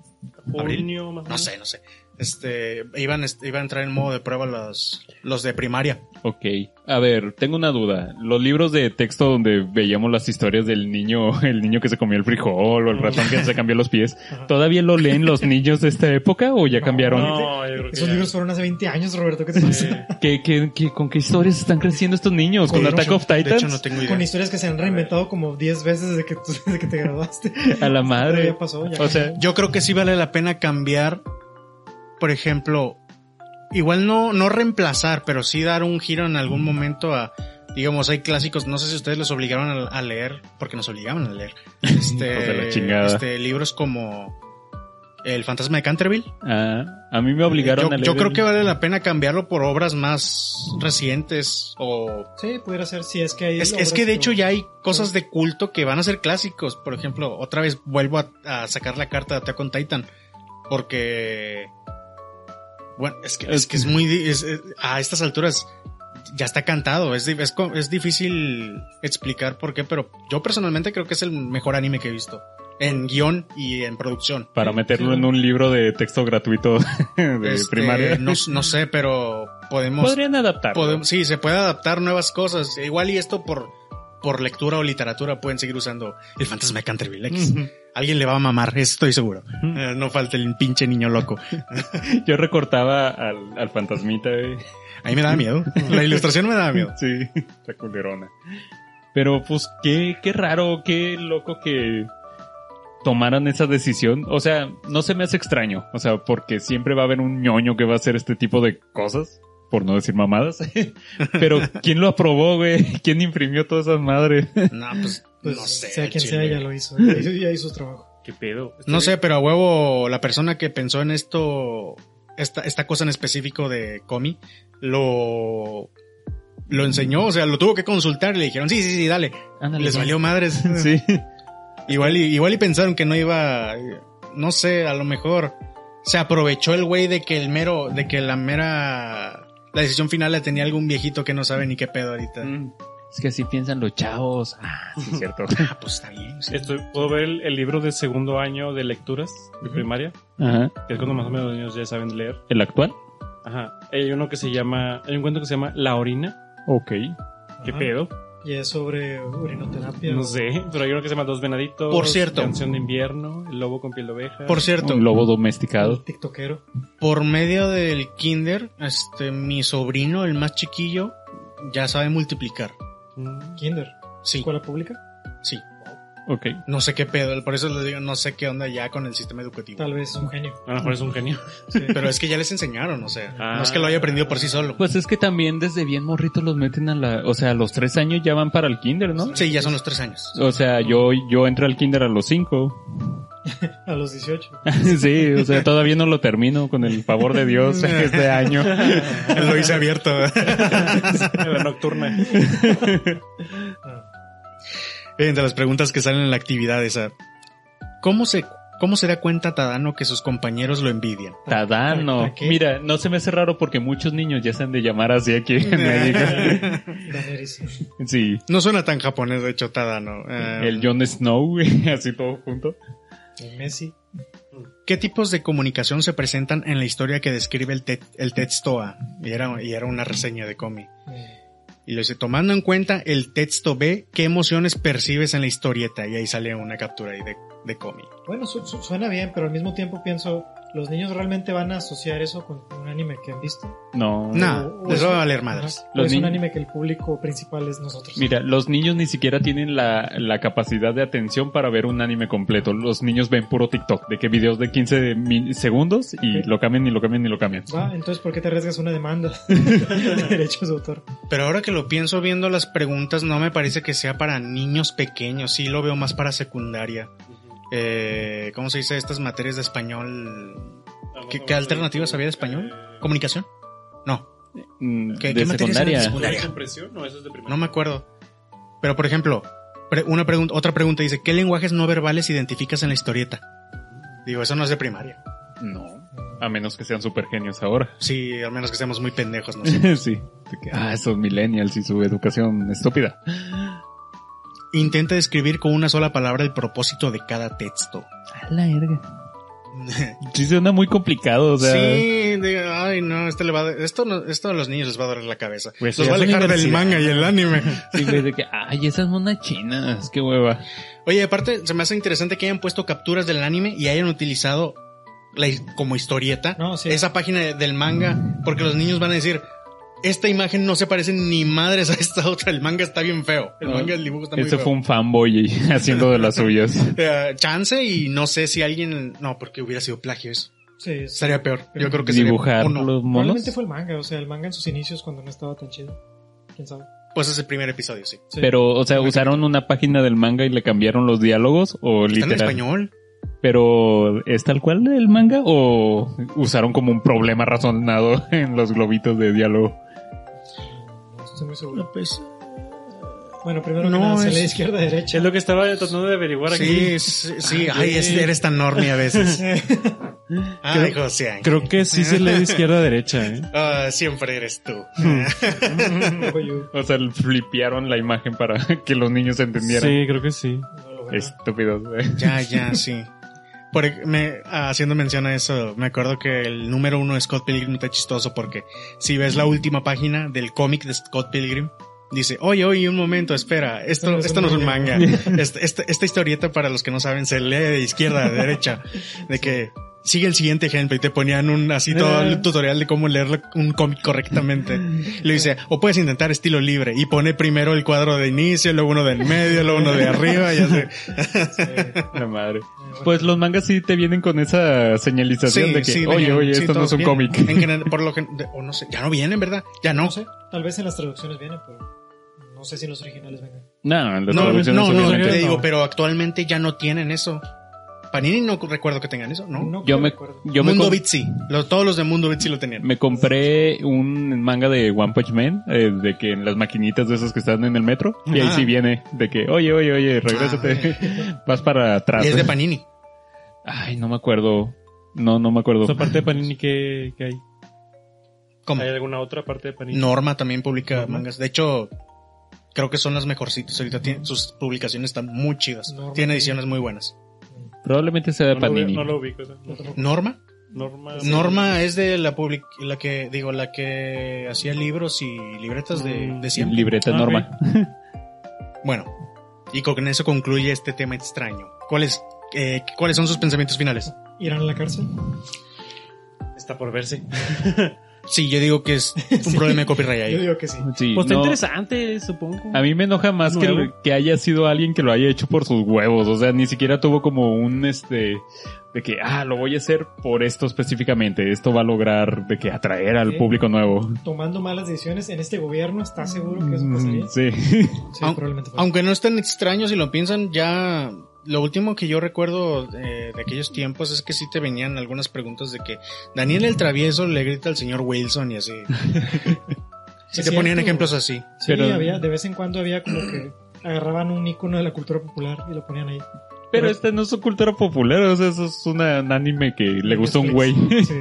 [SPEAKER 7] abril.
[SPEAKER 8] Junio, más o
[SPEAKER 7] No
[SPEAKER 8] menos.
[SPEAKER 7] sé, no sé. Este, iban, est- iban a entrar en modo de prueba los, los de primaria.
[SPEAKER 5] Ok. A ver, tengo una duda. Los libros de texto donde veíamos las historias del niño, el niño que se comió el frijol o el ratón que se cambió los pies, ¿todavía lo leen los niños de esta época o ya
[SPEAKER 6] No,
[SPEAKER 5] cambiaron?
[SPEAKER 8] No, yo creo que
[SPEAKER 6] Esos
[SPEAKER 8] ya.
[SPEAKER 6] libros fueron hace 20 años, Roberto, ¿qué te pasa?
[SPEAKER 8] Eh,
[SPEAKER 5] ¿Qué, qué, qué- con qué historias están creciendo estos niños? ¿Con
[SPEAKER 7] De
[SPEAKER 5] Attack
[SPEAKER 7] hecho-
[SPEAKER 5] of Titans?
[SPEAKER 7] De hecho, no tengo idea.
[SPEAKER 6] Con historias que se han reinventado como 10 veces desde que, tú- desde que te graduaste.
[SPEAKER 5] A la
[SPEAKER 6] Pero
[SPEAKER 5] madre.
[SPEAKER 6] ya pasó, ya
[SPEAKER 5] O sea,
[SPEAKER 7] Yo creo que sí vale la pena cambiar, por ejemplo, igual no, no reemplazar, pero sí dar un giro en algún momento a, digamos, hay clásicos, no sé si ustedes los obligaron a, a leer, porque nos obligaban a leer,
[SPEAKER 5] Hijos de la
[SPEAKER 7] este,
[SPEAKER 5] chingada.
[SPEAKER 7] este libros como El fantasma de Canterville.
[SPEAKER 5] ah, a mí me obligaron
[SPEAKER 7] Yo,
[SPEAKER 5] a leer.
[SPEAKER 7] yo creo
[SPEAKER 5] el-
[SPEAKER 7] que vale la pena cambiarlo por obras más recientes o
[SPEAKER 6] Sí, pudiera ser, si es que hay...
[SPEAKER 7] es, es
[SPEAKER 6] obras
[SPEAKER 7] que de hecho ya hay cosas de culto que van a ser clásicos. Por ejemplo, otra vez vuelvo a, a sacar la carta de Attack on Titan. Porque. Bueno, es que es, que es muy. di- es- es- a estas alturas ya está cantado. Es, di- es, co- es difícil explicar por qué, pero yo personalmente creo que es el mejor anime que he visto. En guión y en producción.
[SPEAKER 5] Para meterlo en un libro de texto gratuito de
[SPEAKER 7] Este,
[SPEAKER 5] primaria.
[SPEAKER 7] No, no sé, pero podemos.
[SPEAKER 5] Podrían adaptar.
[SPEAKER 7] Podemos- sí, se puede adaptar nuevas cosas. Igual y esto por, por lectura o literatura pueden seguir usando el fantasma de Canterville X. Alguien le va a mamar, estoy seguro. Eh, no falta el pinche niño loco.
[SPEAKER 5] Yo recortaba al, al fantasmita, güey.
[SPEAKER 7] A mí me da miedo. La ilustración me da miedo.
[SPEAKER 5] Sí, la culerona. Pero pues qué, qué raro, qué loco que tomaran esa decisión. O sea, no se me hace extraño. O sea, porque siempre va a haber un ñoño que va a hacer este tipo de cosas. Por no decir mamadas. Pero ¿quién lo aprobó, güey? ¿Quién imprimió todas esas madres?
[SPEAKER 7] No, pues,
[SPEAKER 6] Pues,
[SPEAKER 7] no sé.
[SPEAKER 6] Sea quien
[SPEAKER 7] chile.
[SPEAKER 6] sea, ya lo hizo. Ya hizo, ya hizo su trabajo.
[SPEAKER 8] ¿Qué pedo? Este-
[SPEAKER 7] No sé, pero a huevo la persona que pensó en esto, esta, esta cosa en específico de Comi, lo, lo enseñó, o sea, lo tuvo que consultar y le dijeron, sí, sí, sí, dale. Les valió madres.
[SPEAKER 5] pues. Sí.
[SPEAKER 7] Igual y, igual y pensaron que no iba, no sé, a lo mejor se aprovechó el güey de que el mero, de que la mera, la decisión final la tenía algún viejito que no sabe ni qué pedo ahorita.
[SPEAKER 5] Mm. Es que así piensan los chavos. Ah, sí, es cierto.
[SPEAKER 7] Ah, pues está bien. sí.
[SPEAKER 8] Estoy- ¿Puedo ver el, el libro de segundo año de lecturas de primaria?
[SPEAKER 5] Ajá.
[SPEAKER 8] Que es cuando más o menos los niños ya saben leer.
[SPEAKER 5] ¿El actual?
[SPEAKER 8] Ajá. Hay uno que se llama... Hay un cuento que se llama La orina.
[SPEAKER 5] Ok.
[SPEAKER 8] ¿Qué
[SPEAKER 6] Ajá.
[SPEAKER 8] pedo?
[SPEAKER 6] Y es sobre urinoterapia.
[SPEAKER 8] No sé. Pero hay uno que se llama Dos venaditos.
[SPEAKER 7] Por cierto.
[SPEAKER 8] Canción de invierno. El lobo con piel de oveja.
[SPEAKER 7] Por cierto,
[SPEAKER 5] Un lobo domesticado.
[SPEAKER 6] El tiktokero.
[SPEAKER 7] por medio del kinder, este, mi sobrino, el más chiquillo, ya sabe multiplicar.
[SPEAKER 8] Mm.
[SPEAKER 6] Kinder.
[SPEAKER 7] Sí,
[SPEAKER 6] Escuela pública.
[SPEAKER 7] sí.
[SPEAKER 5] Ok.
[SPEAKER 7] No sé qué pedo, por eso les digo, no sé qué onda ya con el sistema educativo.
[SPEAKER 6] Tal vez es un genio.
[SPEAKER 8] A lo mejor es un genio.
[SPEAKER 7] Pero es que ya les enseñaron, o sea,
[SPEAKER 8] Ah.
[SPEAKER 7] no es que lo haya aprendido por sí solo.
[SPEAKER 5] Pues es que también desde bien morritos los meten a la, o sea, a los tres años ya van para el kinder, ¿no?
[SPEAKER 7] Sí, ya son los tres años.
[SPEAKER 5] O sea, yo, yo entro al kinder a los cinco.
[SPEAKER 6] A los 18.
[SPEAKER 5] sí, o sea, todavía no lo termino con el favor de Dios este año.
[SPEAKER 7] lo hice abierto.
[SPEAKER 8] la nocturna.
[SPEAKER 7] Eh, de las preguntas que salen en la actividad esa. ¿Cómo se, cómo se da cuenta Tadano que sus compañeros lo envidian?
[SPEAKER 5] Tadano.
[SPEAKER 6] ¿Para qué?
[SPEAKER 5] Mesa. Mira, no se me hace raro porque muchos niños ya se han de llamar así aquí en México.
[SPEAKER 6] Daenerys.
[SPEAKER 5] Sí.
[SPEAKER 7] No suena tan japonés, de hecho, Tadano. Eh,
[SPEAKER 5] El Jon Snow, güey, así todo junto.
[SPEAKER 6] El Messi.
[SPEAKER 7] ¿Qué tipos de comunicación se presentan en la historia que describe el, te- el texto A? Y era, y era una reseña de cómic.
[SPEAKER 6] Eh,
[SPEAKER 7] Y lo dice, tomando en cuenta el texto B, ¿qué emociones percibes en la historieta? Y ahí sale una captura ahí de de cómic.
[SPEAKER 6] Bueno, su- su- suena bien, pero al mismo tiempo pienso, ¿los niños realmente van a asociar eso con un anime que han visto?
[SPEAKER 5] No.
[SPEAKER 7] Nah,
[SPEAKER 6] O- o
[SPEAKER 7] les
[SPEAKER 6] es-
[SPEAKER 7] va a valer madres.
[SPEAKER 6] Ajá, o
[SPEAKER 5] Los
[SPEAKER 6] es un
[SPEAKER 5] ni-
[SPEAKER 6] anime que el público principal es nosotros.
[SPEAKER 5] Mira, los niños ni siquiera tienen la, la capacidad de atención para ver un anime completo. Los niños ven puro TikTok, de que videos de 15 mi- segundos y
[SPEAKER 6] Ok.
[SPEAKER 5] lo cambian y lo cambian y lo cambian.
[SPEAKER 6] Va, entonces, ¿por qué te arriesgas una demanda de derechos de autor?
[SPEAKER 7] Pero ahora que lo pienso viendo las preguntas, no me parece que sea para niños pequeños. Sí, lo veo más para secundaria. Eh, ¿Cómo se dice estas materias de español?
[SPEAKER 6] Ah,
[SPEAKER 7] ¿Qué, qué alternativas había de español? ¿Comunicación? No,
[SPEAKER 5] Mm,
[SPEAKER 7] ¿Qué-
[SPEAKER 5] de
[SPEAKER 7] qué materias eran de
[SPEAKER 5] secundaria.
[SPEAKER 7] secundaria?
[SPEAKER 8] presión? No, eso es de primaria.
[SPEAKER 7] no me acuerdo. Pero, por ejemplo, pre- una pregunta, otra pregunta dice, ¿qué lenguajes no verbales identificas en la historieta? Digo, eso no es de primaria.
[SPEAKER 5] No. A menos que sean super genios ahora.
[SPEAKER 7] Sí, al menos que seamos muy pendejos, no sé.
[SPEAKER 5] sí. De que, Ah, esos millennials y su educación estúpida.
[SPEAKER 7] Intenta describir con una sola palabra el propósito de cada texto.
[SPEAKER 5] A la verga. Sí, suena muy complicado. O sea,
[SPEAKER 7] sí, digo, ay no, este le va a, esto, no- esto a los niños les va a doler la cabeza.
[SPEAKER 5] Güey, Pues sí,
[SPEAKER 7] los va a
[SPEAKER 5] es
[SPEAKER 7] alejar del
[SPEAKER 5] universidad.
[SPEAKER 7] manga y el anime.
[SPEAKER 5] sí, güey, de que, ay, esas monas chinas, qué hueva.
[SPEAKER 7] Oye, aparte, se me hace interesante que hayan puesto capturas del anime y hayan utilizado la his- como historieta
[SPEAKER 6] No, sí.
[SPEAKER 7] esa página de- del manga, porque los niños van a decir, esta imagen no se parece ni madres a esta otra, el manga está bien feo, el
[SPEAKER 5] No,
[SPEAKER 7] manga, el dibujo está muy
[SPEAKER 5] Ah, Ese
[SPEAKER 7] feo.
[SPEAKER 5] Este fue un fanboy haciendo de las suyas.
[SPEAKER 7] Eh, chance y no sé si alguien, no, porque hubiera sido plagio eso.
[SPEAKER 6] Sí, sí.
[SPEAKER 7] Sería peor. Yo creo que sería
[SPEAKER 5] Dibujar
[SPEAKER 7] uno.
[SPEAKER 5] los monos.
[SPEAKER 6] Probablemente fue el manga, o sea, el manga en sus inicios cuando no estaba tan chido. ¿Quién sabe?
[SPEAKER 7] Pues es el primer episodio, sí.
[SPEAKER 6] Sí.
[SPEAKER 5] Pero, o sea, usaron una página del manga y le cambiaron los diálogos o
[SPEAKER 7] Está en
[SPEAKER 5] literal.
[SPEAKER 7] español.
[SPEAKER 5] Pero, ¿es tal cual el manga o usaron como un problema razonado en los globitos de diálogo?
[SPEAKER 6] No estoy muy seguro.
[SPEAKER 7] Pues,
[SPEAKER 6] Bueno, primero
[SPEAKER 7] No,
[SPEAKER 6] que nada, se
[SPEAKER 7] es-
[SPEAKER 6] lee izquierda, derecha.
[SPEAKER 8] Es lo que estaba tratando de averiguar aquí.
[SPEAKER 7] sí, sí,
[SPEAKER 5] Ah,
[SPEAKER 7] sí. Ay, es- eres tan normie a veces. Ay, José Ángel.
[SPEAKER 4] Creo que sí se lee de izquierda a derecha, ¿eh?
[SPEAKER 7] Ah, siempre eres tú.
[SPEAKER 6] Oye,
[SPEAKER 5] O sea, flipearon la imagen para que los niños entendieran.
[SPEAKER 4] Sí, creo que sí.
[SPEAKER 6] no lo veo.
[SPEAKER 5] Estúpidos. güey.
[SPEAKER 7] ya, ya, sí. Por, ej- me, ah, haciendo mención a eso, me acuerdo que el número uno de Scott Pilgrim está chistoso porque si ves la última página del cómic de Scott Pilgrim, dice, oye, oye, un momento, espera, esto,
[SPEAKER 6] no es
[SPEAKER 7] esto
[SPEAKER 6] un
[SPEAKER 7] no es un
[SPEAKER 6] manga".
[SPEAKER 7] manga. Este- este- esta historieta, para los que no saben, se lee de izquierda a derecha, de que sigue el siguiente ejemplo y te ponían un, así
[SPEAKER 6] Ah.
[SPEAKER 7] todo el tutorial de cómo leer un cómic correctamente. Le dice, o puedes intentar estilo libre y pone primero el cuadro de inicio, luego uno del medio, luego uno de arriba y así.
[SPEAKER 5] La madre.
[SPEAKER 6] Eh,
[SPEAKER 5] Pues los mangas sí te vienen con esa señalización de que, oye,
[SPEAKER 7] venían,
[SPEAKER 5] oye,
[SPEAKER 7] sí,
[SPEAKER 5] esto no es
[SPEAKER 7] todos
[SPEAKER 5] un
[SPEAKER 7] vienen.
[SPEAKER 5] cómic.
[SPEAKER 7] En general, por lo gen- de- o no sé, ya no vienen, ¿verdad? Ya no.
[SPEAKER 6] No sé, tal vez en las traducciones viene, pero no sé si en los originales vengan.
[SPEAKER 5] No, las
[SPEAKER 7] no, no,
[SPEAKER 5] traducciones
[SPEAKER 7] no,
[SPEAKER 5] obviamente
[SPEAKER 7] te
[SPEAKER 5] no.
[SPEAKER 7] digo, pero actualmente ya no tienen eso. Panini no recuerdo que tengan eso, ¿no?
[SPEAKER 5] Yo
[SPEAKER 6] creo
[SPEAKER 5] me,
[SPEAKER 6] que recuerdo.
[SPEAKER 5] yo me,
[SPEAKER 7] Mundo
[SPEAKER 5] com-
[SPEAKER 7] Beat sí. Los- todos los de Mundo Beat sí lo tenían.
[SPEAKER 5] me compré un manga de One Punch Man, eh, de que en las maquinitas de esas que están en el metro, y ahí
[SPEAKER 7] Ah.
[SPEAKER 5] sí viene, de que, oye, oye, oye, regrésate, vas para atrás.
[SPEAKER 7] Y es de Panini.
[SPEAKER 5] Ay, no me acuerdo. No, no me acuerdo.
[SPEAKER 8] Esa parte de Panini que, que hay.
[SPEAKER 7] ¿Cómo?
[SPEAKER 8] ¿Hay alguna otra parte de Panini?
[SPEAKER 7] Norma también publica mangas. De hecho, creo que son las mejorcitas. Ahorita tiene, sus publicaciones están muy chidas.
[SPEAKER 6] Norma.
[SPEAKER 7] Tiene ediciones muy buenas.
[SPEAKER 5] Probablemente sea
[SPEAKER 8] No
[SPEAKER 5] de
[SPEAKER 8] lo
[SPEAKER 5] Panini.
[SPEAKER 8] ubico- No lo ubico. ¿no?
[SPEAKER 7] ¿Norma?
[SPEAKER 8] Norma.
[SPEAKER 7] Norma es de la public la que, digo, la que hacía libros y libretas
[SPEAKER 5] Mm,
[SPEAKER 7] de, de siempre.
[SPEAKER 5] Libreta
[SPEAKER 8] Ah,
[SPEAKER 5] norma.
[SPEAKER 7] Bueno, y con eso concluye este tema extraño. ¿Cuáles, eh, ¿cuáles son sus pensamientos finales?
[SPEAKER 6] ¿Irán a la cárcel?
[SPEAKER 8] Está por verse.
[SPEAKER 7] Sí, yo digo que es un problema de copyright
[SPEAKER 6] Yo
[SPEAKER 7] ahí.
[SPEAKER 6] digo que sí.
[SPEAKER 5] Sí,
[SPEAKER 8] Pues está
[SPEAKER 5] no, Ah,
[SPEAKER 8] interesante, supongo.
[SPEAKER 5] A mí me enoja más que,
[SPEAKER 8] Nuevo.
[SPEAKER 5] que haya sido alguien que lo haya hecho por sus huevos. O sea, ni siquiera tuvo como un este de que ah, lo voy a hacer por esto específicamente. Esto va a lograr de que atraer al
[SPEAKER 6] Sí.
[SPEAKER 5] público nuevo.
[SPEAKER 6] Tomando malas decisiones en este gobierno, ¿estás seguro que eso pasaría?
[SPEAKER 5] Mm, Sí.
[SPEAKER 6] Sí,
[SPEAKER 7] Aun-
[SPEAKER 6] probablemente pase.
[SPEAKER 7] Aunque no es tan extraño si lo piensan, ya lo último que yo recuerdo eh, de aquellos tiempos es que sí te venían algunas preguntas de que Daniel el Travieso le grita al señor Wilson y así. Si
[SPEAKER 6] Es
[SPEAKER 7] te ponían
[SPEAKER 6] cierto.
[SPEAKER 7] ejemplos así.
[SPEAKER 6] Sí,
[SPEAKER 5] pero-
[SPEAKER 6] había, de vez en cuando había como que agarraban un icono de la cultura popular y lo ponían ahí.
[SPEAKER 5] Pero esta no es su cultura popular. O sea, eso es una- un anime que le gustó a un güey.
[SPEAKER 6] Netflix. Sí.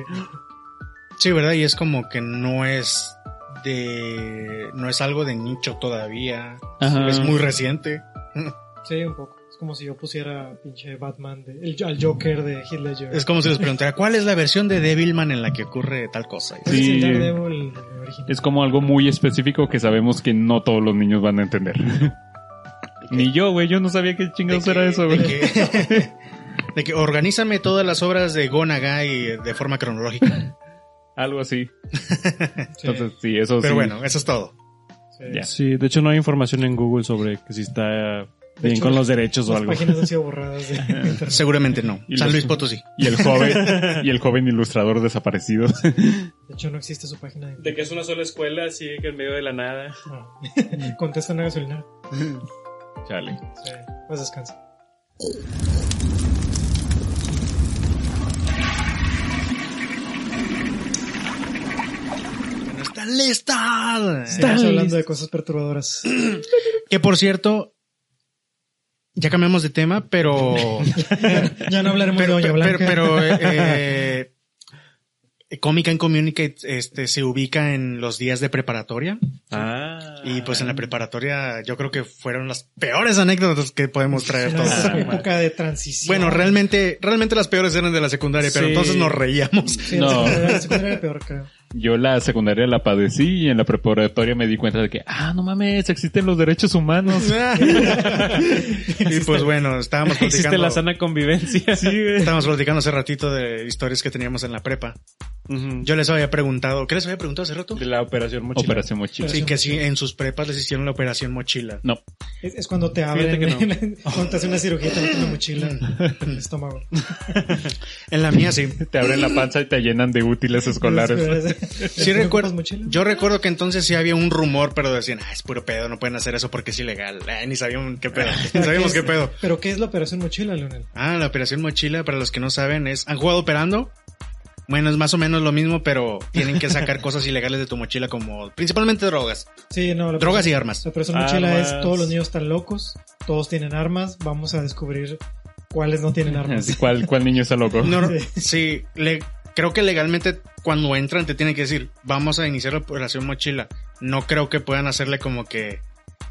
[SPEAKER 7] Sí, ¿verdad? Y es como que no es de... no es algo de nicho todavía.
[SPEAKER 5] Ajá.
[SPEAKER 7] Es muy reciente.
[SPEAKER 6] Sí, un poco. Es como si yo pusiera pinche Batman, de, el, al Joker de Heath Ledger.
[SPEAKER 7] Es como si les preguntara, ¿cuál es la versión de Devilman en la que ocurre tal cosa?
[SPEAKER 6] Ese es
[SPEAKER 5] sí.
[SPEAKER 6] el Daredevil original.
[SPEAKER 5] Es como algo muy específico que sabemos que no todos los niños van a entender. Ni yo, güey. Yo no sabía qué chingados
[SPEAKER 7] De que-
[SPEAKER 5] era eso, güey.
[SPEAKER 7] de que- De que organízame todas las obras de Gonagai de forma cronológica.
[SPEAKER 5] Algo así.
[SPEAKER 6] Sí,
[SPEAKER 5] Entonces, sí, eso sí.
[SPEAKER 7] Pero bueno, eso es todo.
[SPEAKER 6] sí.
[SPEAKER 5] ya.
[SPEAKER 4] Sí, de hecho no hay información en Google sobre que si está bien
[SPEAKER 6] hecho,
[SPEAKER 4] con los
[SPEAKER 5] pues,
[SPEAKER 4] derechos o
[SPEAKER 6] Las
[SPEAKER 4] algo.
[SPEAKER 6] páginas han sido borradas. de internet.
[SPEAKER 7] Seguramente no.
[SPEAKER 5] Y
[SPEAKER 7] San
[SPEAKER 5] los-
[SPEAKER 7] Luis Potosí.
[SPEAKER 5] Y el joven, y el joven ilustrador desaparecido.
[SPEAKER 6] De hecho, no existe su página. de-
[SPEAKER 8] De que es una sola escuela, así que en medio de la nada.
[SPEAKER 6] No. Contesta una gasolina.
[SPEAKER 5] Chale.
[SPEAKER 6] Sí. Pues descansa.
[SPEAKER 7] ¡No está lista!
[SPEAKER 6] Estamos hablando de cosas perturbadoras.
[SPEAKER 7] Que por cierto, ya cambiamos de tema, pero.
[SPEAKER 6] Ya no hablaremos
[SPEAKER 7] pero,
[SPEAKER 6] de Doña
[SPEAKER 7] pero,
[SPEAKER 6] Blanca.
[SPEAKER 7] pero, eh, eh, Comic and Communicate este, se ubica en los días de preparatoria.
[SPEAKER 8] Ah.
[SPEAKER 7] Y pues en la preparatoria yo creo que fueron las peores anécdotas que podemos traer
[SPEAKER 6] No,
[SPEAKER 7] todos.
[SPEAKER 6] es época de transición.
[SPEAKER 7] Bueno, realmente, realmente las peores eran de la secundaria, pero
[SPEAKER 8] Sí.
[SPEAKER 7] entonces nos reíamos.
[SPEAKER 6] Sí, no.
[SPEAKER 5] No.
[SPEAKER 6] La secundaria era peor, creo.
[SPEAKER 5] Yo la secundaria la padecí y en la preparatoria me di cuenta de que, ah, no mames, existen los derechos humanos.
[SPEAKER 7] y pues bueno, estábamos
[SPEAKER 8] Existe
[SPEAKER 7] platicando,
[SPEAKER 8] la sana convivencia. Sí, güey.
[SPEAKER 7] estábamos platicando hace ratito de historias que teníamos en la prepa. Yo les había preguntado, ¿qué les había preguntado hace rato?
[SPEAKER 8] De la operación mochila.
[SPEAKER 5] Operación Mochila.
[SPEAKER 7] Sí, que sí, en sus prepas les hicieron la operación mochila.
[SPEAKER 5] No,
[SPEAKER 6] Es, es cuando te
[SPEAKER 8] Fíjate
[SPEAKER 6] abren,
[SPEAKER 8] que
[SPEAKER 6] cuando te hacen una cirugía, te meten una mochila en el estómago.
[SPEAKER 7] En la mía sí.
[SPEAKER 5] te abren la panza y te llenan de útiles escolares.
[SPEAKER 7] Sí recuerdo,
[SPEAKER 6] mochila?
[SPEAKER 7] yo recuerdo que entonces sí había un rumor, pero decían, ah, es puro pedo, no pueden hacer eso porque es ilegal. Eh, ni sabíamos qué pedo, ni sabíamos qué pedo.
[SPEAKER 6] ¿Pero qué es la operación mochila, Leonel?
[SPEAKER 7] Ah, la operación mochila, para los que no saben, es, ¿han jugado operando? Bueno, es más o menos lo mismo, pero tienen que sacar cosas ilegales de tu mochila como, principalmente drogas.
[SPEAKER 6] Sí, no. La
[SPEAKER 7] Drogas y
[SPEAKER 6] operación-
[SPEAKER 7] armas.
[SPEAKER 6] La operación mochila es
[SPEAKER 8] Armas.
[SPEAKER 6] todos los niños están locos, todos tienen armas, vamos a descubrir cuáles no tienen armas.
[SPEAKER 5] Así, ¿Cuál, ¿Cuál niño está loco?
[SPEAKER 7] No, no, sí, le, creo que legalmente cuando entran te tienen que decir, vamos a iniciar la operación mochila. No creo que puedan hacerle como que...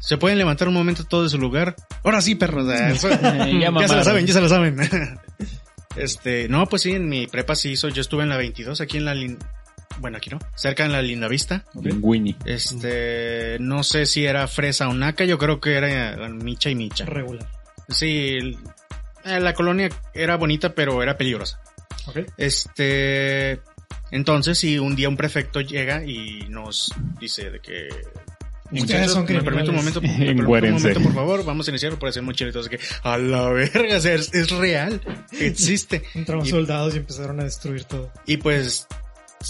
[SPEAKER 7] Se pueden levantar un momento todo de su lugar. Ahora sí, perros. eh, eso-
[SPEAKER 5] ya
[SPEAKER 7] ya se
[SPEAKER 5] mamaron.
[SPEAKER 7] la saben, ya se la saben. este, no, pues sí, en mi prepa sí hizo. Yo estuve en la 22, aquí en la... Lin- Bueno, aquí no. Cerca en la Linda Vista.
[SPEAKER 5] Winnie.
[SPEAKER 7] Este, no sé si era fresa o naca, yo creo que era eh, micha y micha.
[SPEAKER 6] Regular.
[SPEAKER 7] Sí, el- eh, la colonia era bonita, pero era peligrosa. Este, entonces, si un día un prefecto llega y nos dice de que...
[SPEAKER 6] Ustedes son
[SPEAKER 7] me permite un
[SPEAKER 6] criminales.
[SPEAKER 7] momento, me permite un
[SPEAKER 5] Encuérense.
[SPEAKER 7] momento, por favor, vamos a iniciar por hacer mochila y todo, así que a la verga, o sea, es, es real, existe.
[SPEAKER 6] Entraron
[SPEAKER 7] Y-
[SPEAKER 6] soldados y empezaron a destruir todo.
[SPEAKER 7] Y pues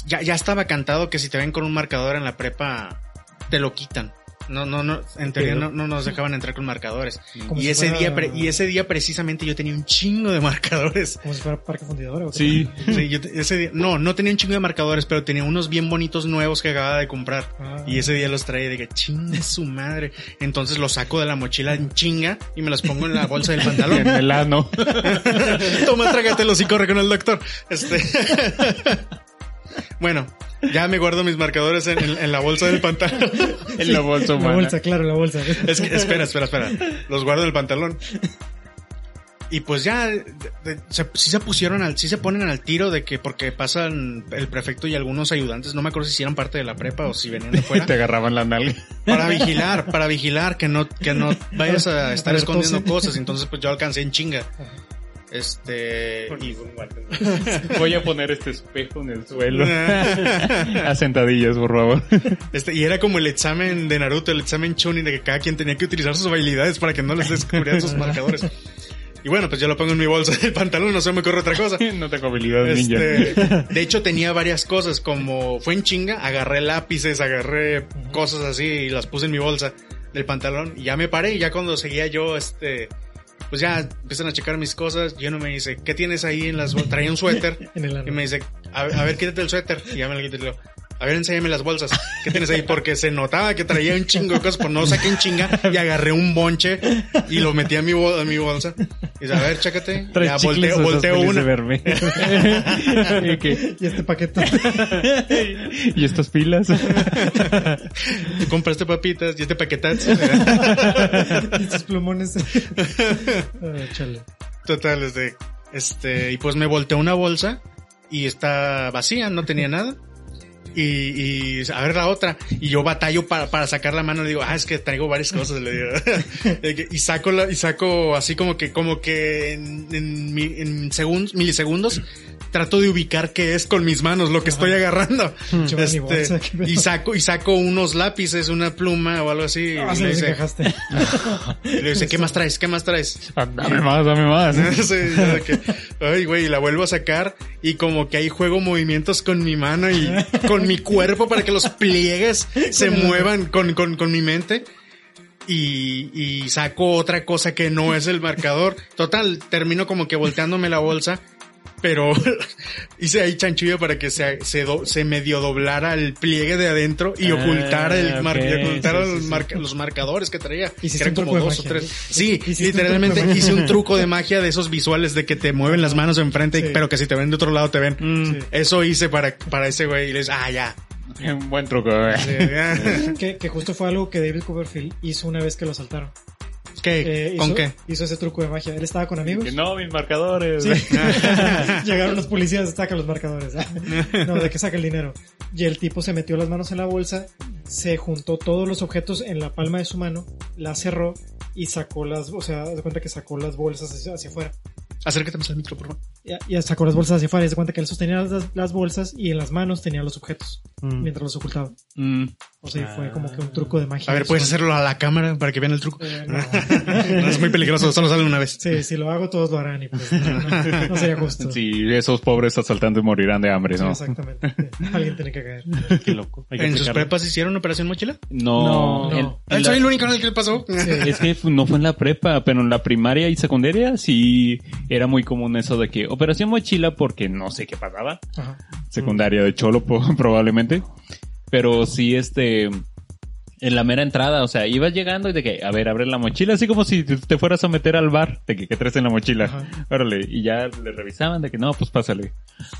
[SPEAKER 7] ya, ya estaba cantado que si te ven con un marcador en la prepa, te lo quitan. No, no, no, en teoría no, no nos dejaban entrar con marcadores.
[SPEAKER 6] Como
[SPEAKER 7] Y
[SPEAKER 6] si
[SPEAKER 7] ese
[SPEAKER 6] fuera-
[SPEAKER 7] día, pre- y ese día precisamente yo tenía un chingo de marcadores.
[SPEAKER 6] Como si fuera parque fundidora. ¿o qué?
[SPEAKER 5] Sí,
[SPEAKER 7] Sí, yo te- ese día- no, no tenía un chingo de marcadores, pero tenía unos bien bonitos nuevos que acababa de comprar.
[SPEAKER 6] Ah.
[SPEAKER 7] Y ese día los traía y dije, chinga su madre. Entonces los saco de la mochila en chinga y me los pongo en la bolsa del pantalón.
[SPEAKER 5] en el ano.
[SPEAKER 7] Toma, trágatelos y corre con el doctor. Este. bueno, ya me guardo mis marcadores en, en- en la bolsa del pantalón.
[SPEAKER 5] En la bolsa
[SPEAKER 6] La
[SPEAKER 5] humana.
[SPEAKER 6] bolsa, claro, la bolsa.
[SPEAKER 7] Es que, espera, espera, espera. Los guardo en el pantalón. Y pues ya, de- de- se, sí se pusieron al, sí se ponen al tiro de que porque pasan el prefecto y algunos ayudantes, no me acuerdo si eran parte de la prepa o si venían de
[SPEAKER 5] Y
[SPEAKER 7] fuera,
[SPEAKER 5] te agarraban la nalga.
[SPEAKER 7] para vigilar, para vigilar que no, que no vayas a estar
[SPEAKER 6] ver,
[SPEAKER 7] escondiendo
[SPEAKER 6] tose.
[SPEAKER 7] cosas. Entonces pues yo alcancé en chinga. Este, y-
[SPEAKER 5] Voy a poner este espejo en el suelo. A sentadillas, por favor.
[SPEAKER 7] Este, y era como el examen de Naruto, el examen Chunin, de que cada quien tenía que utilizar sus habilidades para que no les descubrieran sus marcadores. Y bueno, pues yo lo pongo en mi bolsa del pantalón, no se me ocurre otra cosa.
[SPEAKER 5] No tengo habilidades ninja.
[SPEAKER 7] Este, de hecho, tenía varias cosas, como fue en chinga, agarré lápices, agarré cosas así y las puse en mi bolsa del pantalón. Y ya me paré y ya cuando seguía yo, este, pues ya empiezan a checar mis cosas. Y uno me dice, ¿qué tienes ahí en las bolsas? Traía un suéter.
[SPEAKER 6] En el ano.
[SPEAKER 7] Y me dice, a, a ver, quítate el suéter. Y ya me lo quito y le digo, a ver, enséñame las bolsas. ¿Qué tienes ahí? Porque se notaba que traía un chingo de cosas, pues no saqué en chinga y agarré un bonche y lo metí a mi, bol- a mi bolsa. Y dice, a ver, chécate.
[SPEAKER 8] Tres
[SPEAKER 7] Ya
[SPEAKER 8] chicles o
[SPEAKER 7] volteo,
[SPEAKER 8] dos
[SPEAKER 7] volteo
[SPEAKER 8] pelis de
[SPEAKER 7] una.
[SPEAKER 8] verme.
[SPEAKER 5] Y que,
[SPEAKER 6] Y este paquete.
[SPEAKER 5] ¿Y estas pilas?
[SPEAKER 7] Tú compraste papitas y este paquetazo.
[SPEAKER 6] y sus plumones. Ah, chale.
[SPEAKER 7] Total, este, este, y pues me volteó una bolsa y está vacía, no tenía nada. y, y a ver la otra. Y yo batallo para, para sacar la mano. Le digo, ah, es que traigo varias cosas. Le digo. De que- y saco la, y saco así como que, como que en, en mi- en segun- milisegundos trato de ubicar qué es con mis manos lo que estoy agarrando.
[SPEAKER 6] Yo en mi
[SPEAKER 7] Este,
[SPEAKER 6] bolsa, qué pedo.
[SPEAKER 7] y saco, y saco unos lápices, una pluma o algo así.
[SPEAKER 6] Ah,
[SPEAKER 7] y
[SPEAKER 6] se
[SPEAKER 7] le
[SPEAKER 6] los
[SPEAKER 7] dice,
[SPEAKER 6] encajaste.
[SPEAKER 7] y le dice, ¿qué más traes? ¿Qué más traes?
[SPEAKER 5] Ah, Dame más, dame más.
[SPEAKER 7] Sí, yo de que, ay, güey, y la vuelvo a sacar y como que ahí juego movimientos con mi mano y con mi cuerpo para que los pliegues se muevan con, con, con mi mente. Y, y saco otra cosa que no es el marcador. Total, termino como que volteándome la bolsa, pero hice ahí chanchullo para que se, se, do- se medio doblara el pliegue de adentro y
[SPEAKER 8] Ah,
[SPEAKER 7] ocultara, el mar- y
[SPEAKER 8] ok,
[SPEAKER 7] ocultara
[SPEAKER 8] sí, sí,
[SPEAKER 7] los,
[SPEAKER 8] sí.
[SPEAKER 7] marca- los marcadores que traía.
[SPEAKER 6] Hiciste
[SPEAKER 7] Que eran
[SPEAKER 6] un
[SPEAKER 7] como
[SPEAKER 6] truco de
[SPEAKER 7] dos o
[SPEAKER 6] magia.
[SPEAKER 7] tres. Sí,
[SPEAKER 6] Hiciste un
[SPEAKER 7] literalmente
[SPEAKER 6] truco de magia.
[SPEAKER 7] hice un truco de magia de esos visuales de que te mueven las manos enfrente,
[SPEAKER 6] Sí. Mm.
[SPEAKER 7] pero que si te ven de otro lado te ven.
[SPEAKER 6] Sí.
[SPEAKER 7] Eso hice para, para ese güey y les, ah, ya.
[SPEAKER 5] Un buen truco, eh. güey.
[SPEAKER 7] Sí, ya.
[SPEAKER 6] Que, que justo fue algo que David Copperfield hizo una vez que lo saltaron.
[SPEAKER 7] ¿Qué?
[SPEAKER 6] Eh,
[SPEAKER 7] ¿Con
[SPEAKER 6] hizo-
[SPEAKER 7] qué?
[SPEAKER 6] Hizo ese truco de magia. Él estaba con amigos.
[SPEAKER 5] Que No, mis marcadores.
[SPEAKER 6] Sí. Llegaron los policías, saca los marcadores. ¿eh? no, de que saca el dinero. Y el tipo se metió las manos en la bolsa, se juntó todos los objetos en la palma de su mano, la cerró y sacó las, o sea, haz de cuenta que sacó las bolsas hacia, hacia afuera.
[SPEAKER 7] Acércate más al micro, por favor.
[SPEAKER 6] Y, y sacó las bolsas hacia afuera y haz de cuenta que él sostenía las, las bolsas y en las manos tenía los objetos
[SPEAKER 7] Mm.
[SPEAKER 6] mientras los ocultaba.
[SPEAKER 5] Mm.
[SPEAKER 6] O sea, y fue como que un truco de magia.
[SPEAKER 7] Ah. A ver, ¿puedes
[SPEAKER 6] Eso-
[SPEAKER 7] hacerlo a la cámara para que vean el truco?
[SPEAKER 6] Eh,
[SPEAKER 7] No,
[SPEAKER 6] no.
[SPEAKER 7] es muy peligroso, solo sale una vez.
[SPEAKER 6] Sí, si lo hago todos lo harán y pues no, no- no sería justo.
[SPEAKER 5] Sí, esos pobres asaltantes morirán de hambre,
[SPEAKER 6] Sí,
[SPEAKER 5] ¿no?
[SPEAKER 6] Exactamente. Sí, Alguien tiene que caer.
[SPEAKER 8] Qué loco. Hay que
[SPEAKER 7] ¿En sus
[SPEAKER 8] aplicarlo.
[SPEAKER 7] prepas hicieron operación mochila? Eh,
[SPEAKER 5] No.
[SPEAKER 6] No.
[SPEAKER 5] en-
[SPEAKER 6] No.
[SPEAKER 5] en la-
[SPEAKER 7] Soy el único en el que le pasó.
[SPEAKER 5] Es que fu- no fue en la prepa, pero en la primaria y secundaria sí era muy común eso de que operación mochila porque no sé qué pasaba.
[SPEAKER 6] Ajá.
[SPEAKER 5] Secundaria de Cholo po- probablemente. Pero sí este en la mera entrada, o sea, ibas llegando y de que, a ver, abre la mochila, así como si te- te fueras a meter al bar, de que, que traes en la mochila. Órale, y ya le revisaban de que no, pues pásale.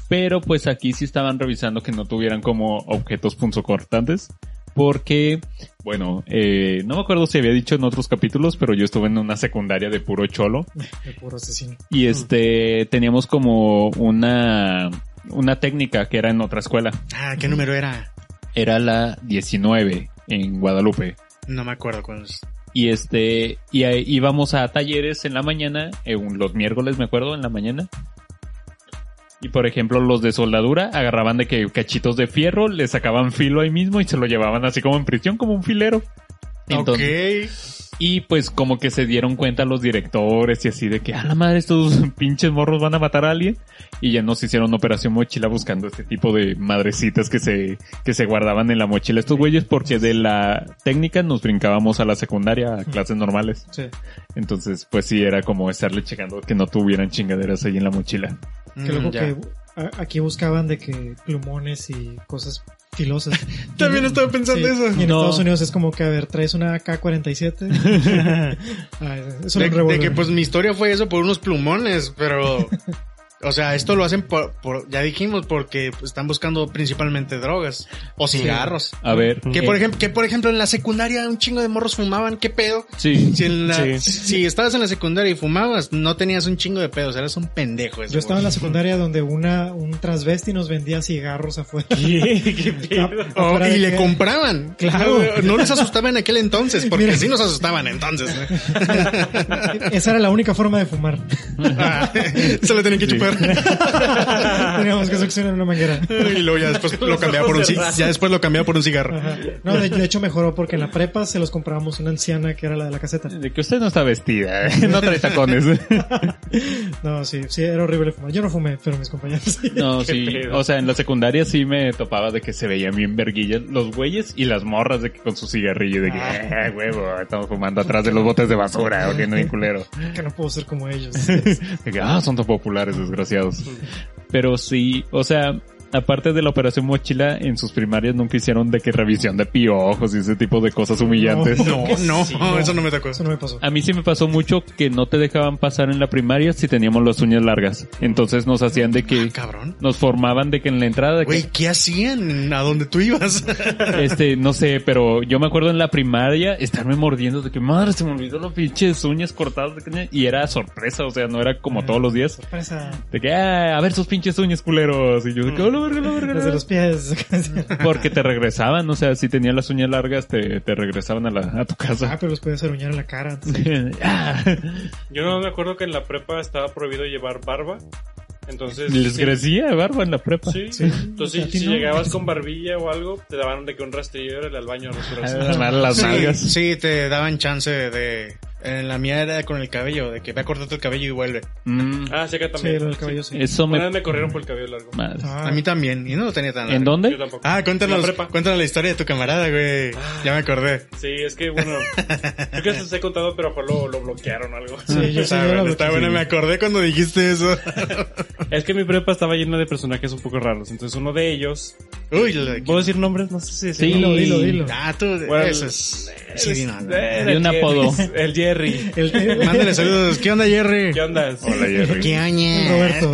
[SPEAKER 5] Pero pues aquí sí estaban revisando que no tuvieran como objetos punzocortantes. Porque, bueno, eh, no me acuerdo si había dicho en otros capítulos, pero yo estuve en una secundaria de puro cholo.
[SPEAKER 6] De puro asesino.
[SPEAKER 5] Y este, teníamos como una, una técnica que era en otra escuela.
[SPEAKER 7] Ah, ¿qué número era?
[SPEAKER 5] Era la 19 en Guadalupe.
[SPEAKER 7] No me acuerdo cuál es.
[SPEAKER 5] Y este, y ahí íbamos a talleres en la mañana, eh, un- los miércoles me acuerdo, en la mañana. Y por ejemplo, los de soldadura agarraban de que cachitos de fierro, le sacaban filo ahí mismo y se lo llevaban así como en prisión, como un filero. Entonces, Y pues como que se dieron cuenta los directores y así de que, a la madre, estos pinches morros van a matar a alguien. Y ya nos hicieron operación mochila buscando este tipo de madrecitas que se, que se guardaban en la mochila estos güeyes porque de la técnica nos brincábamos a la secundaria, a clases normales.
[SPEAKER 6] Sí.
[SPEAKER 5] Entonces pues sí era como estarle checando que no tuvieran chingaderas ahí en la mochila.
[SPEAKER 7] Ok.
[SPEAKER 6] Que luego
[SPEAKER 7] Mm, ya.
[SPEAKER 6] que a- aquí buscaban de que plumones y cosas filosas.
[SPEAKER 7] También estaba pensando
[SPEAKER 6] Sí,
[SPEAKER 7] eso.
[SPEAKER 6] Y en
[SPEAKER 5] No.
[SPEAKER 6] Estados Unidos es como que, a ver, traes una K-47. Ah, eso
[SPEAKER 7] de,
[SPEAKER 6] es un
[SPEAKER 7] de
[SPEAKER 6] revólver.
[SPEAKER 7] que pues mi historia fue eso por unos plumones, pero... O sea, esto lo hacen por, por- ya dijimos, porque pues, están buscando principalmente drogas o cigarros.
[SPEAKER 5] A ver.
[SPEAKER 7] Que por ejemplo, que por ejemplo en la secundaria un chingo de morros fumaban, ¿qué pedo?
[SPEAKER 5] Sí.
[SPEAKER 7] Si, en la-
[SPEAKER 8] Sí.
[SPEAKER 7] si estabas en la secundaria y fumabas, no tenías un chingo de pedos, eras un pendejo. ese
[SPEAKER 6] Yo estaba en la
[SPEAKER 7] güey.
[SPEAKER 6] secundaria donde una un transvesti nos vendía cigarros afuera. Ah,
[SPEAKER 7] Oh,
[SPEAKER 6] Afuera de
[SPEAKER 7] y le
[SPEAKER 6] que-
[SPEAKER 7] compraban.
[SPEAKER 6] Claro.
[SPEAKER 7] No, no les asustaba en aquel entonces, porque
[SPEAKER 6] Mira.
[SPEAKER 7] sí nos asustaban entonces. ¿eh?
[SPEAKER 6] Esa era la única forma de fumar.
[SPEAKER 7] Ah, se lo tenían que chupar.
[SPEAKER 6] Teníamos que succionar una manguera.
[SPEAKER 7] Y luego ya después lo cambiaba por un ci- ya después lo cambiaba por un cigarro.
[SPEAKER 6] Ajá. No, de, de hecho mejoró porque en la prepa se los comprábamos una anciana que era la de la caseta.
[SPEAKER 5] De que usted no está vestida, ¿eh? no trae tacones.
[SPEAKER 6] No, sí, sí, era horrible fumar. Yo no fumé, pero mis compañeros sí.
[SPEAKER 5] No, sí. O sea, en la secundaria sí me topaba de que se veían bien verguillas los güeyes y las morras de que con su cigarrillo de que, "Ah, huevo, estamos fumando atrás de los botes de basura o que no hay culero.
[SPEAKER 6] Que no puedo ser como ellos.
[SPEAKER 5] De que, ah, son tan populares, desgraciados. Pero sí, o sea, aparte de la operación mochila, en sus primarias nunca hicieron de que revisión de piojos y ese tipo de cosas humillantes.
[SPEAKER 7] No, no, eso no me tocó.
[SPEAKER 6] Eso no me pasó.
[SPEAKER 5] A mí sí me pasó mucho que no te dejaban pasar en la primaria si teníamos las uñas largas. Entonces nos hacían de que
[SPEAKER 7] Ah, Cabrón.
[SPEAKER 5] nos formaban de que en la entrada de que
[SPEAKER 7] Güey, ¿qué hacían a donde tú ibas?
[SPEAKER 5] Este, no sé, pero yo me acuerdo en la primaria estarme mordiendo de que madre se me olvidó los pinches uñas cortadas de que- y era sorpresa, o sea, no era como todos los días
[SPEAKER 6] Sorpresa.
[SPEAKER 5] de que "Ah, a ver sus pinches uñas culeros y yo de que "Hola, verga, la verga, la
[SPEAKER 6] Desde
[SPEAKER 5] verga.
[SPEAKER 6] los pies.
[SPEAKER 5] Porque te regresaban, o sea, si tenías las uñas largas, te, te regresaban a, la, a tu
[SPEAKER 6] ah,
[SPEAKER 5] casa.
[SPEAKER 6] pero los podías aruñar en la cara antes.
[SPEAKER 5] Ah,
[SPEAKER 8] Yo no me acuerdo que en la prepa estaba prohibido llevar barba. Entonces.
[SPEAKER 5] Les
[SPEAKER 8] sí.
[SPEAKER 5] crecía barba en la prepa.
[SPEAKER 8] Sí,
[SPEAKER 6] Sí.
[SPEAKER 8] entonces
[SPEAKER 6] A ti
[SPEAKER 8] si
[SPEAKER 6] no.
[SPEAKER 8] llegabas con barbilla o algo, te daban de que un rastrillo era el baño a los
[SPEAKER 5] Ah,
[SPEAKER 8] brazos.
[SPEAKER 5] Las las
[SPEAKER 7] Sí,
[SPEAKER 5] nalgas.
[SPEAKER 7] sí, te daban chance de... En la mía era con el cabello, de que ve a cortarte el cabello y vuelve.
[SPEAKER 5] Mm,
[SPEAKER 8] Ah, sí, acá
[SPEAKER 6] Sí,
[SPEAKER 8] también.
[SPEAKER 6] lo del cabello sí.
[SPEAKER 5] eso
[SPEAKER 8] Una
[SPEAKER 5] me...
[SPEAKER 8] vez me corrieron por el cabello largo.
[SPEAKER 5] Madre.
[SPEAKER 6] Ah,
[SPEAKER 7] A mí también, y no lo tenía tan
[SPEAKER 5] ¿En
[SPEAKER 7] largo.
[SPEAKER 8] Yo
[SPEAKER 5] dónde?
[SPEAKER 8] tampoco.
[SPEAKER 7] Ah, cuéntanos,
[SPEAKER 8] La prepa.
[SPEAKER 7] cuéntanos la historia de tu camarada, güey. Ya me acordé.
[SPEAKER 8] Sí, es que bueno, creo que se he contado, pero a Juan lo, lo bloquearon o algo.
[SPEAKER 6] Sí, yo sí,
[SPEAKER 7] está
[SPEAKER 6] yo la
[SPEAKER 7] bueno, está
[SPEAKER 6] bloqueé.
[SPEAKER 7] bueno, me acordé cuando dijiste eso.
[SPEAKER 8] Es que mi prepa estaba llena de personajes un poco raros. Entonces uno de ellos,
[SPEAKER 7] Uy, lo
[SPEAKER 8] ¿puedo decir nombres? No sé si decir
[SPEAKER 5] Sí.
[SPEAKER 8] nombres.
[SPEAKER 6] Dilo, dilo.
[SPEAKER 7] Ah, tú,
[SPEAKER 8] Bueno,
[SPEAKER 7] eso es... Sí,
[SPEAKER 8] Eres-
[SPEAKER 7] no, no.
[SPEAKER 8] era
[SPEAKER 5] Y un
[SPEAKER 8] Jerry,
[SPEAKER 5] apodo.
[SPEAKER 8] Eh, El Jerry.
[SPEAKER 6] El-
[SPEAKER 7] Mándale saludos. ¿Qué onda, Jerry?
[SPEAKER 8] ¿Qué onda?
[SPEAKER 5] Hola, Jerry.
[SPEAKER 7] ¿Qué oña?
[SPEAKER 6] Roberto.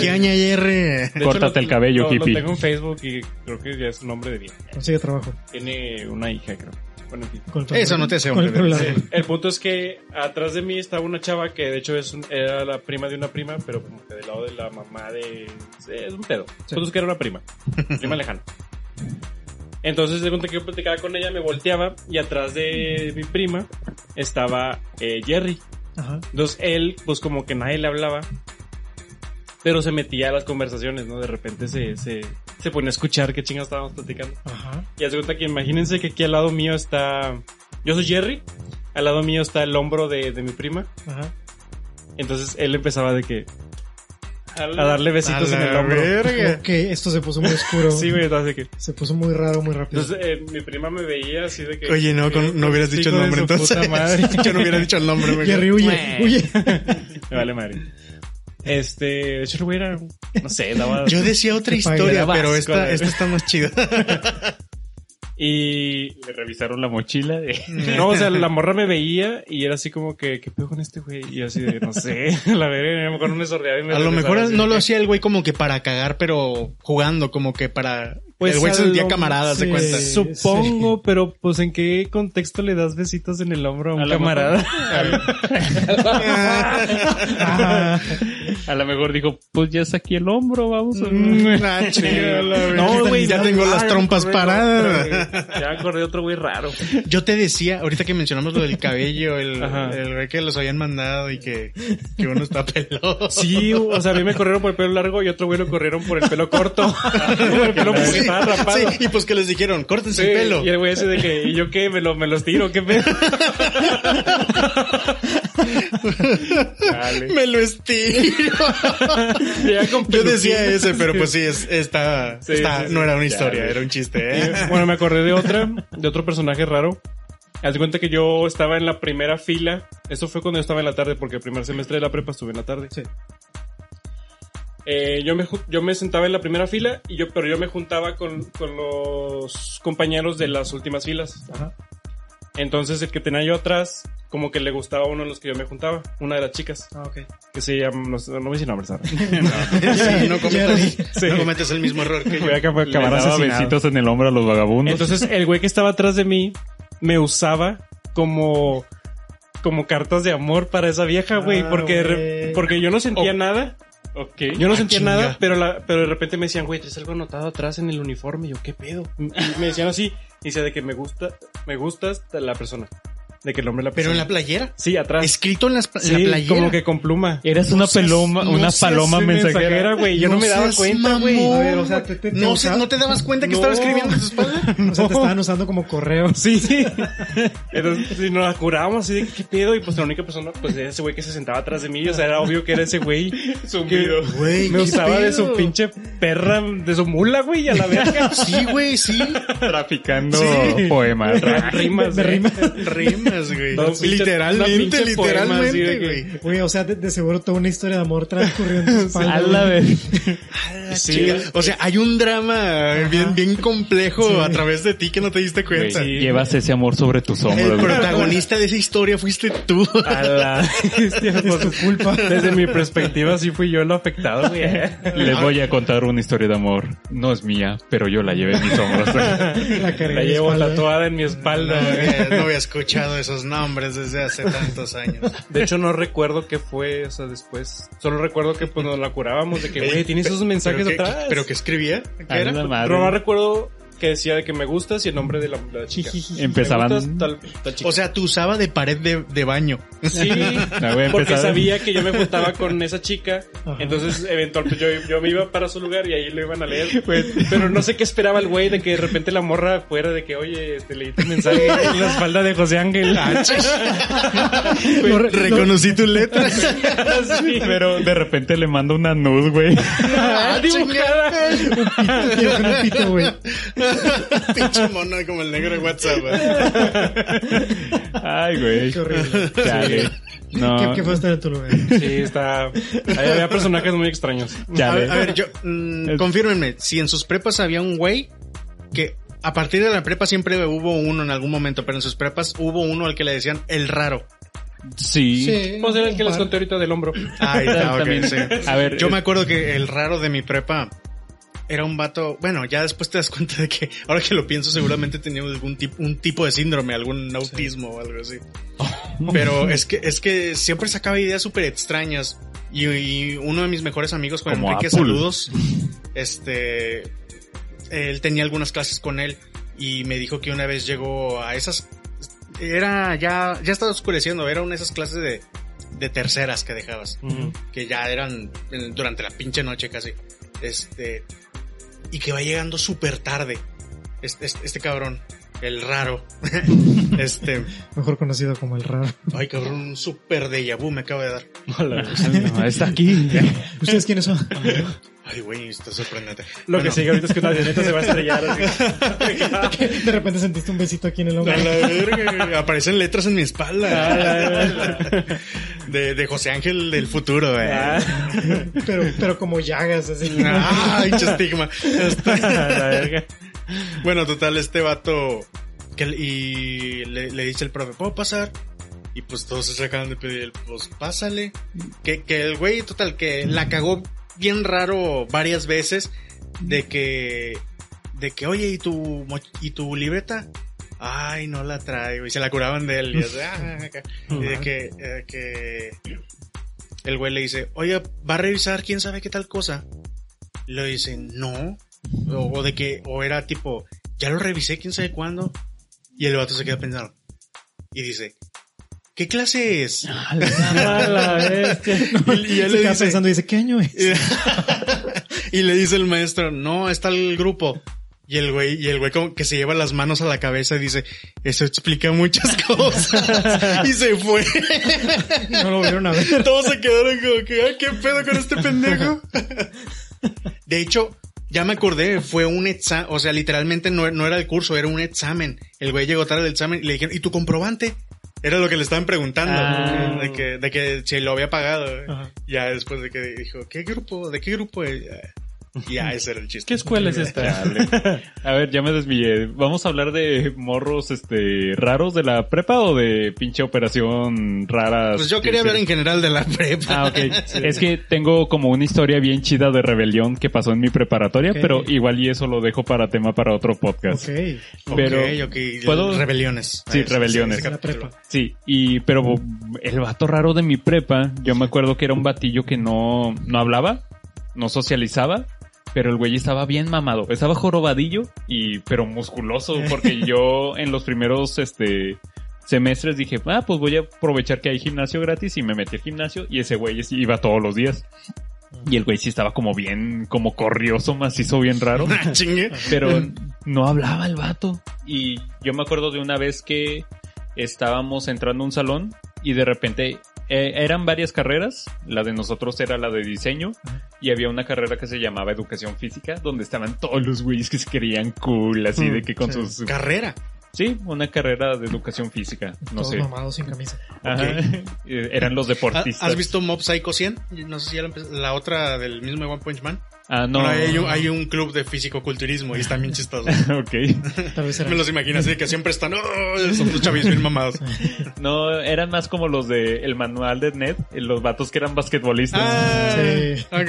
[SPEAKER 7] ¿Qué oña, Jerry?
[SPEAKER 8] De
[SPEAKER 5] Córtate
[SPEAKER 8] lo-
[SPEAKER 5] el cabello,
[SPEAKER 8] lo,
[SPEAKER 5] hippie.
[SPEAKER 8] Lo tengo en Facebook y creo que ya es un nombre de bien.
[SPEAKER 6] Consigue trabajo.
[SPEAKER 8] Tiene una hija, creo. Bueno, en fin.
[SPEAKER 6] Con el
[SPEAKER 7] Eso
[SPEAKER 6] pelo-
[SPEAKER 7] no te hace
[SPEAKER 6] Con el
[SPEAKER 7] hombre,
[SPEAKER 6] pelo
[SPEAKER 7] bebé.
[SPEAKER 6] largo.
[SPEAKER 8] El punto es que atrás de mí estaba una chava que de hecho es un- era la prima de una prima, pero como que del lado de la mamá de... Es un pedo. El punto es que era una prima. prima lejana. Entonces, de cuenta que yo platicaba con ella, me volteaba y atrás de mi prima estaba eh, Jerry.
[SPEAKER 6] Ajá.
[SPEAKER 8] Entonces él, pues como que nadie le hablaba, pero se metía a las conversaciones, ¿no? De repente se, se, se ponía a escuchar qué chingados estábamos platicando.
[SPEAKER 6] Ajá.
[SPEAKER 8] Y hace cuenta que imagínense que aquí al lado mío está. Yo soy Jerry, al lado mío está el hombro de, de mi prima.
[SPEAKER 6] Ajá.
[SPEAKER 8] Entonces él empezaba de que. A darle
[SPEAKER 7] A
[SPEAKER 8] besitos en el
[SPEAKER 7] la
[SPEAKER 8] hombro.
[SPEAKER 7] verga.
[SPEAKER 6] Ok, esto se puso muy oscuro.
[SPEAKER 8] Sí, güey, entonces de que.
[SPEAKER 6] Se puso muy raro, muy rápido.
[SPEAKER 8] Entonces eh, mi prima me veía así de que.
[SPEAKER 7] Oye, no, con- no hubieras dicho el nombre
[SPEAKER 8] Hijo de su
[SPEAKER 7] entonces.
[SPEAKER 8] puta madre.
[SPEAKER 7] Yo no hubiera dicho el nombre, güey.
[SPEAKER 6] Jerry huye, huye.
[SPEAKER 8] Me vale madre. Este, de hecho, el güey era, no sé, daba
[SPEAKER 7] Yo decía otra
[SPEAKER 6] Te
[SPEAKER 7] historia,
[SPEAKER 6] pagará
[SPEAKER 7] pero
[SPEAKER 8] vasco,
[SPEAKER 7] esta,
[SPEAKER 8] güey.
[SPEAKER 7] esta está más chida.
[SPEAKER 8] Y
[SPEAKER 5] Le revisaron la mochila de...
[SPEAKER 8] No, o sea, la morra me veía y era así como que, ¿qué pedo con este güey? Y yo así de, no sé, la veré, a lo mejor no me sordeaba y me
[SPEAKER 7] A lo
[SPEAKER 8] regresaba
[SPEAKER 7] mejor
[SPEAKER 8] así.
[SPEAKER 7] no lo hacía el güey como que para cagar, pero jugando, como que para...
[SPEAKER 8] Pues
[SPEAKER 7] el güey se sentía
[SPEAKER 8] algo-
[SPEAKER 7] camarada, se
[SPEAKER 6] sí.
[SPEAKER 7] cuenta.
[SPEAKER 8] Supongo, pero pues en qué contexto le das besitos en el hombro a un camarada.
[SPEAKER 6] Ah,
[SPEAKER 5] A lo mejor dijo, pues ya saqué el hombro, vamos. a-
[SPEAKER 7] Ah, chingada,
[SPEAKER 8] No, güey,
[SPEAKER 7] ya
[SPEAKER 8] no,
[SPEAKER 7] tengo las Ah,
[SPEAKER 8] ay,
[SPEAKER 7] trompas
[SPEAKER 8] güey,
[SPEAKER 7] paradas.
[SPEAKER 8] Ya me acordé de otro güey raro.
[SPEAKER 7] Yo te decía, ahorita que mencionamos lo del cabello, el,
[SPEAKER 8] Ajá.
[SPEAKER 7] el güey que los habían mandado y que, que uno está peludo.
[SPEAKER 8] Sí, o sea, a mí me corrieron por el pelo largo y otro güey lo corrieron por el pelo corto. por el pelo porque
[SPEAKER 7] Sí,
[SPEAKER 8] estaba rapado.
[SPEAKER 7] sí, y pues que les dijeron, córtense el pelo.
[SPEAKER 8] Y el güey así de que, ¿y yo qué? ¿Me, lo, me los tiro? ¿Qué pedo?
[SPEAKER 7] Me lo estiro.
[SPEAKER 8] Llega con
[SPEAKER 7] Yo decía
[SPEAKER 8] peluquín.
[SPEAKER 7] ese, pero pues sí, es, está,
[SPEAKER 8] Sí,
[SPEAKER 7] está-
[SPEAKER 8] sí, sí.
[SPEAKER 7] no era una historia, era un chiste. ¿eh?
[SPEAKER 8] Y, bueno, me acordé de otra, de otro personaje raro. Haz de cuenta que yo estaba en la primera fila. Eso fue cuando yo estaba en la tarde, porque el primer semestre de la prepa estuve en la tarde.
[SPEAKER 6] Sí.
[SPEAKER 8] Eh, yo, me, ju- yo me sentaba en la primera fila, y yo, pero yo me juntaba con, con los compañeros de las últimas filas.
[SPEAKER 6] Ajá.
[SPEAKER 8] Entonces el que tenía yo atrás, como que le gustaba a uno de los que yo me juntaba, una de las chicas,
[SPEAKER 6] ah, ok.
[SPEAKER 8] que se llama, no, sé- no me dice nombres ahora.
[SPEAKER 7] Sí, no, cometas,
[SPEAKER 8] Sí.
[SPEAKER 7] no cometas el mismo error que yo.
[SPEAKER 8] Voy a acabar
[SPEAKER 5] Le daba
[SPEAKER 8] asesinado.
[SPEAKER 5] besitos en el hombro a los vagabundos.
[SPEAKER 8] Entonces el güey que estaba atrás de mí me usaba como como cartas de amor para esa vieja, güey,
[SPEAKER 6] Ah,
[SPEAKER 8] porque de re-
[SPEAKER 6] güey.
[SPEAKER 8] porque yo no sentía nada.
[SPEAKER 5] ok.
[SPEAKER 8] Yo no sentía
[SPEAKER 7] chinga.
[SPEAKER 8] nada, pero la, pero de repente me decían, "Güey, traes algo anotado atrás en el uniforme." Y yo, "¿Qué pedo?" Y me decían así, y decía de que me gusta, me gustas la persona, de que el hombre la
[SPEAKER 7] Pero en
[SPEAKER 8] persona.
[SPEAKER 7] la playera.
[SPEAKER 8] Sí, atrás.
[SPEAKER 7] Escrito en, las- en
[SPEAKER 8] sí,
[SPEAKER 7] la playera.
[SPEAKER 8] como que con pluma.
[SPEAKER 5] Eras
[SPEAKER 7] No
[SPEAKER 5] una
[SPEAKER 7] seas-
[SPEAKER 5] paloma,
[SPEAKER 7] no
[SPEAKER 5] una
[SPEAKER 7] seas
[SPEAKER 5] paloma
[SPEAKER 8] Sí,
[SPEAKER 5] mensajera.
[SPEAKER 8] güey. Yo no, me daba
[SPEAKER 7] seas
[SPEAKER 8] cuenta,
[SPEAKER 7] mamón,
[SPEAKER 8] güey.
[SPEAKER 6] A ver, o sea, te- te- te
[SPEAKER 7] no,
[SPEAKER 6] usaba-
[SPEAKER 7] se- no te dabas cuenta que estaba escribiendo en tu espalda.
[SPEAKER 6] O sea, te estaban usando como correo.
[SPEAKER 8] Sí. Entonces sí, nos la curábamos así de qué pedo. Y pues la única persona, pues era ese güey que se sentaba atrás de mí. O sea, era obvio que era ese güey. Zumbido.
[SPEAKER 7] Güey,
[SPEAKER 8] Me
[SPEAKER 7] qué
[SPEAKER 8] usaba de su
[SPEAKER 7] pedo.
[SPEAKER 8] pinche perra, de su mula, güey, a la verga.
[SPEAKER 7] Sí, güey, sí.
[SPEAKER 5] Traficando
[SPEAKER 7] Sí.
[SPEAKER 5] poemas.
[SPEAKER 8] Rimas,
[SPEAKER 6] De
[SPEAKER 8] ¿eh? güey.
[SPEAKER 6] rima.
[SPEAKER 7] Rimas, güey.
[SPEAKER 8] No, pinche- una
[SPEAKER 7] literalmente,
[SPEAKER 8] pinche poema así
[SPEAKER 7] literalmente,
[SPEAKER 8] de que-
[SPEAKER 7] güey.
[SPEAKER 6] Güey, o sea, de, de seguro toda una historia de amor transcurrió en tu espalda.
[SPEAKER 5] A
[SPEAKER 6] güey.
[SPEAKER 5] la vez.
[SPEAKER 7] Ah,
[SPEAKER 8] Sí.
[SPEAKER 7] chinga. O sea, hay un drama bien, bien complejo a través de ti que no te diste cuenta.
[SPEAKER 5] Güey, Llevas ese amor sobre tus
[SPEAKER 7] El
[SPEAKER 5] hombros. güey.
[SPEAKER 7] protagonista de esa historia fuiste tú.
[SPEAKER 8] A la. Por tu culpa. Desde mi perspectiva, sí fui yo el afectado, güey.
[SPEAKER 5] Les voy a contar una historia de amor. No es mía, pero yo la llevé en mis hombros.
[SPEAKER 6] La cargué
[SPEAKER 8] La
[SPEAKER 6] en mi
[SPEAKER 8] llevo
[SPEAKER 6] espalda.
[SPEAKER 8] tatuada en mi
[SPEAKER 7] No,
[SPEAKER 8] espalda, güey.
[SPEAKER 7] había- no había escuchado esos nombres desde hace tantos años.
[SPEAKER 8] De hecho, no recuerdo qué fue, o sea, después. Solo recuerdo que pues nos la curábamos de que, güey, tienes esos mensajes años
[SPEAKER 7] ¿Qué-
[SPEAKER 8] atrás.
[SPEAKER 7] ¿Pero qué escribía? ¿Qué
[SPEAKER 5] A
[SPEAKER 7] era?
[SPEAKER 5] la madre.
[SPEAKER 8] Pero no recuerdo que decía de que me gustas y el nombre de la, la chica.
[SPEAKER 5] Empezaban-
[SPEAKER 8] Me gustas tal, tal chica.
[SPEAKER 7] O sea, tú usaba de pared de, de baño.
[SPEAKER 8] sí,
[SPEAKER 5] Ah, güey,
[SPEAKER 8] porque
[SPEAKER 5] empezaban-
[SPEAKER 8] sabía que yo me juntaba con esa chica.
[SPEAKER 6] Ajá.
[SPEAKER 8] Entonces, eventualmente, yo, yo me iba para su lugar y ahí lo iban a leer. Pero no sé qué esperaba el güey de que de repente la morra fuera de que, oye, te leí tu mensaje en la espalda de José Ángel.
[SPEAKER 7] No, re- reconocí tus letras.
[SPEAKER 8] Sí,
[SPEAKER 5] Pero de repente le manda una nud, güey.
[SPEAKER 7] Ah,
[SPEAKER 8] dibujada.
[SPEAKER 6] Yo con un pito, güey.
[SPEAKER 7] chingada. Pinche mono como el negro de WhatsApp. ¿eh?
[SPEAKER 5] Ay, güey.
[SPEAKER 6] Qué horrible.
[SPEAKER 5] Chale. No.
[SPEAKER 6] ¿Qué, qué fue estar en tu lugar?
[SPEAKER 8] Sí, está. Ahí había personajes muy extraños.
[SPEAKER 5] chale.
[SPEAKER 7] A ver, a ver, yo, mm,
[SPEAKER 5] Es-
[SPEAKER 7] confírmenme, si en sus prepas había un güey que a partir de la prepa siempre hubo uno en algún momento, pero en sus prepas hubo uno al que le decían el raro.
[SPEAKER 5] Sí.
[SPEAKER 8] Pues era el que les conté ahorita del hombro.
[SPEAKER 7] Ahí está, ok,
[SPEAKER 5] También.
[SPEAKER 7] sí.
[SPEAKER 5] A ver, eh,
[SPEAKER 7] Yo
[SPEAKER 5] es-
[SPEAKER 7] me acuerdo que el raro de mi prepa era un vato. Bueno, ya después te das cuenta de que, ahora que lo pienso, seguramente tenía algún tipo, un tipo de síndrome, algún autismo o algo así.
[SPEAKER 5] Oh.
[SPEAKER 7] Pero es que, es que siempre sacaba ideas súper extrañas. Y, y uno de mis mejores amigos, Juan
[SPEAKER 5] Como
[SPEAKER 7] Enrique,
[SPEAKER 5] Apple.
[SPEAKER 7] saludos. Este. Él tenía algunas clases con él y me dijo que una vez llegó a esas. Era ya, ya estaba oscureciendo, era una de esas clases de, de terceras que dejabas que ya eran eh, durante la pinche noche casi. Este, y que va llegando súper tarde. Este, este, este cabrón, el raro. este,
[SPEAKER 6] Mejor conocido como el raro.
[SPEAKER 7] ay cabrón, un súper déjà vu me acabo de dar.
[SPEAKER 5] No, está aquí.
[SPEAKER 6] ¿Ustedes quiénes son?
[SPEAKER 7] Ay, güey, está sorprendente.
[SPEAKER 8] Lo
[SPEAKER 7] Bueno,
[SPEAKER 8] que sigue ahorita es que una avioneta se va a estrellar. así.
[SPEAKER 6] De repente sentiste un besito aquí en el
[SPEAKER 7] a
[SPEAKER 6] hombro.
[SPEAKER 7] la verga, güey, aparecen letras en mi
[SPEAKER 8] Ah,
[SPEAKER 7] espalda. de, de José Ángel del futuro, güey.
[SPEAKER 8] Ah.
[SPEAKER 6] Pero, pero como llagas, así.
[SPEAKER 7] Ay, che estigma. Este- bueno, total, este vato. Que, le- y le, le dice el profe, ¿puedo pasar? Y pues todos se acaban de pedir, pues pásale. Que, que el güey, total, que la cagó bien raro varias veces. De que, de que, oye, ¿y tu, mo- y tu libreta? Ay, no la traigo. Y se la curaban de él. Y, así, "Ah, acá". Y de que, eh, que el güey le dice, oye, ¿va a revisar quién sabe qué tal cosa? Le dice, no. O, o de que, o era tipo, ya lo revisé quién sabe cuándo. Y el vato se queda pensando. Y dice, ¿qué clase es? Y- y
[SPEAKER 6] Se
[SPEAKER 7] él le
[SPEAKER 6] queda
[SPEAKER 7] dice-
[SPEAKER 6] pensando y dice, ¿qué año es?
[SPEAKER 7] y le dice el maestro, no, está el grupo. Y el güey, y el güey como que se lleva las manos a la cabeza y dice, eso explica muchas cosas. y se fue.
[SPEAKER 6] No lo vieron a ver.
[SPEAKER 7] Todos se quedaron como que, "Ah, ¿qué pedo con este pendejo? De hecho, ya me acordé, fue un examen, o sea, literalmente no, no era el curso, era un examen. El güey llegó tarde del examen y le dijeron, ¿y tu comprobante? Era lo que le estaban preguntando,
[SPEAKER 5] Ah.
[SPEAKER 7] de, que, de que si lo había pagado.
[SPEAKER 6] Ajá.
[SPEAKER 7] Ya después de que dijo, ¿qué grupo? ¿De qué grupo? es?" Ya, ese era el chiste.
[SPEAKER 4] Ah,
[SPEAKER 8] ¿Qué escuela es esta?
[SPEAKER 5] Chale. A ver, ya me desvié. ¿Vamos a hablar de morros este raros de la prepa o de pinche operación raras?
[SPEAKER 7] Pues yo quería hablar en general de la prepa.
[SPEAKER 5] Ah, ok. Es que tengo como una historia bien chida de rebelión que pasó en mi preparatoria,
[SPEAKER 6] Ok.
[SPEAKER 5] pero igual y eso lo dejo para tema para otro podcast.
[SPEAKER 6] Ok.
[SPEAKER 5] Pero
[SPEAKER 7] Ok, ok,
[SPEAKER 5] ¿puedo-
[SPEAKER 7] Rebeliones.
[SPEAKER 5] Sí,
[SPEAKER 7] Ah, ese-
[SPEAKER 5] rebeliones.
[SPEAKER 7] ese
[SPEAKER 6] En la
[SPEAKER 7] capítulo.
[SPEAKER 6] prepa.
[SPEAKER 5] Sí, y pero
[SPEAKER 7] Mm.
[SPEAKER 5] el vato raro de mi prepa, yo me acuerdo que era un batillo que no, no hablaba, no socializaba, pero el güey estaba bien mamado, estaba jorobadillo y pero musculoso, porque yo en los primeros este semestres dije, ah, pues voy a aprovechar que hay gimnasio gratis y me metí al gimnasio y ese güey sí iba todos los días. Y el güey sí estaba como bien, como corrioso, macizo, bien raro
[SPEAKER 7] Ah, chingue.
[SPEAKER 5] pero no hablaba el vato. Y yo me acuerdo de una vez que estábamos entrando a un salón y de repente eh, eran varias carreras. La de nosotros era la de diseño y había una carrera que se llamaba educación física donde estaban todos los güeyes que se creían cool, así de que con
[SPEAKER 6] sí.
[SPEAKER 5] sus...
[SPEAKER 7] Carrera.
[SPEAKER 5] Sí, una carrera de educación física, no
[SPEAKER 6] Todos
[SPEAKER 5] sé.
[SPEAKER 6] mamados sin camisa.
[SPEAKER 5] Ajá. Eh, Eran los
[SPEAKER 7] ¿Ha-
[SPEAKER 5] deportistas.
[SPEAKER 7] ¿Has visto Mob Psycho 100? No sé si ya la, empe- la otra del mismo de One Punch Man.
[SPEAKER 5] Ah, no.
[SPEAKER 7] Bueno, hay, un, hay un club de fisicoculturismo y están bien chistosos.
[SPEAKER 5] ok.
[SPEAKER 6] Tal vez era.
[SPEAKER 7] Me los imagino así que siempre están, "Oh", son los chavis bien mamados.
[SPEAKER 5] No, eran más como los de el manual de Ned, los vatos que eran basquetbolistas.
[SPEAKER 7] Ah,
[SPEAKER 6] Sí.
[SPEAKER 7] ok,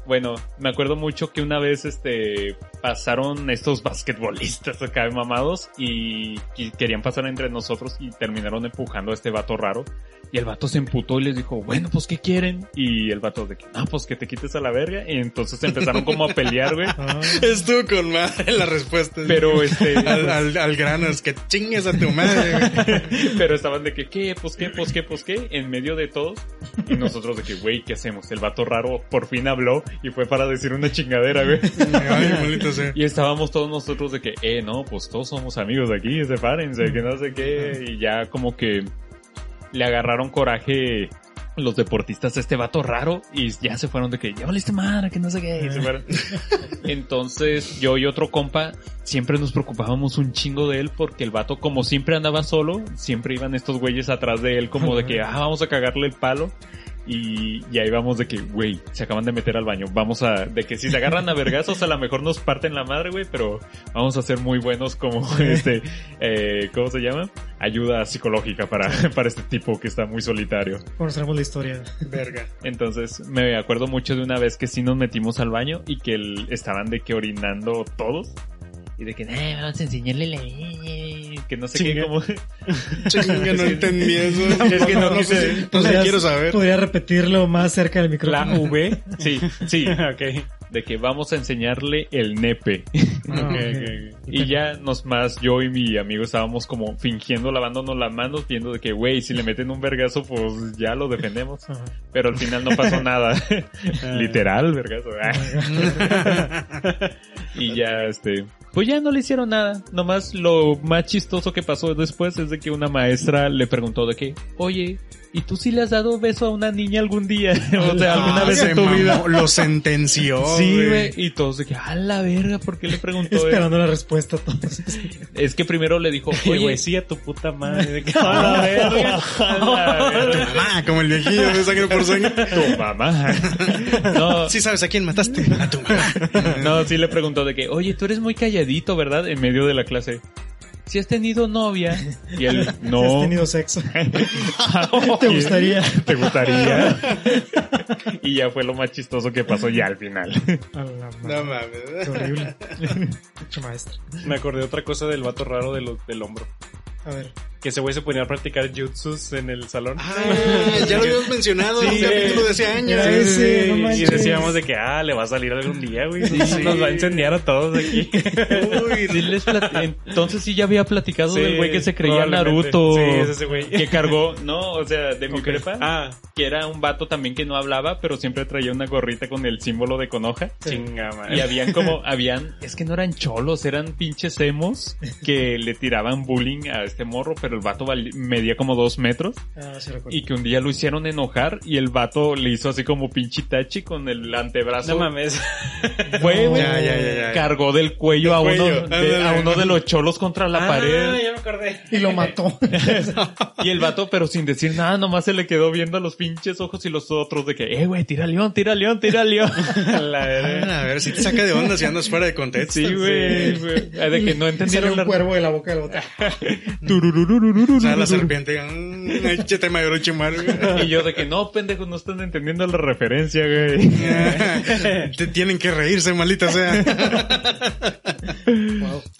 [SPEAKER 7] ok.
[SPEAKER 5] Bueno, me acuerdo mucho que una vez este pasaron estos basquetbolistas acá mamados y, y querían pasar entre nosotros y terminaron empujando a este vato raro. Y el vato se emputó y les dijo, bueno, pues ¿qué quieren? Y el vato de que, no, pues que te quites a la verga. Y entonces se empezaron como a pelear, güey.
[SPEAKER 1] Ah,
[SPEAKER 7] Estuvo con madre la respuesta.
[SPEAKER 5] Pero este,
[SPEAKER 7] Al, al, al grano, es que chingues a tu madre, güey.
[SPEAKER 5] pero estaban de que, ¿qué? Pues qué, pues qué, pues qué, en medio de todos. Y nosotros de que, güey, ¿qué hacemos? El vato raro por fin habló y fue para decir una chingadera, güey.
[SPEAKER 7] Ay, maldito sea.
[SPEAKER 5] Y estábamos todos nosotros de que, eh, no, pues todos somos amigos de aquí, sepárense, que no sé qué. Y ya como que le agarraron coraje los deportistas a este vato raro y ya se fueron de que, ya valiste madre, que no sé qué. y se fueron. Entonces yo y otro compa siempre nos preocupábamos un chingo de él porque el vato como siempre andaba solo, siempre iban estos güeyes atrás de él como de que, ah, vamos a cagarle el palo. Y, y ahí vamos de que, güey, se acaban de meter al baño. Vamos a, de que si se agarran a vergazos, a lo mejor nos parten la madre, güey, pero vamos a ser muy buenos como este, eh, ¿cómo se llama? Ayuda psicológica para, para este tipo que está muy solitario.
[SPEAKER 6] Conocemos la historia.
[SPEAKER 7] Verga.
[SPEAKER 5] Entonces, me acuerdo mucho de una vez que sí nos metimos al baño y que el- estaban de que orinando todos. Y de que, "Nah, vamos a enseñarle la... Que no sé qué,
[SPEAKER 7] Chinga.
[SPEAKER 5] como...
[SPEAKER 7] Chinga, no entendí eso.
[SPEAKER 5] Es que no
[SPEAKER 7] sé,
[SPEAKER 5] quise-
[SPEAKER 7] no sé, quiero saber.
[SPEAKER 6] Podría repetirlo más cerca del
[SPEAKER 5] La
[SPEAKER 6] micrófono.
[SPEAKER 5] V. Sí, sí. De que vamos a enseñarle el nepe.
[SPEAKER 1] ah, ok.
[SPEAKER 5] Y ya nos más yo y mi amigo estábamos como fingiendo lavándonos las manos, viendo de que, güey, si le meten un vergazo, pues ya lo defendemos.
[SPEAKER 1] Ajá.
[SPEAKER 5] Pero al final no pasó nada. Literal, vergazo. y ya, este... Pues ya no le hicieron nada. Nomás lo más chistoso que pasó después es de que una maestra le preguntó de que, oye, ¿y tú sí le has dado beso a una niña algún día? o sea, alguna
[SPEAKER 7] Ah,
[SPEAKER 5] vez
[SPEAKER 7] se
[SPEAKER 5] en tu vida.
[SPEAKER 7] mamó, Lo sentenció.
[SPEAKER 5] Sí, güey. Y todos de que, a la verga, ¿por qué le preguntó eso?
[SPEAKER 6] Esperando la respuesta a todos.
[SPEAKER 5] Es que primero le dijo, oye,
[SPEAKER 8] Oye, sí, a tu puta madre. de que, "A la verga".
[SPEAKER 7] Ah, como el viejillo de sangre por sangre.
[SPEAKER 5] tu mamá. No,
[SPEAKER 7] Sí sabes a quién mataste. A tu
[SPEAKER 5] no, sí le preguntó de que, oye, tú eres muy calladito, ¿verdad? En medio de la clase. Si has tenido novia. Y él, no.
[SPEAKER 6] Si has tenido sexo. ¿Te
[SPEAKER 5] Oye,
[SPEAKER 6] gustaría?
[SPEAKER 5] ¿Te gustaría? y ya fue lo más chistoso que pasó ya al final.
[SPEAKER 1] A la madre.
[SPEAKER 7] No mames.
[SPEAKER 1] Qué horrible. Mucho maestro.
[SPEAKER 8] Me acordé otra cosa del vato raro del, del hombro.
[SPEAKER 6] A ver.
[SPEAKER 8] Que ese güey se ponía a practicar jutsus en el salón.
[SPEAKER 7] Ah, ya lo habíamos mencionado en un capítulo de ese año.
[SPEAKER 6] Era ese, no
[SPEAKER 8] y
[SPEAKER 6] manches.
[SPEAKER 8] decíamos de que, ah, le va a salir algún día, güey. Nos va a incendiar a todos aquí.
[SPEAKER 7] Uy,
[SPEAKER 5] Sí les plat- Entonces sí ya había platicado del güey que se creía
[SPEAKER 8] probablemente.
[SPEAKER 5] Naruto.
[SPEAKER 8] Sí, es ese güey.
[SPEAKER 5] Que cargó, no, o sea, de mi
[SPEAKER 8] Ok.
[SPEAKER 5] prepa.
[SPEAKER 8] Ah,
[SPEAKER 5] que era un vato también que no hablaba, pero siempre traía una gorrita con el símbolo de Konoha.
[SPEAKER 8] chinga, madre.
[SPEAKER 5] Y habían como, habían, es que no eran cholos, eran pinches emos que le tiraban bullying a este morro, pero el vato val- medía como dos metros
[SPEAKER 6] Ah, sí recuerdo.
[SPEAKER 5] y que un día lo hicieron enojar y el vato le hizo así como pinche tachi con el antebrazo.
[SPEAKER 8] No mames.
[SPEAKER 5] Fue, güey,
[SPEAKER 7] Ya, ya, ya, ya.
[SPEAKER 5] cargó del cuello, a,
[SPEAKER 7] Del
[SPEAKER 5] uno,
[SPEAKER 7] cuello.
[SPEAKER 5] de, a uno de los cholos contra la pared.
[SPEAKER 3] Ah, ya me acordé.
[SPEAKER 6] Y lo mató.
[SPEAKER 5] Y el vato, pero sin decir nada, nomás se le quedó viendo a los pinches ojos y los otros de que, eh, güey, tira león, tira león, tira león. La verga.
[SPEAKER 7] Ah, A ver, si te saca de onda si andas fuera de contexto.
[SPEAKER 5] Sí, güey, güey. Ah, De que no
[SPEAKER 6] Sale
[SPEAKER 5] entendieron
[SPEAKER 6] un
[SPEAKER 5] la...
[SPEAKER 6] cuervo de la boca del otro.
[SPEAKER 7] O sea, la serpiente. mm, ay, Chete Maduro Chimaru.
[SPEAKER 5] Y yo de que, no, pendejo, no están entendiendo la referencia, güey.
[SPEAKER 7] Te tienen que reírse, malita sea.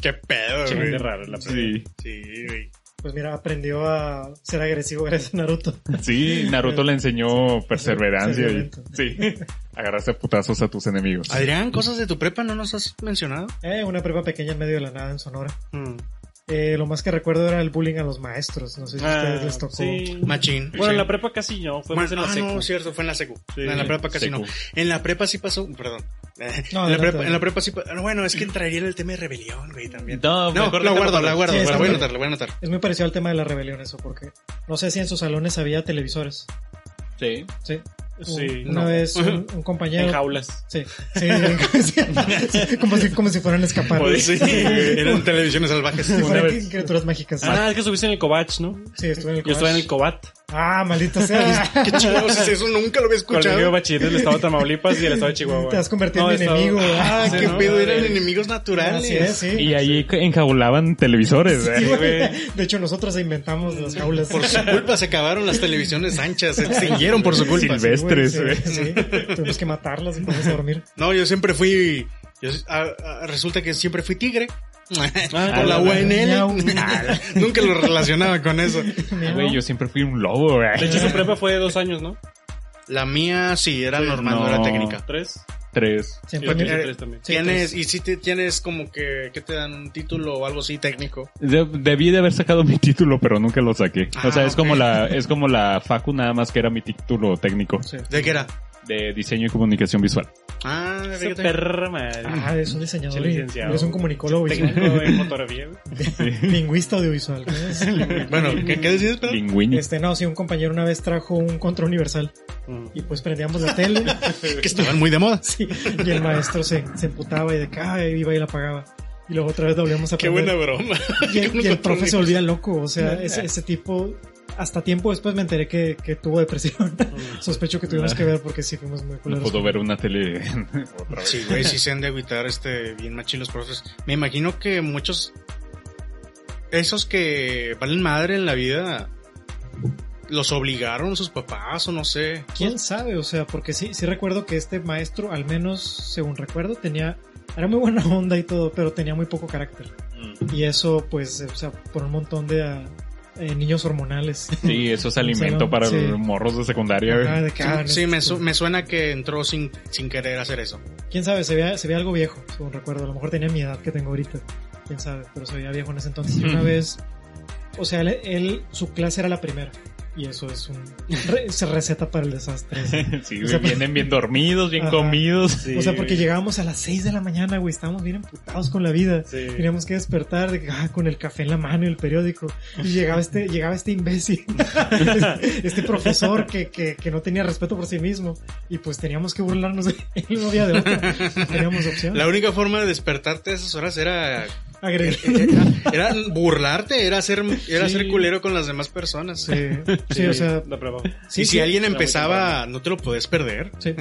[SPEAKER 7] Qué pedo, güey.
[SPEAKER 5] raro la Sí.
[SPEAKER 7] Sí, güey.
[SPEAKER 6] Pues mira, aprendió a ser agresivo gracias a Naruto.
[SPEAKER 5] Sí, Naruto le enseñó perseverancia
[SPEAKER 6] ser
[SPEAKER 5] y...
[SPEAKER 6] violento.
[SPEAKER 5] Sí. Agarraste a putazos a tus enemigos.
[SPEAKER 7] Adrián, cosas de tu prepa no nos has mencionado.
[SPEAKER 6] Eh, una prepa pequeña en medio de la nada en Sonora.
[SPEAKER 7] Mm.
[SPEAKER 6] Eh, lo más que recuerdo era el bullying a los maestros. No sé si Pues a ustedes les tocó.
[SPEAKER 8] Ah, Sí.
[SPEAKER 7] Machín.
[SPEAKER 8] Bueno, en la prepa casi no. Fue más en la
[SPEAKER 7] ah,
[SPEAKER 8] secu.
[SPEAKER 7] no, cierto, fue en la secu.
[SPEAKER 8] Sí.
[SPEAKER 7] en la prepa casi no. En la prepa sí pasó, perdón.
[SPEAKER 6] No,
[SPEAKER 7] en, la
[SPEAKER 6] adelante,
[SPEAKER 7] prepa, en la prepa sí pasó. Bueno, es que entraría en el tema de rebelión, güey, también.
[SPEAKER 5] No,
[SPEAKER 7] No,
[SPEAKER 5] mejor
[SPEAKER 7] la
[SPEAKER 5] déjalo
[SPEAKER 7] guardo,
[SPEAKER 5] para-
[SPEAKER 7] la guardo,
[SPEAKER 6] Sí,
[SPEAKER 7] la
[SPEAKER 6] está
[SPEAKER 7] voy a
[SPEAKER 6] bien.
[SPEAKER 7] anotar, la voy a anotar.
[SPEAKER 6] Es muy parecido al tema de la rebelión eso, porque no sé si en sus salones había televisores.
[SPEAKER 5] Sí.
[SPEAKER 6] Sí.
[SPEAKER 8] Sí.
[SPEAKER 6] Una
[SPEAKER 8] No.
[SPEAKER 6] vez un, un
[SPEAKER 8] En
[SPEAKER 6] compañero...
[SPEAKER 8] jaulas.
[SPEAKER 6] Sí, sí, sí, como si, como si fueran a escapar.
[SPEAKER 7] Sí, eran televisiones salvajes.
[SPEAKER 6] Si
[SPEAKER 7] Una
[SPEAKER 6] fueran
[SPEAKER 7] vez.
[SPEAKER 6] cri- criaturas mágicas.
[SPEAKER 8] Ah, es que subiste en el Covach, ¿no?
[SPEAKER 6] Sí, estuve en el
[SPEAKER 8] Yo estuve en el
[SPEAKER 6] collage.
[SPEAKER 8] Covach.
[SPEAKER 6] Ah, maldita sea.
[SPEAKER 7] ¿Qué chingados es eso? Nunca lo había
[SPEAKER 8] Cuando yo iba a
[SPEAKER 7] escuchado.
[SPEAKER 8] bachilleres del estado de Tamaulipas y el estado de Chihuahua.
[SPEAKER 6] Te has convertido
[SPEAKER 8] No,
[SPEAKER 6] en mi
[SPEAKER 8] estado-
[SPEAKER 6] enemigo.
[SPEAKER 7] Ah,
[SPEAKER 8] Sí,
[SPEAKER 7] qué
[SPEAKER 8] ¿no?
[SPEAKER 7] pedo, eran
[SPEAKER 8] Sí.
[SPEAKER 7] enemigos naturales.
[SPEAKER 6] Así es, sí.
[SPEAKER 5] Y ahí enjaulaban televisores,
[SPEAKER 6] Sí,
[SPEAKER 5] eh.
[SPEAKER 6] güey.
[SPEAKER 8] güey.
[SPEAKER 6] De hecho, nosotros inventamos las jaulas.
[SPEAKER 7] Por su culpa se acabaron las televisiones anchas, se extinguieron por su culpa.
[SPEAKER 5] Silvestre.
[SPEAKER 6] güey,
[SPEAKER 5] estrés, güey.
[SPEAKER 6] sí, sí. Tuvimos que matarlas y ponerlas a dormir.
[SPEAKER 7] No, yo siempre fui. yo- ah, ah, resulta que siempre fui tigre. por la
[SPEAKER 5] la
[SPEAKER 7] UNL.
[SPEAKER 6] Ah, Miau.
[SPEAKER 7] Nunca lo relacionaba con eso.
[SPEAKER 5] Ah, Güey, yo siempre fui un lobo, güey.
[SPEAKER 8] De hecho, su prepa fue de dos años, ¿no?
[SPEAKER 7] La mía sí, era normal, no, era
[SPEAKER 5] No.
[SPEAKER 7] técnica.
[SPEAKER 8] ¿Tres?
[SPEAKER 5] Tres.
[SPEAKER 6] Se
[SPEAKER 8] Y la
[SPEAKER 6] empeña-
[SPEAKER 7] eh,
[SPEAKER 8] PS3 también.
[SPEAKER 6] sí,
[SPEAKER 7] tienes,
[SPEAKER 6] entonces,
[SPEAKER 7] y si te- tienes como que, que te dan un título o algo así técnico.
[SPEAKER 5] De- debí de haber sacado mi título, pero nunca lo saqué.
[SPEAKER 7] Ah,
[SPEAKER 5] o sea, es
[SPEAKER 7] ok.
[SPEAKER 5] como la, es como la Facu nada más que era mi título técnico
[SPEAKER 7] ¿De qué era?
[SPEAKER 5] de diseño y comunicación visual.
[SPEAKER 7] Ah,
[SPEAKER 8] Esa
[SPEAKER 7] fíjate.
[SPEAKER 8] perra madre.
[SPEAKER 6] Ah, eres un diseñador.
[SPEAKER 8] Sí,
[SPEAKER 6] y-
[SPEAKER 8] licenciado.
[SPEAKER 6] Eres un comunicólogo visual.
[SPEAKER 8] Técnico en fotografía.
[SPEAKER 6] Lingüista audiovisual. ¿qué es?
[SPEAKER 7] Bueno, ¿qué, qué decías, Pedro?
[SPEAKER 5] Lingüini.
[SPEAKER 6] Este, no, sí, un compañero una vez trajo un control universal
[SPEAKER 8] Mm.
[SPEAKER 6] y pues prendíamos la tele
[SPEAKER 7] Que estaban muy de moda.
[SPEAKER 6] sí, y el maestro se, se emputaba y de que "Ay, iba y la apagaba. Y luego otra vez la volvíamos a
[SPEAKER 7] Qué
[SPEAKER 6] prender.
[SPEAKER 7] buena broma.
[SPEAKER 6] Y el, y el profe se
[SPEAKER 7] olvidó.
[SPEAKER 6] volvía loco, o sea, ese, ese tipo, hasta tiempo después me enteré que, que tuvo depresión. Sospecho que tuvimos que ver porque sí fuimos muy
[SPEAKER 5] No
[SPEAKER 6] culeros.
[SPEAKER 5] puedo ver una tele otra vez.
[SPEAKER 7] Sí, güey, sí se han de evitar este, bien machín los profes. Me imagino que muchos. Esos que valen madre en la vida. Los obligaron sus papás o no sé.
[SPEAKER 6] ¿Quién sabe? O sea, porque sí, sí recuerdo que este maestro, al menos según recuerdo, tenía, era muy buena onda y todo, pero tenía muy poco carácter. Y eso, pues, o sea, por un montón de ah, eh, niños hormonales.
[SPEAKER 5] Sí, eso es alimento
[SPEAKER 6] Salón,
[SPEAKER 5] para
[SPEAKER 6] sí.
[SPEAKER 5] los morros de secundaria. güey.
[SPEAKER 6] Ajá, de que, ah, no,
[SPEAKER 7] Sí, me,
[SPEAKER 6] este-
[SPEAKER 7] su- me suena que entró sin, sin querer hacer eso.
[SPEAKER 6] Quién sabe, se veía, se veía algo viejo, según recuerdo. A lo mejor tenía mi edad que tengo ahorita. Quién sabe, pero se veía viejo en ese entonces. Y una vez, o sea, él, él- su clase era la primera. Y eso es un. re- se receta para el desastre.
[SPEAKER 5] Sí,
[SPEAKER 6] O sea,
[SPEAKER 5] güey, vienen bien dormidos, bien
[SPEAKER 6] Ajá.
[SPEAKER 5] comidos.
[SPEAKER 6] o sea, porque llegábamos a las 6 de la mañana, güey. Estábamos bien emputados con la vida.
[SPEAKER 8] Sí.
[SPEAKER 6] Teníamos que despertar de que, ah, con el café en la mano y el periódico. Y llegaba este, llegaba este imbécil, este profesor que, que, que no tenía respeto por sí mismo. Y pues teníamos que burlarnos de él un día de otro. No Teníamos opción.
[SPEAKER 7] La única forma de despertarte a esas horas era,
[SPEAKER 6] Agregar.
[SPEAKER 7] era, Eh, era burlarte, era ser, era
[SPEAKER 6] Sí.
[SPEAKER 7] ser culero con las demás personas.
[SPEAKER 6] Sí, sí, o sea,
[SPEAKER 8] La prueba.
[SPEAKER 6] sí,
[SPEAKER 7] y si
[SPEAKER 6] sí,
[SPEAKER 7] alguien
[SPEAKER 8] era muy
[SPEAKER 7] empezaba, no te lo podías perder.
[SPEAKER 6] sí.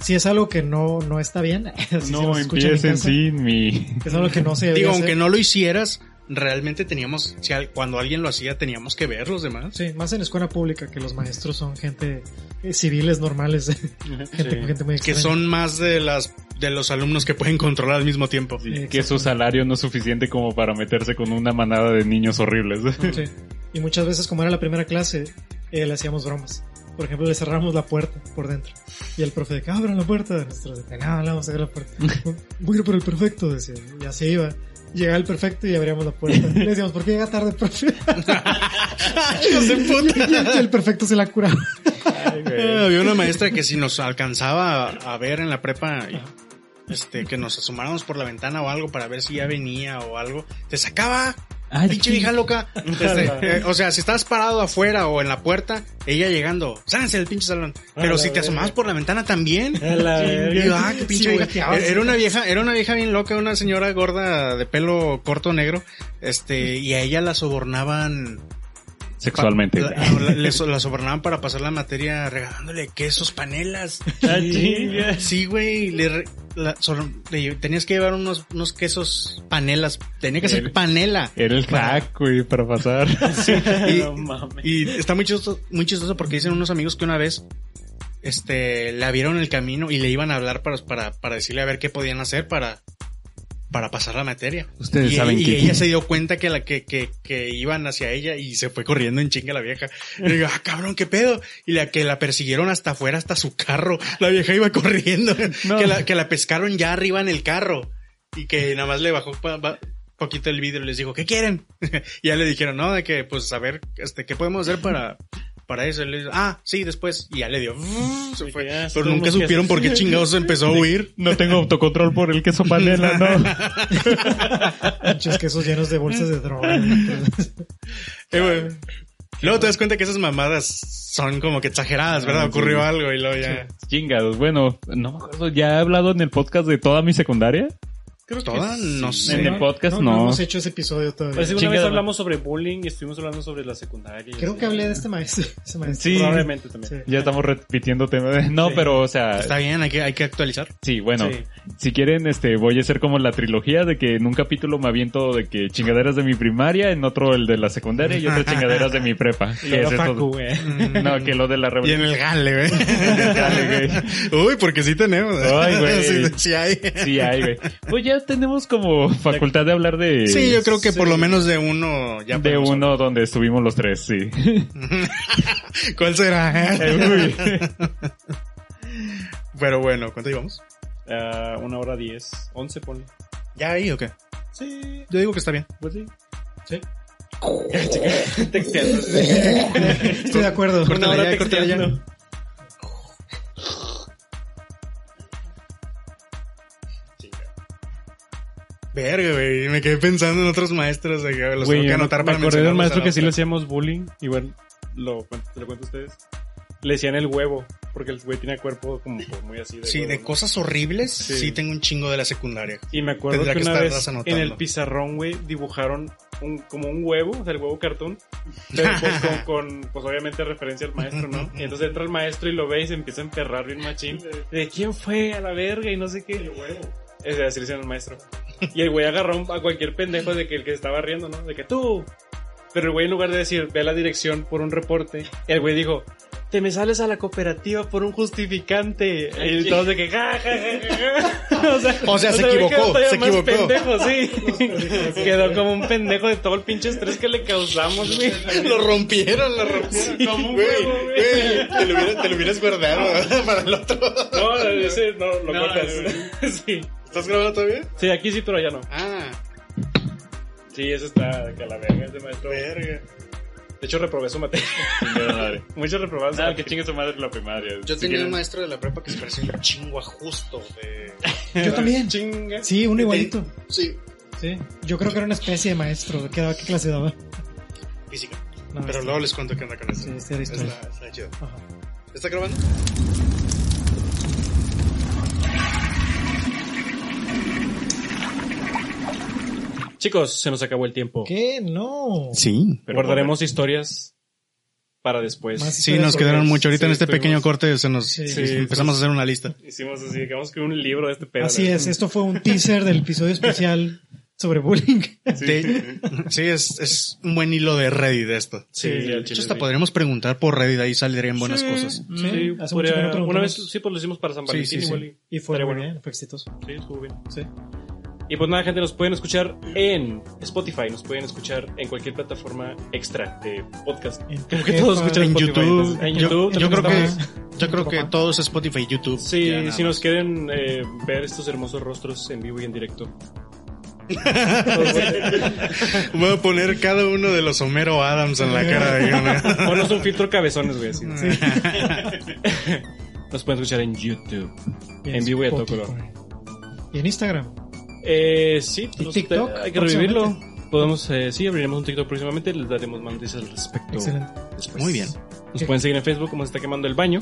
[SPEAKER 6] Si es algo que no, no está bien. si se
[SPEAKER 5] no
[SPEAKER 6] nos escucha en
[SPEAKER 5] empiecen
[SPEAKER 6] casa,
[SPEAKER 5] sin mi.
[SPEAKER 6] Es algo que no se debe
[SPEAKER 7] Digo,
[SPEAKER 6] hacer.
[SPEAKER 7] aunque no lo hicieras, realmente teníamos, si al- cuando alguien lo hacía, teníamos que ver los demás.
[SPEAKER 6] Sí, más en escuela pública que los maestros son gente eh, civiles normales, gente, gente muy
[SPEAKER 7] Que
[SPEAKER 6] extraña.
[SPEAKER 7] son más de las de los alumnos que pueden controlar al mismo tiempo.
[SPEAKER 5] Sí, que su salario no es suficiente como para meterse con una manada de niños horribles.
[SPEAKER 6] Sí. Y muchas veces, como era la primera clase, eh, le hacíamos bromas. Por ejemplo, le cerramos la puerta por dentro. Y el profe de que abran la puerta. Nosotros de que no, no vamos a abrir la puerta. Voy a ir por el perfecto, decía. Y así iba. Llegaba el perfecto y abríamos la puerta. Y le decíamos, ¿por qué llega tarde, profe?
[SPEAKER 7] Hijos de puta.
[SPEAKER 6] Y el- y el perfecto se la curaba.
[SPEAKER 7] Ah, había una maestra que si nos alcanzaba a, a ver en la prepa, y, este, que nos asomáramos por la ventana o algo para ver si ya venía o algo, te sacaba. pinche vieja loca. Este, eh, o sea, si estabas parado afuera o en la puerta, ella llegando, ságanse del pinche salón. Pero
[SPEAKER 8] la
[SPEAKER 7] si te
[SPEAKER 8] verga.
[SPEAKER 7] asomabas por la ventana también.
[SPEAKER 8] A la
[SPEAKER 7] Y
[SPEAKER 8] verga.
[SPEAKER 7] yo, ah, qué pinche
[SPEAKER 6] Sí,
[SPEAKER 7] vieja.
[SPEAKER 6] volteabas.
[SPEAKER 7] Era una vieja, era una vieja bien loca, una señora gorda de pelo corto negro, este, y a ella la sobornaban,
[SPEAKER 5] Sexualmente.
[SPEAKER 6] Ah,
[SPEAKER 7] la, no, la- le so- la sobornaban para pasar la materia regalándole quesos, panelas.
[SPEAKER 8] Ah, chinga.
[SPEAKER 7] Sí, güey, le, re- la- sor- le lle- tenías que llevar unos, unos quesos panelas, tenía que ser
[SPEAKER 5] El-
[SPEAKER 7] panela.
[SPEAKER 5] Era el hack, güey, para pasar.
[SPEAKER 7] Y-
[SPEAKER 8] No mames.
[SPEAKER 7] Y está muy chistoso, muy chistoso porque dicen unos amigos que una vez este la vieron en el camino y le iban a hablar para, para, para decirle a ver qué podían hacer para, para pasar la materia.
[SPEAKER 5] Ustedes
[SPEAKER 7] y,
[SPEAKER 5] saben
[SPEAKER 7] y
[SPEAKER 5] que...
[SPEAKER 7] ella se dio cuenta que la que, que, que iban hacia ella y se fue corriendo en chinga la vieja. Y digo, ah, cabrón, qué pedo. Y la que la persiguieron hasta afuera, hasta su carro. La vieja iba corriendo. Que, la, que la pescaron ya arriba en el carro. Y que nada más le bajó pa- pa- poquito el vidrio y les dijo, ¿qué quieren? y ya le dijeron, no, de que, pues, a ver, este, ¿qué podemos hacer para, para eso? Y le dijo, ah, sí, después. Y ya le dio. se fue.
[SPEAKER 8] Ya,
[SPEAKER 7] Pero nunca
[SPEAKER 8] unos
[SPEAKER 7] supieron
[SPEAKER 8] quesos.
[SPEAKER 7] por qué chingados empezó a huir.
[SPEAKER 5] No tengo autocontrol por el queso panela, no.
[SPEAKER 6] Pinches quesos llenos de bolsas de droga.
[SPEAKER 7] Eh, güey. Luego te das cuenta que esas mamadas son como que exageradas, ¿verdad?
[SPEAKER 5] Ah,
[SPEAKER 7] Ocurrió
[SPEAKER 5] sí.
[SPEAKER 7] algo y luego ya.
[SPEAKER 5] Chingados, bueno, no me acuerdo, ya he hablado en el podcast de toda mi secundaria.
[SPEAKER 7] Creo Toda, no
[SPEAKER 5] En
[SPEAKER 7] sé.
[SPEAKER 5] el podcast no.
[SPEAKER 6] hemos hecho ese episodio todavía.
[SPEAKER 8] Parece que Pues, una
[SPEAKER 5] Chinga
[SPEAKER 8] vez
[SPEAKER 5] de-
[SPEAKER 8] hablamos sobre bullying y estuvimos hablando sobre la secundaria. y
[SPEAKER 6] Creo
[SPEAKER 8] así.
[SPEAKER 6] que hablé de este maestro. ese maestro.
[SPEAKER 5] Sí.
[SPEAKER 8] Probablemente también.
[SPEAKER 6] Sí.
[SPEAKER 5] Ya estamos repitiendo temas. No, pero, o sea,
[SPEAKER 7] Está bien, hay que, hay que actualizar.
[SPEAKER 5] sí, bueno,
[SPEAKER 8] Sí.
[SPEAKER 5] si quieren, este, voy a hacer como la trilogía de que en un capítulo me aviento de que chingaderas de mi primaria, en otro el de la secundaria y otro chingaderas de mi prepa.
[SPEAKER 8] Y
[SPEAKER 5] Que
[SPEAKER 8] luego
[SPEAKER 5] es esto-
[SPEAKER 8] Facu, güey.
[SPEAKER 5] No, que lo de la
[SPEAKER 7] Y en
[SPEAKER 5] rebelión.
[SPEAKER 7] el gale, güey.
[SPEAKER 5] Dale, güey.
[SPEAKER 7] Uy, porque sí tenemos.
[SPEAKER 5] Ay, güey.
[SPEAKER 7] Sí, sí hay.
[SPEAKER 5] Sí, hay, güey. Pues ya tenemos como facultad de hablar de...
[SPEAKER 7] Sí, yo creo que por lo menos de uno ya
[SPEAKER 5] de
[SPEAKER 7] podemos
[SPEAKER 5] uno donde estuvimos los tres, sí.
[SPEAKER 7] hablar. ¿Cuál será? eh?
[SPEAKER 5] Uy.
[SPEAKER 7] Pero bueno, ¿cuánto llevamos?
[SPEAKER 8] Ah, una hora diez, once, ponle.
[SPEAKER 7] ¿Ya ahí o qué?
[SPEAKER 8] Sí,
[SPEAKER 7] Yo digo que está bien.
[SPEAKER 8] pues sí.
[SPEAKER 6] Sí.
[SPEAKER 8] Texteando.
[SPEAKER 6] Estoy de acuerdo.
[SPEAKER 8] Una
[SPEAKER 7] Córtala
[SPEAKER 8] hora
[SPEAKER 7] ya, córtala ya.
[SPEAKER 8] texteando.
[SPEAKER 7] Verga, güey. Me quedé pensando en otros maestros. de que Los
[SPEAKER 4] Güey,
[SPEAKER 7] tengo que
[SPEAKER 4] yo
[SPEAKER 7] anotar
[SPEAKER 4] me
[SPEAKER 7] para
[SPEAKER 4] acordé de un
[SPEAKER 7] mencionarlos
[SPEAKER 4] maestro
[SPEAKER 7] al
[SPEAKER 4] que sí
[SPEAKER 7] otro.
[SPEAKER 4] le hacíamos bullying.
[SPEAKER 8] Igual, lo, cuento- te lo cuento a ustedes. Le decían el huevo, porque el güey tenía cuerpo como pues, muy así de
[SPEAKER 7] Sí,
[SPEAKER 8] huevo,
[SPEAKER 7] de
[SPEAKER 8] ¿no?
[SPEAKER 7] cosas horribles,
[SPEAKER 8] Sí.
[SPEAKER 7] sí. tengo un chingo de la secundaria.
[SPEAKER 8] Y me acuerdo que,
[SPEAKER 7] Tendría que
[SPEAKER 8] una vez
[SPEAKER 7] estarlas anotando.
[SPEAKER 8] en el pizarrón, güey, dibujaron un, como un huevo, o sea, el huevo cartoon, pero pues, con, con, pues obviamente referencia al maestro, ¿no? Y entonces entra el maestro y lo ve y se empieza a emperrar bien machín. De quién fue a la verga y no sé qué. El huevo. Es de decirse al maestro. Y el güey agarró a cualquier pendejo de que el que se estaba riendo, ¿no? De que tú. Pero el güey en lugar de decir, ve a la dirección por un reporte, el güey dijo, te me sales a la cooperativa por un justificante. Y todos de que, ja, ja, ja, ja, ja. O sea,
[SPEAKER 7] O sea, se
[SPEAKER 8] güey
[SPEAKER 7] equivocó,
[SPEAKER 8] quedó todavía
[SPEAKER 7] se
[SPEAKER 8] más
[SPEAKER 7] equivocó.
[SPEAKER 8] pendejo, sí. quedó como un pendejo de todo el pinche estrés que le causamos, güey.
[SPEAKER 7] Lo rompieron, lo rompieron.
[SPEAKER 8] como un
[SPEAKER 7] Güey,
[SPEAKER 8] huevo, güey.
[SPEAKER 7] güey, Te lo hubieras, te lo hubieras guardado para el otro.
[SPEAKER 8] No, ese no, lo
[SPEAKER 7] No,
[SPEAKER 8] cortas. Sí.
[SPEAKER 7] ¿Estás grabando todavía?
[SPEAKER 8] sí, aquí sí, pero allá no.
[SPEAKER 7] Ah,
[SPEAKER 8] Sí, eso está que la verga, ese maestro. De
[SPEAKER 7] verga.
[SPEAKER 8] hecho, reprobé su materia. Muchos reprobaban su
[SPEAKER 5] Ah,
[SPEAKER 8] materia.
[SPEAKER 5] que chingue su madre la primaria.
[SPEAKER 7] Yo
[SPEAKER 5] Si
[SPEAKER 7] tenía un
[SPEAKER 5] quieres-
[SPEAKER 7] maestro de la prepa que se parecía un chingo a justo. De...
[SPEAKER 6] Yo también.
[SPEAKER 8] Chinga.
[SPEAKER 6] Sí, un igualito.
[SPEAKER 7] Sí,
[SPEAKER 6] Sí. Yo creo que era una especie de maestro. ¿Qué, daba- qué clase daba?
[SPEAKER 7] física.
[SPEAKER 6] No,
[SPEAKER 7] Pero
[SPEAKER 6] este-
[SPEAKER 7] luego les cuento qué onda con eso.
[SPEAKER 6] Sí, este era historia.
[SPEAKER 7] Está, está chido.
[SPEAKER 6] Ajá.
[SPEAKER 7] ¿Está grabando?
[SPEAKER 8] Chicos, se nos acabó el tiempo.
[SPEAKER 6] ¿Qué? No.
[SPEAKER 7] Sí.
[SPEAKER 8] Guardaremos historias para después.
[SPEAKER 6] Más
[SPEAKER 7] Sí, nos
[SPEAKER 6] historias
[SPEAKER 7] quedaron
[SPEAKER 6] horribles.
[SPEAKER 7] mucho. Ahorita
[SPEAKER 8] Sí,
[SPEAKER 7] en este
[SPEAKER 8] estuvimos-
[SPEAKER 7] pequeño corte se nos
[SPEAKER 6] Sí.
[SPEAKER 7] sí,
[SPEAKER 6] Sí,
[SPEAKER 7] empezamos a hacer una lista.
[SPEAKER 8] Hicimos así, digamos que un libro de este pedo.
[SPEAKER 6] Así
[SPEAKER 8] ¿no?
[SPEAKER 6] es. Esto fue un teaser del episodio especial sobre bullying.
[SPEAKER 7] Te- Sí, es, es un buen hilo de Reddit esto.
[SPEAKER 8] Sí, al
[SPEAKER 7] de
[SPEAKER 8] chile,
[SPEAKER 7] hecho, hasta
[SPEAKER 8] sí.
[SPEAKER 7] podríamos preguntar por Reddit, ahí saldrían buenas
[SPEAKER 8] Sí. Sí,
[SPEAKER 7] cosas.
[SPEAKER 6] Sí, hace mucho que no
[SPEAKER 8] podría- una
[SPEAKER 6] preguntamos.
[SPEAKER 8] vez sí, pues lo hicimos para San
[SPEAKER 7] Sí,
[SPEAKER 8] Valentín
[SPEAKER 7] sí, sí.
[SPEAKER 8] igual y-
[SPEAKER 6] Y fue
[SPEAKER 8] Estaría
[SPEAKER 6] muy
[SPEAKER 8] bueno.
[SPEAKER 6] bien, fue exitoso.
[SPEAKER 8] Sí, estuvo bien.
[SPEAKER 6] Sí.
[SPEAKER 8] Y pues nada, gente, nos pueden escuchar en Spotify, nos pueden escuchar en cualquier plataforma extra de podcast.
[SPEAKER 6] En
[SPEAKER 8] Como que todos
[SPEAKER 6] Spotify,
[SPEAKER 8] escuchan Spotify,
[SPEAKER 7] en YouTube.
[SPEAKER 8] entonces, en
[SPEAKER 7] Yo-
[SPEAKER 8] YouTube.
[SPEAKER 7] yo creo
[SPEAKER 8] también
[SPEAKER 7] que-
[SPEAKER 8] estamos.
[SPEAKER 7] Yo creo que todo es Spotify, YouTube. Ya
[SPEAKER 8] Sí,
[SPEAKER 7] nada
[SPEAKER 8] si
[SPEAKER 7] más.
[SPEAKER 8] nos quieren eh, ver estos hermosos rostros en vivo y en directo. Pues,
[SPEAKER 7] Voy a poner cada uno de los Homero Adams en la cara de Jonah.
[SPEAKER 8] Ponos un filtro cabezones, güey. así. Nos pueden escuchar en YouTube.
[SPEAKER 6] Y
[SPEAKER 8] En vivo y a todo
[SPEAKER 6] Spotify. Y en Instagram.
[SPEAKER 8] Eh, sí,
[SPEAKER 6] ¿Y
[SPEAKER 8] nos-
[SPEAKER 6] TikTok?
[SPEAKER 8] Hay que revivirlo. Podemos, eh, sí, abriremos un TikTok próximamente. Les daremos más noticias al respecto.
[SPEAKER 6] Excelente.
[SPEAKER 8] después.
[SPEAKER 7] Muy bien.
[SPEAKER 8] Nos pueden seguir en Facebook como se está quemando el baño.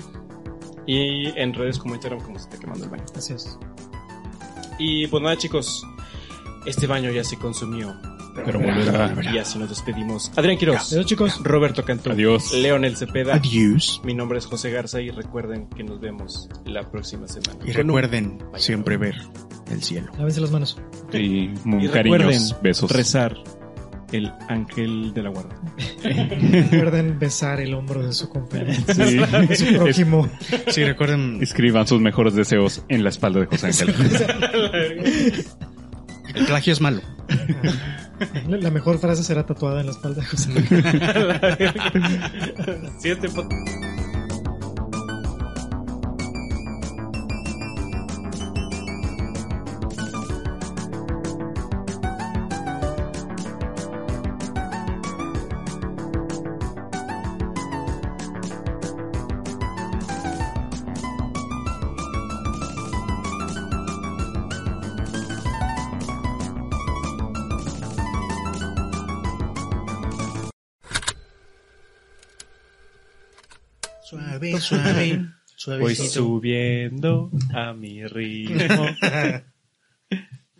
[SPEAKER 8] Y en redes como Instagram como se está quemando el baño.
[SPEAKER 6] Así es.
[SPEAKER 8] Y pues nada, chicos. Este baño ya se consumió.
[SPEAKER 5] Pero volverá.
[SPEAKER 8] Y así nos despedimos. Adrián Quiroz,
[SPEAKER 6] Adiós, chicos.
[SPEAKER 8] Roberto Cantú,
[SPEAKER 5] Adiós.
[SPEAKER 8] Leonel Cepeda.
[SPEAKER 7] Adiós.
[SPEAKER 8] Mi nombre es José Garza y recuerden que nos vemos la próxima semana.
[SPEAKER 7] Y recuerden siempre ver el cielo.
[SPEAKER 6] Lávense las manos.
[SPEAKER 5] Y, muy
[SPEAKER 8] Y
[SPEAKER 5] cariños,
[SPEAKER 8] recuerden
[SPEAKER 5] besos.
[SPEAKER 4] Rezar. El ángel de la guarda.
[SPEAKER 6] Recuerden besar el hombro de su compañero.
[SPEAKER 5] Sí.
[SPEAKER 6] De su prójimo.
[SPEAKER 7] Sí, recuerden.
[SPEAKER 5] Escriban sus mejores deseos en la espalda de José Ángel.
[SPEAKER 7] El plagio es malo.
[SPEAKER 6] La la mejor frase será tatuada en la espalda de José.
[SPEAKER 8] Siguiente podcast.
[SPEAKER 7] Suave, suave.
[SPEAKER 8] Voy
[SPEAKER 7] Suavecito.
[SPEAKER 8] subiendo a mi ritmo.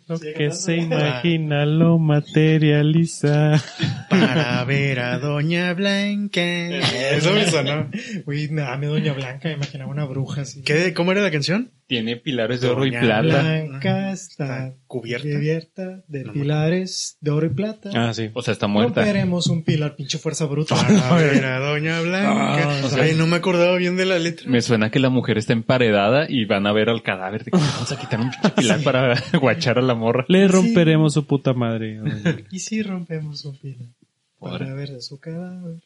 [SPEAKER 8] Lo que se imagina lo materializa.
[SPEAKER 7] Para ver a Doña Blanca. Eso me sonó.
[SPEAKER 6] Uy, nada, me doña Blanca, me imaginaba una bruja así.
[SPEAKER 7] ¿Qué, ¿Cómo era la canción?
[SPEAKER 5] Tiene pilares de oro y
[SPEAKER 7] Doña
[SPEAKER 5] plata.
[SPEAKER 6] Blanca está
[SPEAKER 7] Ah, Cubierta.
[SPEAKER 6] cubierta de
[SPEAKER 7] Ah.
[SPEAKER 6] pilares de oro y plata.
[SPEAKER 8] Ah, sí.
[SPEAKER 5] O sea, está muerta.
[SPEAKER 6] Romperemos un pilar, pinche fuerza bruta.
[SPEAKER 7] Para ver a Doña Blanca.
[SPEAKER 5] Ah, o sea-
[SPEAKER 7] Ay, no me acordaba bien de la letra.
[SPEAKER 5] Me suena que la mujer está emparedada y van a ver al cadáver. De que vamos a quitar un pinche pilar para guachar a la morra.
[SPEAKER 4] Le romperemos su puta madre.
[SPEAKER 6] Y si rompemos un pilar
[SPEAKER 5] Pobre.
[SPEAKER 6] para ver de su cadáver.